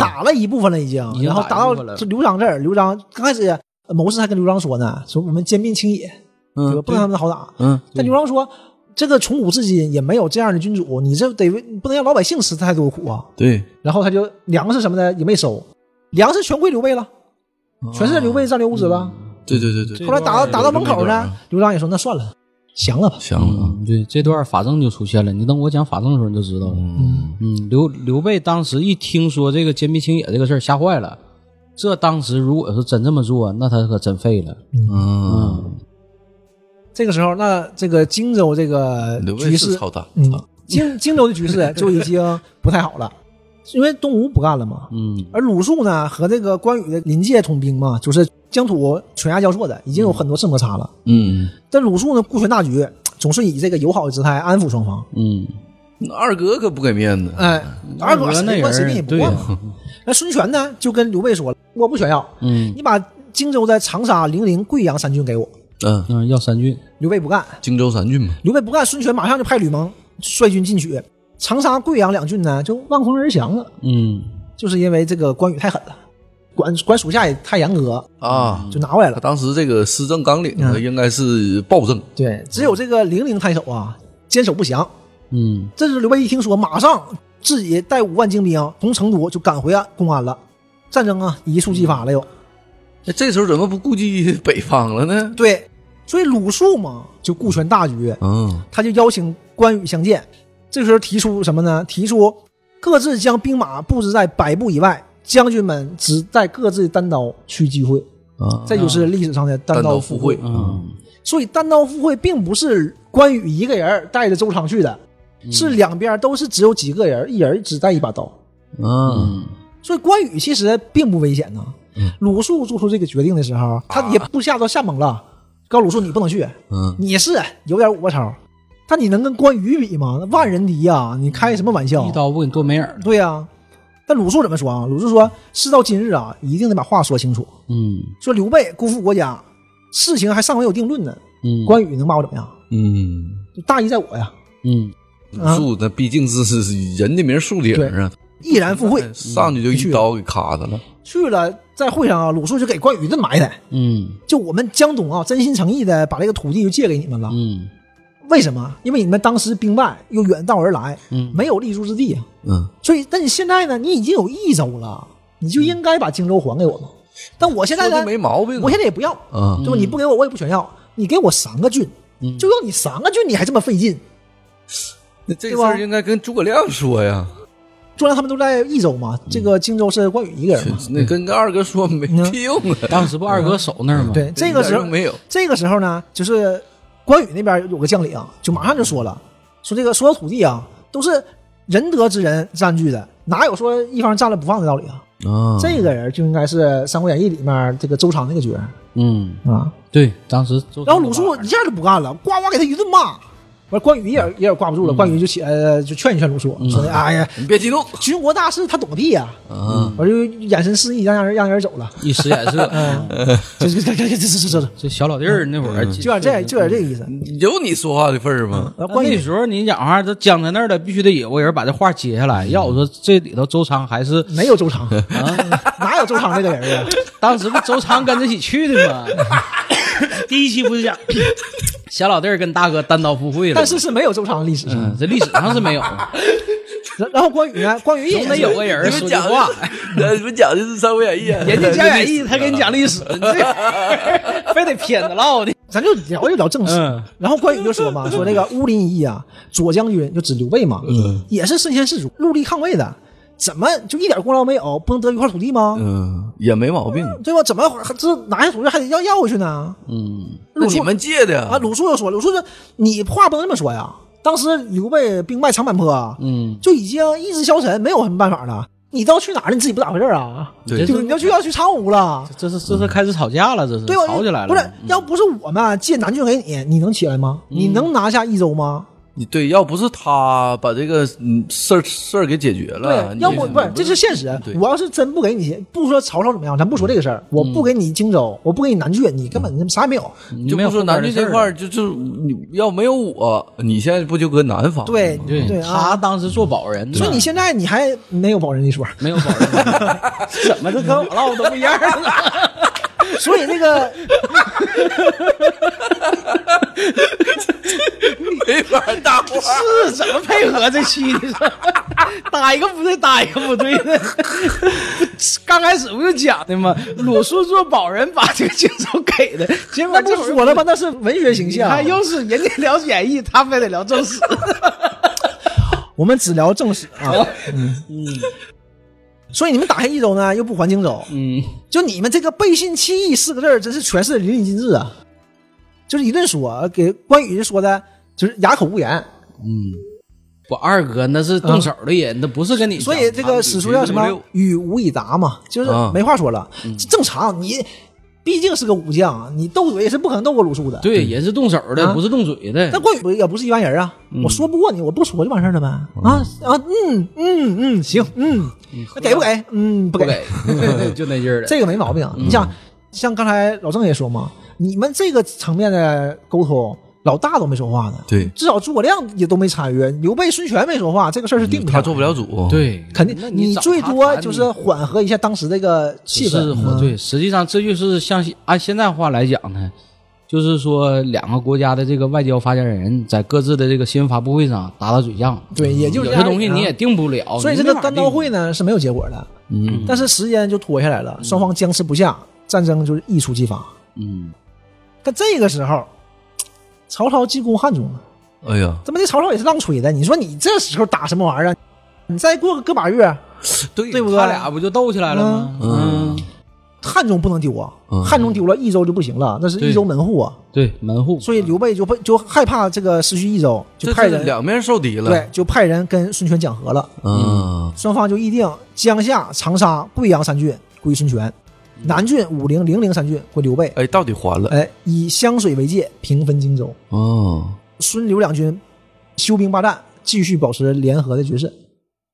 Speaker 2: 打了一部分了已经
Speaker 3: 已，经
Speaker 2: 然后
Speaker 3: 打
Speaker 2: 打
Speaker 3: 一部
Speaker 2: 到
Speaker 3: 分了
Speaker 2: 这刘璋这儿，刘璋刚开始也谋士还跟刘璋说呢，说我们兼并清野， 对吧？啊
Speaker 4: 嗯
Speaker 2: 不能让他们好打。
Speaker 4: 嗯，
Speaker 2: 但刘璋说，这个从古至今也没有这样的君主，你这得为你不能让老百姓吃太多苦啊。
Speaker 4: 对，
Speaker 2: 然后他就粮食什么的也没收，粮食全归刘备了，全是刘备占留物资了。
Speaker 4: 对对对对，
Speaker 2: 后来打到
Speaker 3: 这段
Speaker 2: 打
Speaker 3: 儿
Speaker 2: 到门口
Speaker 4: 哦嗯有这么一段儿
Speaker 2: 呢
Speaker 4: 啊，
Speaker 2: 刘璋也说那算了，降了吧。
Speaker 4: 想了，
Speaker 3: 嗯，对，这段法正就出现了。你等我讲法正的时候，你就知道了。
Speaker 4: 嗯，
Speaker 3: 嗯，刘刘备当时一听说这个坚壁清野这个事儿，吓坏了。这当时如果是真这么做，那他可真废了。
Speaker 4: 嗯，
Speaker 3: 嗯，
Speaker 2: 这个时候，那这个荆州这个
Speaker 4: 刘备
Speaker 2: 局势
Speaker 4: 是操蛋，
Speaker 2: 嗯， 荆荆州的局势就已经不太好了，因为东吴不干了嘛。
Speaker 3: 嗯，
Speaker 2: 而鲁肃呢，和这个关羽的临界统兵嘛，就是疆土犬牙交错的，已经有很多次摩擦了。
Speaker 4: 嗯，
Speaker 2: 但鲁肃呢，顾全大局，总是以这个友好的姿态安抚双方。
Speaker 3: 嗯，
Speaker 4: 那二哥可不给面子，
Speaker 2: 哎，二哥
Speaker 3: 那
Speaker 2: 谁
Speaker 3: 人
Speaker 2: 管谁也不
Speaker 3: 对呀
Speaker 2: 惯嘛。那孙权呢，就跟刘备说了：“我不想要，
Speaker 3: 嗯
Speaker 2: 你把荆州的长沙、零陵、贵阳三郡给我。
Speaker 4: 嗯，
Speaker 3: 嗯，要三郡，”
Speaker 2: 刘备不干，
Speaker 4: 荆州三郡嘛，
Speaker 2: 刘备不干，孙权马上就派吕蒙率军进取，长沙、贵阳两郡呢就望空而降了。
Speaker 3: 嗯，
Speaker 2: 就是因为这个关羽太狠了，管管属下也太严格，
Speaker 4: 啊，
Speaker 2: 就拿过来
Speaker 4: 他
Speaker 2: 了。
Speaker 4: 当时这个施政纲领呢，
Speaker 2: 嗯
Speaker 4: 应该是暴政，
Speaker 2: 对，只有这个零陵太守啊，坚守不降。
Speaker 3: 嗯，
Speaker 2: 这是刘备一听说，马上自己带五万精兵从成都就赶回啊公安了。战争啊，一触即发了又。
Speaker 4: 那哎这时候怎么不顾及北方了呢？
Speaker 2: 对，所以鲁肃嘛，就顾全大局，
Speaker 4: 嗯，
Speaker 2: 他就邀请关羽相见。这个时候提出什么呢？提出各自将兵马布置在百步以外，将军们只带各自单刀去聚会。
Speaker 4: 啊，
Speaker 2: 这就是历史上的单
Speaker 4: 单刀
Speaker 2: 刀
Speaker 4: 赴
Speaker 2: 赴
Speaker 4: 会
Speaker 2: 会。
Speaker 3: 嗯，
Speaker 2: 所以单刀赴会并不是关羽一个人带着周仓去的，是两边都是只有几个人，一人只带一把刀。
Speaker 4: 嗯，
Speaker 2: 所以关羽其实并不危险呢。
Speaker 3: 嗯
Speaker 2: 鲁肃做出这个决定的时
Speaker 3: 啊
Speaker 2: 候，他也不下到下猛了，告诉鲁肃你不能去，
Speaker 4: 嗯，
Speaker 2: 你是有点窝操。但你能跟关羽比吗？那万人敌呀、啊你开什么玩笑
Speaker 3: 一？刀不给你剁没影儿了。
Speaker 2: 对呀、但鲁肃怎么说啊？鲁肃说，事到今日啊，一定得把话说清楚。
Speaker 3: 嗯
Speaker 2: 说刘备辜负国家，事情还尚未有定论呢。
Speaker 3: 嗯，
Speaker 2: 关羽能把我怎么样？
Speaker 4: 嗯，
Speaker 2: 大义在我呀！
Speaker 3: 嗯
Speaker 2: 啊
Speaker 4: 鲁肃那毕竟是是人的名树顶啊，
Speaker 2: 毅然赴
Speaker 3: 哎
Speaker 2: 会
Speaker 4: 上去就一刀给卡他了。
Speaker 2: 去了，在会上啊，鲁肃就给关羽一顿埋汰。
Speaker 3: 嗯
Speaker 2: 就我们江东啊，真心诚意的把这个土地就借给你们了。
Speaker 3: 嗯
Speaker 2: 为什么？因为你们当时兵败，又远道而来，
Speaker 3: 嗯
Speaker 2: 没有立足之地啊。
Speaker 4: 嗯，
Speaker 2: 所以，但你现在呢，你已经有益州了，你就应该把荆州还给我们。但我现在
Speaker 4: 说的
Speaker 2: 呢，
Speaker 4: 没毛病啊。
Speaker 2: 我嗯现在也不要，
Speaker 4: 啊
Speaker 2: 对吧？你不给我，我也不全要。你给我三个郡，
Speaker 3: 嗯
Speaker 2: 就要你三个郡，你还这么费劲？
Speaker 4: 那
Speaker 2: 对
Speaker 4: 这事
Speaker 2: 吧
Speaker 4: 儿应该跟诸葛亮说呀，
Speaker 2: 虽然他们都在益州嘛，这
Speaker 4: 嗯
Speaker 2: 个荆州是关羽一个人嘛。
Speaker 4: 那跟跟二哥说没
Speaker 2: 嗯
Speaker 4: 屁用啊。
Speaker 3: 当时不二哥守那儿吗？
Speaker 2: 对，这个时候
Speaker 4: 一点用没有，
Speaker 2: 这个时候呢，就是关羽那边有个将领，就马上就说了，说这个所有土地啊，都是仁德之人占据的，哪有说一方占了不放的道理啊？
Speaker 4: 啊，
Speaker 2: 这个人就应该是《三国演义》里面这个周仓那个角儿
Speaker 3: 嗯，
Speaker 2: 啊。
Speaker 3: 对，当时周
Speaker 2: 然后鲁肃一下就不干了，呱呱给他一顿骂。完，关羽也有也有挂不住了，关羽就起来呃就劝一劝鲁肃，说：“哎呀，
Speaker 4: 你别激动
Speaker 2: 军国大事他懂个屁呀！”
Speaker 4: 啊，
Speaker 2: 我就眼神示意，让让人让人走了。
Speaker 3: 一 时眼色，
Speaker 2: 嗯这这这这这这这这，
Speaker 3: 这小老弟儿那会儿
Speaker 2: 就点这就点这意思。
Speaker 4: 有你说话的份儿吗？
Speaker 2: 然后关
Speaker 3: 那
Speaker 2: 羽
Speaker 3: 时候你讲话都僵在那儿了，必须得有个人把这话接下来。要我说，这里头周仓还是
Speaker 2: 没有周 仓，哪有周仓这个人啊？
Speaker 3: 当时不周仓跟着一起去的吗？第一期不是讲小老弟儿跟大哥单刀赴会了吗？
Speaker 2: 但是是没有周仓的历史上。
Speaker 3: 嗯，这历史上是没有，
Speaker 2: 然 然后关羽呢？关羽也
Speaker 3: 总得
Speaker 2: 是
Speaker 3: 有个人
Speaker 4: 你
Speaker 3: 嗯说
Speaker 4: 们
Speaker 3: 句
Speaker 4: 讲
Speaker 3: 话。
Speaker 4: 的，你们讲的是《三国演义》啊，
Speaker 3: 人家讲演义，他给你讲 历史，你 这非得偏着唠的。
Speaker 2: 咱就聊就聊正事。
Speaker 3: 嗯
Speaker 2: 然后关羽就说 嘛，说这个乌林一役啊，左将军就指刘备嘛，
Speaker 3: 嗯
Speaker 2: 也是身先士卒，戮力抗魏的，怎么就一点功劳没有？不能得一块土地吗？
Speaker 4: 嗯，也没毛病。
Speaker 2: 对吧？怎么还这拿下土地还得要要回去呢？
Speaker 3: 嗯
Speaker 4: 那你们借的
Speaker 2: 啊，鲁肃就说，鲁肃说你话不能这么说呀。当时刘备兵败长坂坡啊，
Speaker 3: 嗯，
Speaker 2: 就已经意志消沉，没有什么办法了。你到去哪儿了？你自己不咋回事儿啊？
Speaker 4: 对
Speaker 2: 就你要去要去苍梧了，
Speaker 3: 这是这是开始吵架了，这是
Speaker 2: 对吧？
Speaker 3: 吵起来了。嗯
Speaker 2: 不是，要不是我们借南郡给你，你能起来吗？你能拿下益州吗？
Speaker 4: 你对，要不是他把这个嗯事儿事儿给解决
Speaker 3: 啊
Speaker 4: 了，
Speaker 2: 对，
Speaker 4: 你
Speaker 2: 要不不是，这是现实
Speaker 4: 对。
Speaker 2: 我要是真不给你，不说曹操怎么样，咱不说这个事儿，
Speaker 3: 嗯
Speaker 2: 我不给你荆州，我不给你南郡，你根本啥也没有。
Speaker 3: 你
Speaker 4: 就
Speaker 3: 没有
Speaker 4: 不说南
Speaker 3: 军
Speaker 4: 郡这块儿，就就你要没有我，你现在不就搁南方？
Speaker 2: 对
Speaker 3: 对
Speaker 2: 对
Speaker 3: 他
Speaker 2: 啊，
Speaker 3: 当时做保人呢，
Speaker 2: 所以你现在你还没有保人一说，
Speaker 3: 没有保人， 怎么这跟我唠的都不一样了？
Speaker 2: 所以那个
Speaker 4: 没法搭话。
Speaker 3: 是怎么配合这期的？ 打一个不对，打一个不对的。刚开始不就讲的吗？鲁肃做保人把这个荆州给的，结果
Speaker 2: 那
Speaker 3: 这
Speaker 2: 不
Speaker 3: 会儿
Speaker 2: 说了吗？那是文学形
Speaker 3: 你
Speaker 2: 象。啊
Speaker 3: 看啊又是人家聊演义，他非得聊正史。
Speaker 2: 我们只聊正史啊。嗯，所以你们打下益州呢，又不还荆州，
Speaker 3: 嗯
Speaker 2: 就你们这个背信弃义四个字儿，真是诠释的淋漓尽致啊！就是一顿说，给关羽说的，就是哑口无言。
Speaker 3: 嗯，我二哥那是动手的人，那不是跟你
Speaker 2: 所以这个史书叫什么
Speaker 4: 嗯
Speaker 2: “语无以达”嘛，就是
Speaker 4: 啊
Speaker 2: 没话说了。这正常，你毕竟是个武将，你斗嘴也是不可能斗过鲁肃的。
Speaker 3: 对，人是动手
Speaker 2: 啊
Speaker 3: 的，不是动嘴的
Speaker 2: 但。关羽也不是一般人啊，
Speaker 3: 嗯
Speaker 2: 我说不过你，我不说就完事儿了呗。啊啊，嗯嗯嗯，行，嗯，那给不给？嗯，不
Speaker 3: 不
Speaker 2: 给。
Speaker 3: 给， 嗯就那劲儿的。
Speaker 2: 这个没毛病。你像像刚才老郑也说嘛，你们这个层面的沟通，老大都没说话呢，
Speaker 4: 对，
Speaker 2: 至少诸葛亮也都没参与，刘备、孙权没说话，这个事儿是定
Speaker 3: 嗯
Speaker 4: 他做不
Speaker 2: 了。
Speaker 4: 了主。，
Speaker 3: 对，
Speaker 2: 肯定
Speaker 3: 那，
Speaker 2: 你
Speaker 3: 找
Speaker 2: 最
Speaker 3: 他
Speaker 2: 多
Speaker 3: 谈
Speaker 2: 就是缓和一下当时这个气氛。
Speaker 3: 是火
Speaker 2: 嗯
Speaker 3: 对，实际上这就是像按现在话来讲呢，就是说两个国家的这个外交发言人在各自的这个新闻发布会上打打嘴仗，
Speaker 2: 对，也就
Speaker 3: 有
Speaker 2: 是
Speaker 3: 些东西
Speaker 2: 这样
Speaker 3: 你也定不了，
Speaker 4: 哦
Speaker 2: 啊所以
Speaker 3: 你
Speaker 2: 这个
Speaker 3: 没法
Speaker 2: 单
Speaker 3: 定
Speaker 2: 刀会呢是没有结果的，
Speaker 4: 嗯，
Speaker 2: 但是时间就拖下来了，双方僵持不下，战争就是一触即发。
Speaker 3: 嗯，
Speaker 2: 但这个时候，曹操进攻汉中了。
Speaker 4: 哎呀，
Speaker 2: 怎么这曹操也是浪吹的？你说你这时候打什么玩意儿啊？你再过个个把月，
Speaker 4: 对
Speaker 2: 对不对
Speaker 3: 他俩不就斗起来了吗？
Speaker 4: 嗯，
Speaker 2: 汉中不能丢啊，
Speaker 4: 嗯
Speaker 2: 汉中丢了益州就不行了，那是益州门户啊，
Speaker 3: 对，门户，
Speaker 2: 所以刘备就被就害怕这个失去益州，就
Speaker 4: 这
Speaker 2: 派
Speaker 4: 是
Speaker 2: 人
Speaker 4: 两面受敌了。
Speaker 2: 对，就派人跟孙权讲和了，
Speaker 4: 嗯，
Speaker 2: 双方就议定江夏、长沙、贵阳三郡归孙权，南郡、武陵、零陵三郡归刘备，
Speaker 4: 哎，到底还了。
Speaker 2: 哎，以湘水为界，平分荆州。
Speaker 4: 哦，
Speaker 2: 孙刘两军休兵罢战，继续保持联合的局势，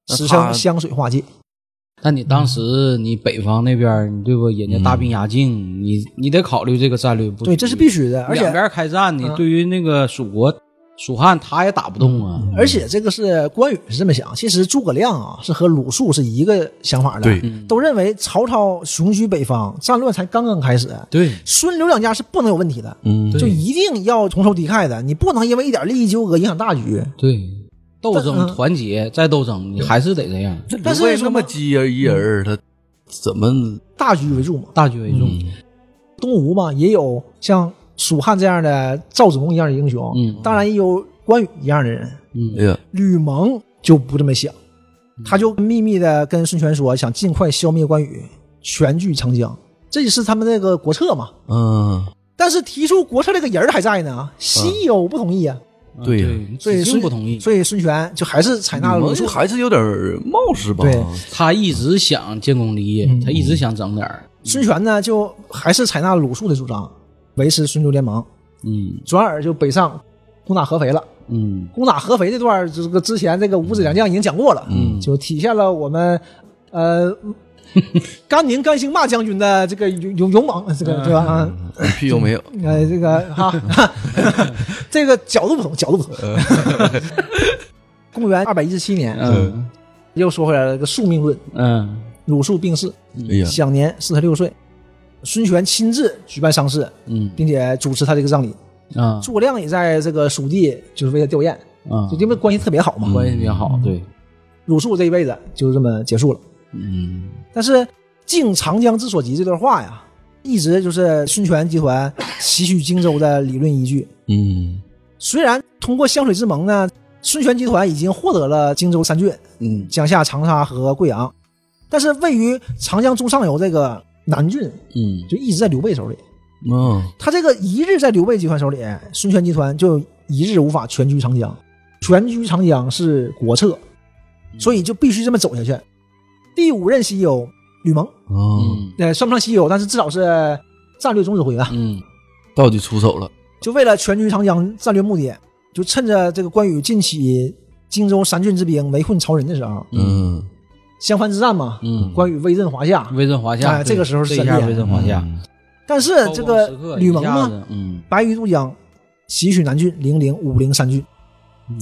Speaker 4: 那
Speaker 2: 史
Speaker 4: 他
Speaker 2: 称湘水画界。
Speaker 3: 但你当时你北方那边儿，你对不？人家大兵压境，你你得考虑这个战略布
Speaker 2: 嗯
Speaker 3: 局。
Speaker 2: 对，这是必须的，而且
Speaker 3: 两边开战，你
Speaker 2: 嗯
Speaker 3: 对于那个蜀国、蜀汉，他也打不动啊。
Speaker 2: 而且这个是关羽是这么想，其实诸葛亮啊是和鲁肃是一个想法的，
Speaker 4: 对，
Speaker 2: 都认为曹操雄踞北方，战乱才刚刚开始，
Speaker 3: 对，
Speaker 2: 孙刘两家是不能有问题的，
Speaker 4: 嗯，
Speaker 3: 对
Speaker 2: 就一定要同仇敌忾的，你不能因为一点利益纠葛影响大局。
Speaker 3: 对，斗争
Speaker 2: 但嗯
Speaker 3: 团结再斗争，你还是得这样，
Speaker 2: 但是
Speaker 4: 为
Speaker 2: 说
Speaker 4: 那么
Speaker 2: 嘛
Speaker 4: 鸡人一人，他怎么
Speaker 2: 大局为重嘛，
Speaker 3: 大局为重。
Speaker 2: 东吴嘛也有像蜀汉这样的赵子龙一样的英雄，
Speaker 3: 嗯
Speaker 2: 当然也有关羽一样的人，
Speaker 4: 哎呀？
Speaker 2: 吕蒙就不这么想，
Speaker 3: 嗯
Speaker 2: 他就秘密的跟孙权说，想尽快消灭关羽，全据长江，这也是他们那个国策嘛。
Speaker 4: 嗯，
Speaker 2: 但是提出国策这个人儿还在呢，西友不同意啊，
Speaker 3: 嗯
Speaker 4: 对呀
Speaker 2: 所
Speaker 3: 子
Speaker 2: 以
Speaker 3: 敬
Speaker 2: 孙
Speaker 3: 嗯不同意，
Speaker 2: 所以孙权就还是采纳了
Speaker 4: 你
Speaker 2: 鲁
Speaker 4: 们
Speaker 2: 肃
Speaker 4: 就。还是有点冒失吧？
Speaker 2: 对
Speaker 3: 他一直想建功立业，
Speaker 2: 嗯
Speaker 3: 他一直想整点儿。
Speaker 2: 孙权呢，就还是采纳鲁肃的主张，维持孙刘联盟，
Speaker 3: 嗯
Speaker 2: 转而就北上攻打合肥了。
Speaker 3: 嗯
Speaker 2: 攻打合肥这段儿，这个之前这个五子良将已经讲过了，
Speaker 3: 嗯
Speaker 2: 就体现了我们呃甘宁甘兴骂将军的这个勇勇勇猛，这
Speaker 3: 嗯
Speaker 2: 个对吧？啊
Speaker 4: 一屁用没有。
Speaker 2: 呃，这个哈， 这个角度不同，角度不同。 公元二百一十七年，
Speaker 3: 嗯
Speaker 2: 又说回来了，这个宿命论，
Speaker 3: 嗯
Speaker 2: 鲁肃病逝，
Speaker 4: 哎呀，
Speaker 2: 享年四十六岁。孙权亲自举办丧事，
Speaker 3: 嗯
Speaker 2: 并且主持他这个葬礼。
Speaker 3: 啊
Speaker 2: 诸葛亮也在这个蜀地，就是为他吊唁，
Speaker 3: 啊嗯
Speaker 2: 就，因为关系特别好嘛。
Speaker 3: 关系比较好。对，
Speaker 2: 鲁肃这一辈子就这么结束了。
Speaker 3: 嗯
Speaker 2: 但是“敬长江之所及”这段话呀，一直就是孙权集团袭取荆州的理论依据。
Speaker 4: 嗯
Speaker 2: 虽然通过湘水之盟呢，孙权集团已经获得了荆州三郡、
Speaker 4: 嗯
Speaker 2: 江夏、长沙和贵阳，但是位于长江中上游这个南郡
Speaker 3: 嗯
Speaker 2: 就一直在刘备手里。
Speaker 4: 啊，
Speaker 2: 他这个一日在刘备集团手里，孙权集团就一日无法全居长江。全居长江是国策，
Speaker 3: 嗯
Speaker 2: 所以就必须这么走下去。第五任西游吕蒙，
Speaker 4: 啊，
Speaker 3: 嗯
Speaker 2: 呃，算不上西游，但是至少是战略总指挥啊。
Speaker 3: 嗯
Speaker 4: 到底出手了？
Speaker 2: 就为了全居长江战略目的，就趁着这个关羽进起荆州三郡之兵围困曹仁的时候，
Speaker 4: 嗯，
Speaker 2: 襄樊之战嘛，
Speaker 3: 嗯，
Speaker 2: 关羽威震华夏。
Speaker 3: 威震华夏。
Speaker 2: 哎
Speaker 3: 对
Speaker 2: 这个时候是嗯
Speaker 3: 这一
Speaker 2: 真
Speaker 3: 下
Speaker 2: 厉害
Speaker 3: 威震华夏。
Speaker 2: 但是这
Speaker 3: 高光时
Speaker 2: 个
Speaker 3: 刻
Speaker 2: 吕蒙
Speaker 3: 一下
Speaker 2: 呢，
Speaker 3: 子？嗯
Speaker 2: 白鱼渡江，袭取南郡、零陵、武陵三郡，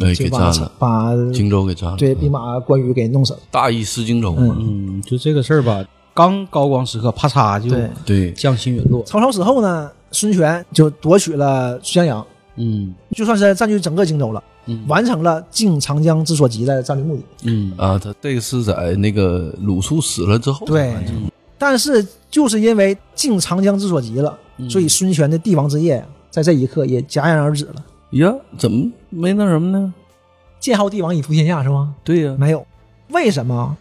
Speaker 4: 哎，
Speaker 2: 就
Speaker 4: 给
Speaker 2: 把
Speaker 4: 占了，
Speaker 2: 把
Speaker 4: 荆州给占了，
Speaker 2: 对兵马关羽给弄死了。
Speaker 4: 大意失荆州嘛。
Speaker 3: 嗯，就这个事儿吧，刚高光时刻，啪嚓就
Speaker 2: 对
Speaker 4: 对，
Speaker 3: 将心陨落。
Speaker 2: 曹操死后呢，孙权就夺取了襄阳，
Speaker 3: 嗯
Speaker 2: 就算是占据整个荆州了，
Speaker 3: 嗯
Speaker 2: 完成了靖长江之所及的战略目的。
Speaker 3: 嗯
Speaker 4: 啊，他这个是在那个鲁肃死了之后，
Speaker 2: 对，但是就是因为靖长江之所及了，所以孙权的帝王之业在这一刻也戛然而止了。
Speaker 4: 呀，怎么没那什么呢？
Speaker 2: 建号帝王以图天下是吗？
Speaker 4: 对呀，
Speaker 2: 没有，为什么？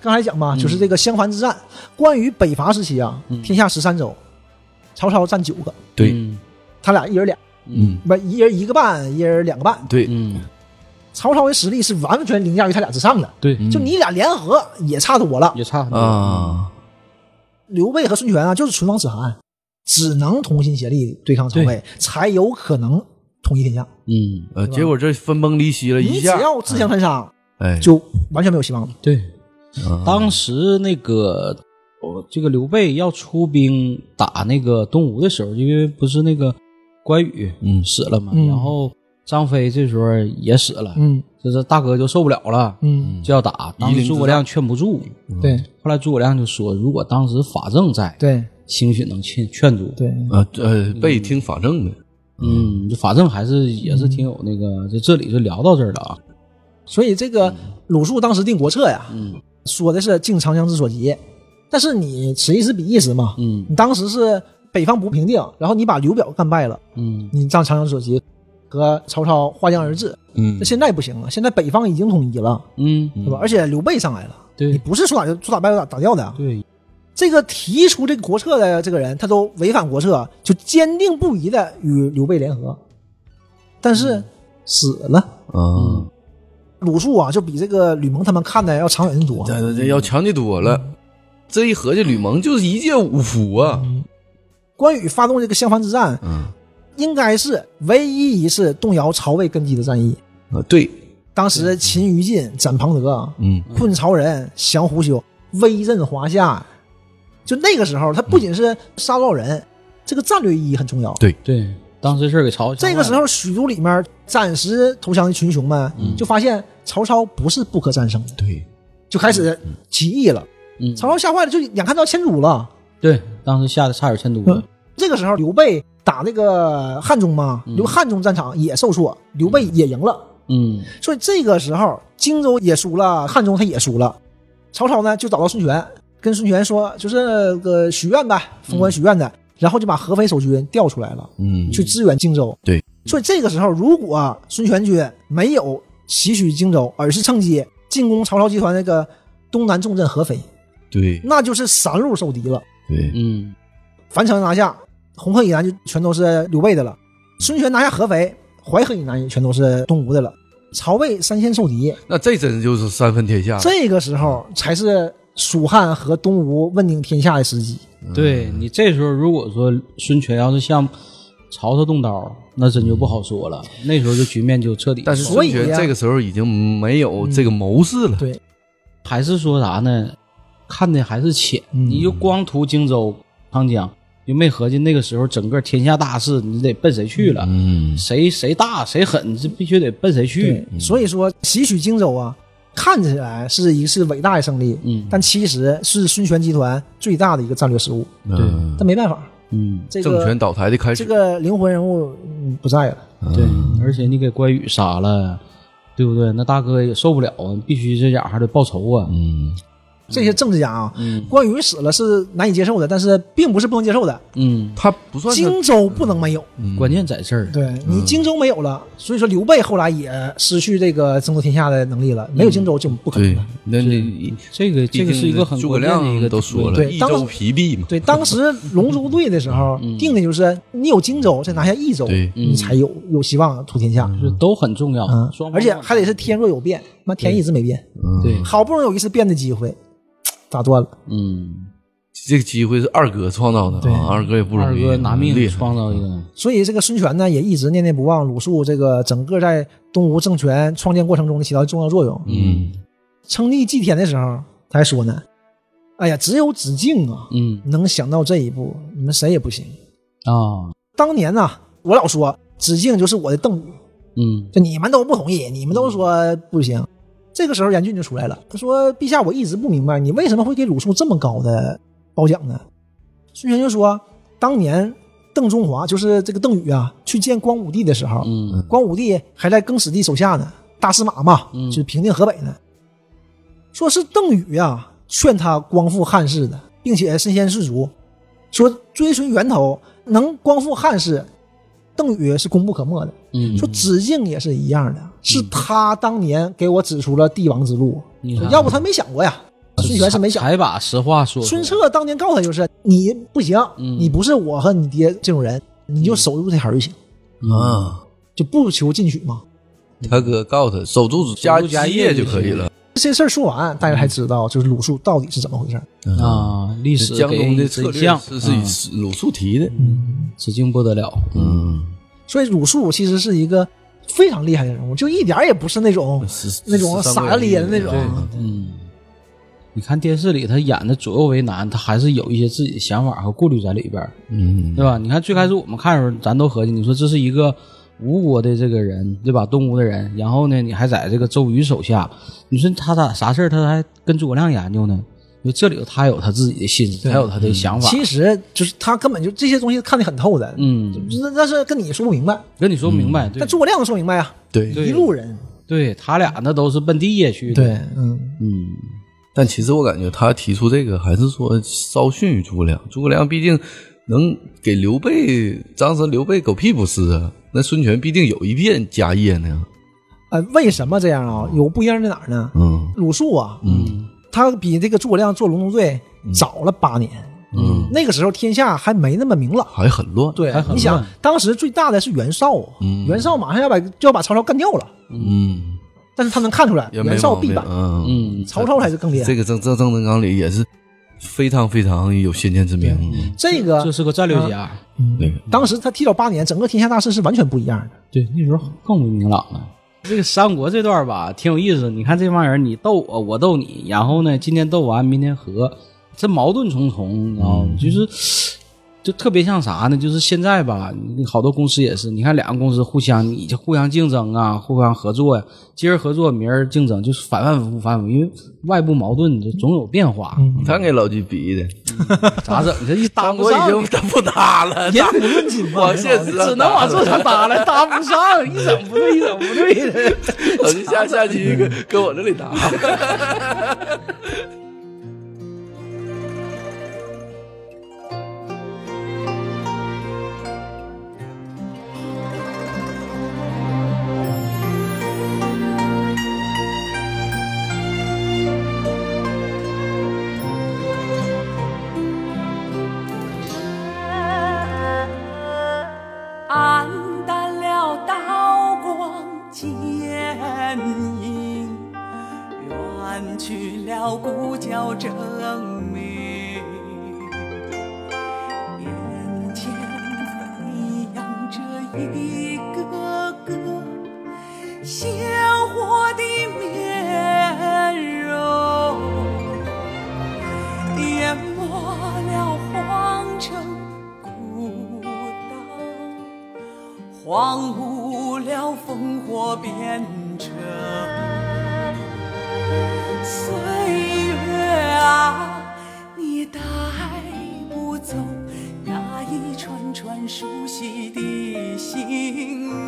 Speaker 2: 刚才讲嘛，就是这个襄樊之战，关于北伐时期啊，天下十三州，曹操占九个，
Speaker 4: 对，
Speaker 3: 嗯
Speaker 2: 他俩一人俩，
Speaker 4: 嗯，
Speaker 2: 不一人一个半，一人两个半。
Speaker 4: 对，
Speaker 3: 嗯，
Speaker 2: 曹操的实力是完全凌驾于他俩之上的，
Speaker 3: 对，
Speaker 2: 就你俩联合也差多了。
Speaker 3: 也差很多。
Speaker 2: 嗯
Speaker 4: 啊，
Speaker 2: 刘备和孙权啊，就是唇亡齿寒，只能同心协力对抗曹魏，才有可能统一天下。
Speaker 3: 嗯，
Speaker 4: 呃，结果这分崩离析了
Speaker 2: 你
Speaker 4: 一
Speaker 2: 只
Speaker 4: 下，
Speaker 2: 要自相残杀，
Speaker 4: 哎，
Speaker 2: 就完全没有希望了。
Speaker 3: 对，
Speaker 2: 嗯
Speaker 4: 啊
Speaker 3: 当时那个我这个刘备要出兵打那个东吴的时候，因为不是那个关羽
Speaker 4: 嗯
Speaker 3: 死了嘛，
Speaker 2: 嗯
Speaker 3: 然后张飞这时候也死了，
Speaker 2: 嗯
Speaker 3: 就是大哥就受不了了，
Speaker 2: 嗯，
Speaker 3: 就要打。当时诸葛亮劝不住，
Speaker 2: 对
Speaker 3: 后来诸葛亮就说，如果当时法正在，
Speaker 2: 嗯对
Speaker 3: 兴许能劝劝住。
Speaker 2: 对，
Speaker 4: 啊，呃，被听法正的，
Speaker 3: 嗯，就法正还是也是挺有那个，就这里就聊到这儿了啊。
Speaker 2: 所以这个鲁肃当时定国策呀，
Speaker 3: 嗯
Speaker 2: 说的是靖长江之所及，但是你此一时彼一时嘛，
Speaker 3: 嗯
Speaker 2: 你当时是北方不平定，然后你把刘表干败了，
Speaker 3: 嗯
Speaker 2: 你占长江之所及，和曹操划江而治。
Speaker 4: 嗯
Speaker 2: 那现在不行了，现在北方已经统一了，
Speaker 3: 嗯，
Speaker 2: 对吧？而且刘备上来了。
Speaker 3: 对
Speaker 2: 你不是说打就说打败就打打掉的啊，
Speaker 3: 对，
Speaker 2: 这个提出这个国策的这个人，他都违反国策，就坚定不移的与刘备联合，但
Speaker 3: 嗯
Speaker 2: 是死了。
Speaker 4: 啊，
Speaker 2: 鲁肃啊，就比这个吕蒙他们看的要长远得多。
Speaker 4: 这这要强的多了。这一合计，吕蒙就是一介武夫啊，
Speaker 2: 关羽发动这个襄樊之战，
Speaker 4: 嗯
Speaker 2: 应该是唯一一次动摇曹魏根基的战役，
Speaker 4: 啊，对，
Speaker 2: 当时秦于禁、展庞德、啊
Speaker 4: 嗯，
Speaker 2: 困曹仁、降胡修，威震华夏。就那个时候，他不仅是杀多少人，这个战略意义很重要。
Speaker 4: 对
Speaker 3: 对，当时事儿给曹
Speaker 2: 这个时候，许都里面暂时投降的群雄们就发现曹操不是不可战胜的，
Speaker 4: 对，
Speaker 2: 就开始起义了。
Speaker 3: 嗯
Speaker 2: 曹操吓坏了，就眼看到迁都了。
Speaker 3: 对，当时吓得差点迁都
Speaker 2: 嗯
Speaker 3: 了。
Speaker 2: 这个时候，刘备打那个汉中嘛，刘汉中战场也受挫，刘备也赢了。
Speaker 3: 嗯
Speaker 2: 所以这个时候，荆州也输了，汉中他也输了。曹操呢，就找到孙权，跟孙权说，就是那个许愿呗，封官许愿的，然后就把合肥守军调出来了，
Speaker 4: 嗯，
Speaker 2: 去支援荆州。
Speaker 4: 对，
Speaker 2: 所以这个时候，如果、啊孙权军没有袭取荆州，而是趁机进攻曹操集团那个东南重镇合肥，
Speaker 4: 对，
Speaker 2: 那就是三路受敌了。
Speaker 4: 对，
Speaker 3: 嗯
Speaker 2: 樊城拿下，红河以南就全都是刘备的了；孙权拿下合肥，淮河以南也全都是东吴的了。曹魏三线受敌，
Speaker 4: 那这真就是三分天下，
Speaker 2: 这个时候才是蜀汉和东吴问鼎天下的时机。
Speaker 3: 对你这时候如果说孙权要是向曹操动刀，那真就不好说了。那时候就局面就彻底。
Speaker 4: 但是
Speaker 2: 所
Speaker 4: 孙
Speaker 2: 以
Speaker 4: 权
Speaker 2: 呀
Speaker 4: 这个时候已经没有这个谋士了，
Speaker 2: 对，
Speaker 3: 还是说啥呢？看的还是浅，
Speaker 2: 嗯
Speaker 3: 你就光图荆州、长江，就没合计那个时候整个天下大势，你得奔谁去了？
Speaker 4: 嗯，
Speaker 3: 谁谁大谁狠，这必须得奔谁去
Speaker 2: 对。，所以说袭取荆州啊，看起来是一次伟大的胜利，
Speaker 3: 嗯
Speaker 2: 但其实是孙权集团最大的一个战略失误。
Speaker 4: 嗯
Speaker 2: 但没办法，
Speaker 3: 嗯，
Speaker 2: 这
Speaker 4: 政权
Speaker 2: 个
Speaker 4: 倒台的开
Speaker 2: 这
Speaker 4: 始，
Speaker 2: 个灵魂人物嗯不在了。
Speaker 3: 对，而且你给关羽杀了，对不对？那大哥也受不了啊，必须这家伙还得报仇啊。
Speaker 4: 嗯，
Speaker 2: 这些政治家啊，
Speaker 3: 嗯
Speaker 2: 关羽死了是难以接受的，但是并不是不能接受的。
Speaker 3: 嗯，
Speaker 4: 他不算是嗯
Speaker 2: 荆州不能没有，
Speaker 3: 关键在这儿。
Speaker 2: 对你荆州没有了，所以说刘备后来也失去这个争夺天下的能力了，没有荆州就不可能
Speaker 4: 嗯对
Speaker 2: 了。，
Speaker 4: 那你
Speaker 3: 这个这个是一个很
Speaker 4: 诸葛
Speaker 3: 关键的一
Speaker 4: 亮
Speaker 3: 个
Speaker 4: 都说了，
Speaker 2: 对
Speaker 4: 益
Speaker 2: 当
Speaker 4: 州疲弊嘛，
Speaker 2: 对，当时龙舟队的时候定的就是你有荆州，再拿下益州，
Speaker 4: 嗯对
Speaker 2: 你才有有希望图天下。
Speaker 3: 是都很重要
Speaker 2: 嗯，，
Speaker 3: 嗯双方嗯
Speaker 2: 而且还得是天若有变，那天一直没变，
Speaker 4: 嗯
Speaker 3: 对，
Speaker 2: 好不容易有一次变的机会，打断了。
Speaker 3: 嗯，
Speaker 4: 这个机会是二哥创造的啊，二哥也不
Speaker 3: 二
Speaker 4: 容易，
Speaker 3: 哥拿
Speaker 4: 厉
Speaker 3: 命
Speaker 4: 害
Speaker 3: 创造一个，
Speaker 2: 所以这个孙权呢，也一直念念不忘鲁肃这个整个在东吴政权创建过程中起到重要作用。
Speaker 4: 嗯，
Speaker 2: 称帝祭天的时候，他还说呢：“哎呀，只有子敬啊，
Speaker 3: 嗯
Speaker 2: 能想到这一步，你们谁也不行。
Speaker 3: 啊，
Speaker 2: 当年呐、我老说子敬就是我的邓禹，
Speaker 3: 嗯
Speaker 2: 就你们都不同意，你们都说不行。这个时候，严俊就出来了，他说：“陛下，我一直不明白，你为什么会给鲁肃这么高的褒奖呢？”孙权就说：“当年邓中华，就是这个邓禹啊，去见光武帝的时候，
Speaker 3: 嗯
Speaker 2: 光武帝还在更始帝手下呢，大司马嘛，
Speaker 3: 嗯
Speaker 2: 就是平定河北呢。说是邓禹啊，劝他光复汉室的，并且身先士卒，说追随源头能光复汉室，邓禹是功不可没的。
Speaker 3: 嗯，
Speaker 2: 说子敬也是一样的，是他当年给我指出了帝王之路，
Speaker 3: 你看
Speaker 2: 要不他没想过呀。孙权是没想，
Speaker 3: 才把实话说出
Speaker 2: 孙
Speaker 3: 来，
Speaker 2: 策当年告他就是你不行，
Speaker 3: 嗯
Speaker 2: 你不是我和你爹这种人，你就守住这孩儿就行，
Speaker 3: 嗯
Speaker 4: 啊，
Speaker 2: 就不求进取嘛。
Speaker 4: 他哥告诉他守住家
Speaker 3: 家
Speaker 4: 业
Speaker 3: 业
Speaker 4: 就
Speaker 3: 就
Speaker 4: 可以
Speaker 3: 行
Speaker 4: 了，
Speaker 2: 这事儿说完，大家
Speaker 3: 嗯
Speaker 2: 才知道就是鲁肃到底是怎么回事儿。
Speaker 3: 啊，历史
Speaker 4: 江
Speaker 3: 给
Speaker 4: 东的策
Speaker 3: 真
Speaker 4: 略
Speaker 3: 相
Speaker 4: 是是以
Speaker 3: 啊
Speaker 4: 史鲁肃提的，
Speaker 3: 指敬不得了，
Speaker 4: 嗯，
Speaker 2: 嗯所以鲁肃其实是一个非常厉害的人物，就一点儿也不是那种
Speaker 4: 嗯是
Speaker 2: 那种傻咧咧的那种。啊
Speaker 3: 嗯。你看电视里他演的左右为难，他还是有一些自己的想法和顾虑在里边儿，
Speaker 4: 嗯，
Speaker 3: 对吧？你看最开始我们看的时候，咱都合计，你说这是一个吴国的这个人，对吧？东吴的人，然后呢，你还在这个周瑜手下，你说他咋啥事儿他还跟诸葛亮研究呢？就这里头他有他自己的心思，他有他的想法，
Speaker 2: 其实就是他根本就这些东西看得很透的，
Speaker 3: 嗯，
Speaker 2: 那那是跟你说不明白，
Speaker 3: 跟你说明白，对
Speaker 2: 但诸葛亮能说明白啊，
Speaker 4: 对
Speaker 3: 对
Speaker 2: 一路人。
Speaker 3: 对他俩那都是奔地业去的，，
Speaker 2: 嗯，
Speaker 3: 嗯，
Speaker 4: 但其实我感觉他提出这个还是说稍逊于诸葛亮，诸葛亮毕竟能给刘备，当时刘备狗屁不是啊，那孙权必定有一片家业呢，
Speaker 2: 呃，为什么这样啊？有不一样在哪儿呢？
Speaker 4: 嗯
Speaker 2: 鲁肃啊，
Speaker 4: 嗯
Speaker 2: 他比这个诸葛亮做隆中队早了八年，
Speaker 4: 嗯，
Speaker 2: 那个时候天下还没那么明朗。
Speaker 4: 还很乱，
Speaker 2: 对啊
Speaker 3: 还，很
Speaker 2: 你想
Speaker 3: 乱，
Speaker 2: 当时最大的是袁绍啊，袁绍马上要把就要把曹操干掉了，
Speaker 4: 嗯，
Speaker 2: 但是他能看出来
Speaker 4: 也没
Speaker 2: 袁绍
Speaker 4: 毛
Speaker 2: 必
Speaker 4: 病，
Speaker 2: 败，
Speaker 4: 嗯
Speaker 3: 嗯
Speaker 2: 曹操才是更厉害
Speaker 4: 这。个郑郑郑成纲里也是非常非常有先见之明，嗯
Speaker 2: 这个
Speaker 3: 这是个战略家，
Speaker 4: 那个
Speaker 2: 当时他提早八年，整个天下大势是完全不一样的。
Speaker 3: 对，那时候更不明朗了，这个三国这段吧，挺有意思。你看这帮人，你斗我，我斗你，然后呢，今天斗完，明天和，这矛盾重重，你知道吗？就是，就特别像啥呢？就是现在吧，你好多公司也是，你看两个公司互相，你就互相竞争啊，互相合作呀、今儿合作，明儿竞争，就是反反复复，反反复复，因为外部矛盾就总有变化，
Speaker 4: 你看给老纪逼的，
Speaker 3: 咋整？这一搭
Speaker 4: 三
Speaker 3: 不
Speaker 4: 国已
Speaker 3: 上，
Speaker 4: 经他不搭 了，
Speaker 2: 言古论今嘛
Speaker 4: 往现实啊
Speaker 3: 只能往
Speaker 4: 这
Speaker 3: 这上搭了，搭不上，一整不对，一整不对的。
Speaker 4: 老纪下下期跟跟我这里搭。
Speaker 5: 暗淡了刀光剑影，远去了鼓角争鸣。眼前飞扬着一个个鲜活的面容。淹没了荒城古道，荒芜了烽火边城。岁月啊，你带不走那一串串熟悉的行啊